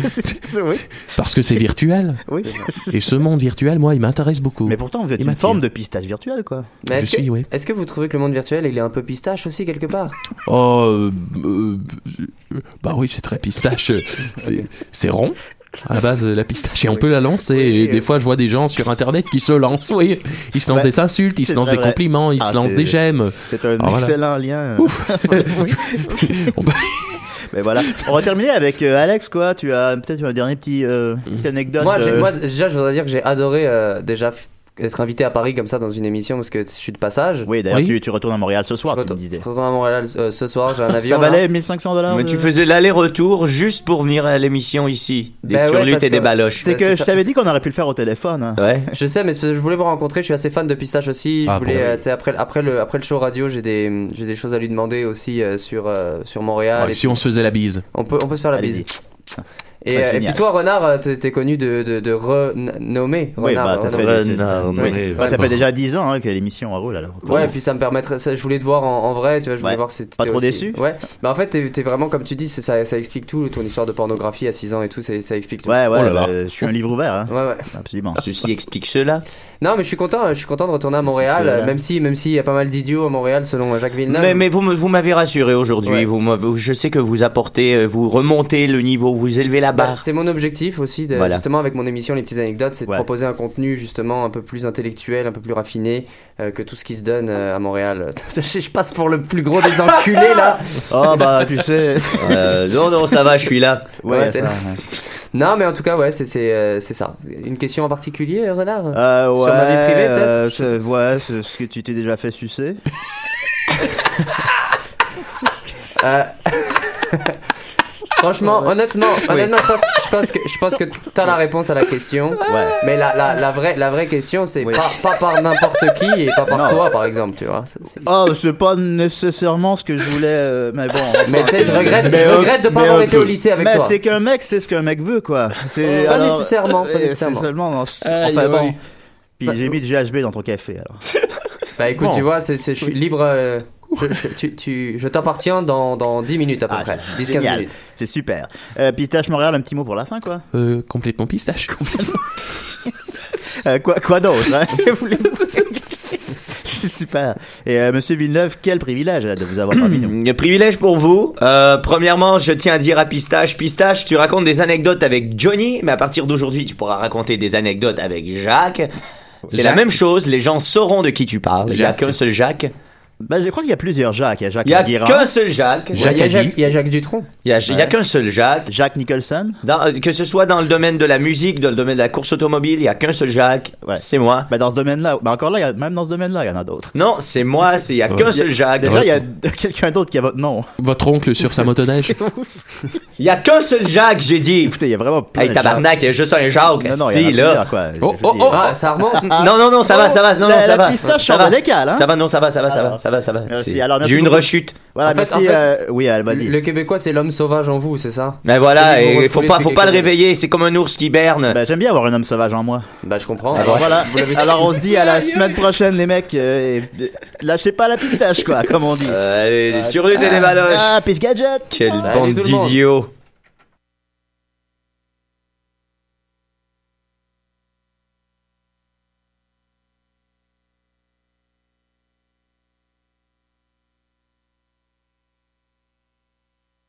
Speaker 6: oui,
Speaker 7: parce que c'est virtuel.
Speaker 6: oui, <laughs> c'est-
Speaker 7: Et ce monde virtuel, moi, il m'intéresse beaucoup.
Speaker 6: Mais pourtant, vous êtes
Speaker 7: Il
Speaker 6: une
Speaker 7: m'attire.
Speaker 6: forme de pistache virtuelle, quoi.
Speaker 9: Mais
Speaker 7: Je
Speaker 9: est-ce que,
Speaker 7: suis, oui.
Speaker 9: est-ce que vous trouvez que le monde virtuel, il est un peu pistache aussi quelque part
Speaker 7: Oh, euh, euh, euh, bah oui, c'est très
Speaker 6: <laughs>
Speaker 7: pistache. euh, C'est c'est rond. À la base, euh, la pistache, et on peut la lancer.
Speaker 6: Oui,
Speaker 7: Et
Speaker 6: euh.
Speaker 7: des fois, je vois des gens sur Internet qui se lancent. Oui, ils se lancent
Speaker 6: Ouais.
Speaker 7: des insultes, ils se
Speaker 6: C'est
Speaker 7: lancent
Speaker 6: très
Speaker 7: des
Speaker 6: vrai.
Speaker 7: compliments, ils
Speaker 6: Ah,
Speaker 7: se lancent
Speaker 6: c'est-
Speaker 7: des j'aime.
Speaker 6: C'est un
Speaker 7: Ah, voilà.
Speaker 6: excellent lien.
Speaker 7: <laughs> Ouf.
Speaker 6: Oui.
Speaker 7: <laughs> On peut-
Speaker 6: Mais voilà. On va terminer avec euh, Alex, quoi. Tu as peut-être un dernier petit euh, petite anecdote.
Speaker 9: moi, j'ai-
Speaker 6: euh,
Speaker 9: moi, déjà, je voudrais dire que j'ai adoré euh, déjà f- être invité à Paris comme ça dans une émission parce que je suis de passage.
Speaker 6: Oui, d'ailleurs,
Speaker 7: Oui.
Speaker 6: tu, tu retournes à Montréal ce
Speaker 9: je
Speaker 6: soir, tu me
Speaker 9: retourne
Speaker 6: disais.
Speaker 9: je retourne à Montréal euh, ce soir, j'ai un avion.
Speaker 6: Ça
Speaker 9: là.
Speaker 6: valait 1500 dollars.
Speaker 8: Mais tu faisais l'aller-retour juste pour venir à l'émission ici. Des
Speaker 9: Ben ouais,
Speaker 8: turlutes
Speaker 9: parce
Speaker 8: et des
Speaker 9: que-
Speaker 8: baloches.
Speaker 6: C'est
Speaker 9: c'est
Speaker 6: que je
Speaker 9: ça.
Speaker 6: t'avais dit qu'on aurait pu le faire au téléphone. hein.
Speaker 8: Ouais.
Speaker 9: Je sais, mais c'est parce que je voulais vous rencontrer. Je suis assez fan de Pistache aussi. Je
Speaker 7: Ah,
Speaker 6: bah
Speaker 9: voulais,
Speaker 7: bon.
Speaker 9: euh, tu sais, après, après, le, après le show radio, j'ai des, j'ai des choses à lui demander aussi euh, sur, euh, sur Montréal.
Speaker 7: Ouais,
Speaker 9: Et
Speaker 7: si on se faisait la bise.
Speaker 9: on, peut, on peut se faire la
Speaker 6: Bah, Allez-y.
Speaker 9: bise. Et,
Speaker 6: Ah,
Speaker 9: euh, et
Speaker 6: génial.
Speaker 9: puis toi, Renard, euh, t'es t'es connu de, de, de renommer.
Speaker 6: Oui,
Speaker 9: Renard, euh,
Speaker 6: bah, ça
Speaker 9: Renard.
Speaker 6: fait,
Speaker 8: Renard,
Speaker 6: c'est-
Speaker 8: Renard,
Speaker 6: oui.
Speaker 8: Renard.
Speaker 6: Bah, ça fait déjà 10 ans hein, que l'émission en roule alors.
Speaker 9: Ouais, et puis ça me permettrait. ça, je voulais te voir en, en vrai, tu vois, je voulais
Speaker 6: Ouais.
Speaker 9: voir si t'étais
Speaker 6: Pas trop
Speaker 9: aussi-
Speaker 6: déçu
Speaker 9: Ouais, bah en fait, t'es t'es vraiment, comme tu dis, c'est- ça, ça explique tout, ton histoire de pornographie à 6 ans et tout, ça, ça explique tout.
Speaker 6: Ouais, ouais,
Speaker 7: Oh là là.
Speaker 6: bah, je suis un livre ouvert, hein.
Speaker 9: Ouais, ouais. <laughs>
Speaker 6: absolument.
Speaker 8: Ceci explique cela.
Speaker 9: Non, mais je suis content, je suis content de retourner à Montréal,
Speaker 6: c'est-
Speaker 9: euh, même si, même s'il y a pas mal d'idiots à Montréal, selon Jacques Villeneuve.
Speaker 8: Mais, mais vous, me- vous m'avez rassuré aujourd'hui.
Speaker 9: Ouais.
Speaker 8: Vous, m'avez- je sais que vous apportez, euh, vous remontez le niveau, vous élevez la
Speaker 9: C'est- bah,
Speaker 8: barre.
Speaker 9: C'est mon objectif aussi, de-
Speaker 8: Voilà.
Speaker 9: justement, avec mon émission Les Petites Anecdotes, c'est
Speaker 6: Ouais.
Speaker 9: de proposer un contenu, justement, un peu plus intellectuel, un peu plus raffiné euh, que tout ce qui se donne euh, à Montréal. <laughs> je passe pour le plus gros des enculés,
Speaker 6: <laughs>
Speaker 9: là.
Speaker 6: Oh bah tu sais.
Speaker 8: Euh, non, non, ça va, je
Speaker 9: <laughs>
Speaker 8: suis là.
Speaker 6: Ouais,
Speaker 9: Ouais,
Speaker 6: ça,
Speaker 9: t'es-
Speaker 6: ouais.
Speaker 9: Non, mais en tout cas, ouais, c'est c'est, euh, c'est ça. Une question en particulier, euh, Renard
Speaker 6: Euh, ouais,
Speaker 9: Sur ma vie privée, peut-être
Speaker 6: euh, c'est- ouais, c'est ce que tu t'es déjà fait sucer.
Speaker 9: Euh, <laughs> Franchement, honnêtement, honnêtement, je pense, je pense que je pense que t'as la réponse à la question.
Speaker 6: Ouais.
Speaker 9: Mais la, la, la vraie la vraie question, c'est
Speaker 6: Oui.
Speaker 9: pas, pas par n'importe qui et pas par
Speaker 6: Non.
Speaker 9: toi, par exemple, tu vois. C'est- c'est-
Speaker 6: Oh, c'est pas nécessairement ce que je voulais, euh, mais bon. enfin,
Speaker 9: Mais tu sais, je
Speaker 6: c'est-
Speaker 9: regrette,
Speaker 8: Mais
Speaker 9: je
Speaker 8: un-
Speaker 9: regrette de pas
Speaker 8: mais
Speaker 9: avoir
Speaker 8: un
Speaker 9: été
Speaker 8: peu.
Speaker 9: au lycée <laughs> avec
Speaker 6: mais
Speaker 9: toi.
Speaker 6: c'est qu'un mec, c'est ce qu'un mec veut, quoi. C'est
Speaker 9: Pas
Speaker 6: alors,
Speaker 9: nécessairement, pas
Speaker 6: euh,
Speaker 9: nécessairement.
Speaker 6: C'est seulement dans ce-
Speaker 7: Aïe,
Speaker 6: Enfin bon.
Speaker 7: aïe.
Speaker 6: Puis j'ai mis du GHB dans ton café, alors.
Speaker 9: Bah écoute,
Speaker 7: Bon.
Speaker 9: tu vois, c'est, c'est- je suis libre. euh, je, je- tu, tu, je t'appartiens dans, dans 10 minutes à peu
Speaker 6: Ah,
Speaker 9: près.
Speaker 6: c'est
Speaker 9: 10-15
Speaker 6: génial.
Speaker 9: minutes.
Speaker 6: C'est super. Euh, Pistache Montréal, un petit mot pour la fin, quoi.
Speaker 7: Euh,
Speaker 6: <laughs>
Speaker 7: complètement pistache.
Speaker 6: Euh, quoi, quoi d'autre hein Voulez-vous- <laughs> C'est super. Et euh, Monsieur Villeneuve, quel privilège euh, de vous avoir parmi
Speaker 8: <clears throat>
Speaker 6: nous.
Speaker 8: Un Mm, Privilège pour vous. Euh, premièrement, je tiens à dire à Pistache, Pistache, tu racontes des anecdotes avec Johnny, mais à partir d'aujourd'hui, tu pourras raconter des anecdotes avec Jacques. C'est la
Speaker 9: Jacques.
Speaker 8: même chose, les gens sauront de qui tu parles. Il n'y a qu'un seul Jacques.
Speaker 6: Ben, je crois qu'il y a plusieurs Jacques. Il y a Jacques
Speaker 8: Il n'y a
Speaker 6: Guérand,
Speaker 8: qu'un seul Jacques.
Speaker 9: Il y a- il y a
Speaker 7: Jacques
Speaker 9: Jacques-
Speaker 7: Addy.
Speaker 9: il y a Jacques Dutronc.
Speaker 8: Il n'y a, il y a qu'un seul Jacques.
Speaker 6: Jacques Nicholson.
Speaker 8: Dans- euh, que ce soit dans le domaine de la musique, dans le domaine de la course automobile, il n'y a qu'un seul Jacques.
Speaker 6: Ouais.
Speaker 8: C'est moi.
Speaker 6: Ben, dans ce domaine-là, ben, encore là, il y a- même dans ce domaine-là, il y en a d'autres.
Speaker 8: Non, c'est moi, c'est- il n'y a qu'un seul Jacques.
Speaker 6: Déjà, il y a <laughs> d- quelqu'un d'autre qui a votre nom.
Speaker 7: Votre oncle sur sa motoneige.
Speaker 8: Il n'y a qu'un seul Jacques, j'ai dit.
Speaker 6: Écoutez, il y a vraiment plein
Speaker 8: Hey,
Speaker 6: de
Speaker 8: tabarnak, il y a juste un Jacques.
Speaker 6: Jacques. Non, non, il y
Speaker 8: esti,
Speaker 6: en a
Speaker 8: là.
Speaker 6: plusieurs, quoi.
Speaker 7: Oh,
Speaker 6: Je
Speaker 7: oh,
Speaker 6: veux
Speaker 7: oh,
Speaker 6: dire.
Speaker 9: Ah, ça remonte.
Speaker 8: Non, non, non, ça va, ça va, non, non,
Speaker 6: La-
Speaker 8: ça
Speaker 6: la
Speaker 8: va.
Speaker 6: pistache
Speaker 8: ça
Speaker 6: en
Speaker 8: va.
Speaker 6: décale, hein.
Speaker 8: Ça va, non, ça va, ça va, ça va,
Speaker 6: Alors.
Speaker 8: ça va, ça va.
Speaker 6: Merci,
Speaker 8: C'est-
Speaker 6: alors, merci
Speaker 8: J'ai eu une
Speaker 6: beaucoup.
Speaker 8: rechute.
Speaker 6: Voilà,
Speaker 9: En fait,
Speaker 6: merci.
Speaker 9: en fait,
Speaker 6: euh, oui, allez, <laughs> vas-y.
Speaker 9: Le Québécois, c'est l'homme sauvage en vous, c'est ça
Speaker 8: Mais
Speaker 9: Vous
Speaker 8: voilà,
Speaker 9: voulez
Speaker 8: et
Speaker 9: vous
Speaker 8: faut pas, faut
Speaker 9: expliquer
Speaker 8: pas le
Speaker 9: quelque chose
Speaker 8: réveiller, c'est comme un ours qui berne.
Speaker 6: Ben, J'aime bien avoir un homme sauvage en moi.
Speaker 9: Bah, je comprends.
Speaker 6: Alors voilà.
Speaker 9: Vous l'avez-
Speaker 6: Alors on se dit à la semaine prochaine, les mecs. euh, et, euh, lâchez pas la pistache, quoi, comme on dit.
Speaker 8: Euh, allez, turlute et les baloches.
Speaker 6: Ah, pif gadget.
Speaker 8: Quelle
Speaker 9: Salut
Speaker 8: bande
Speaker 9: tout le monde.
Speaker 8: d'idiots.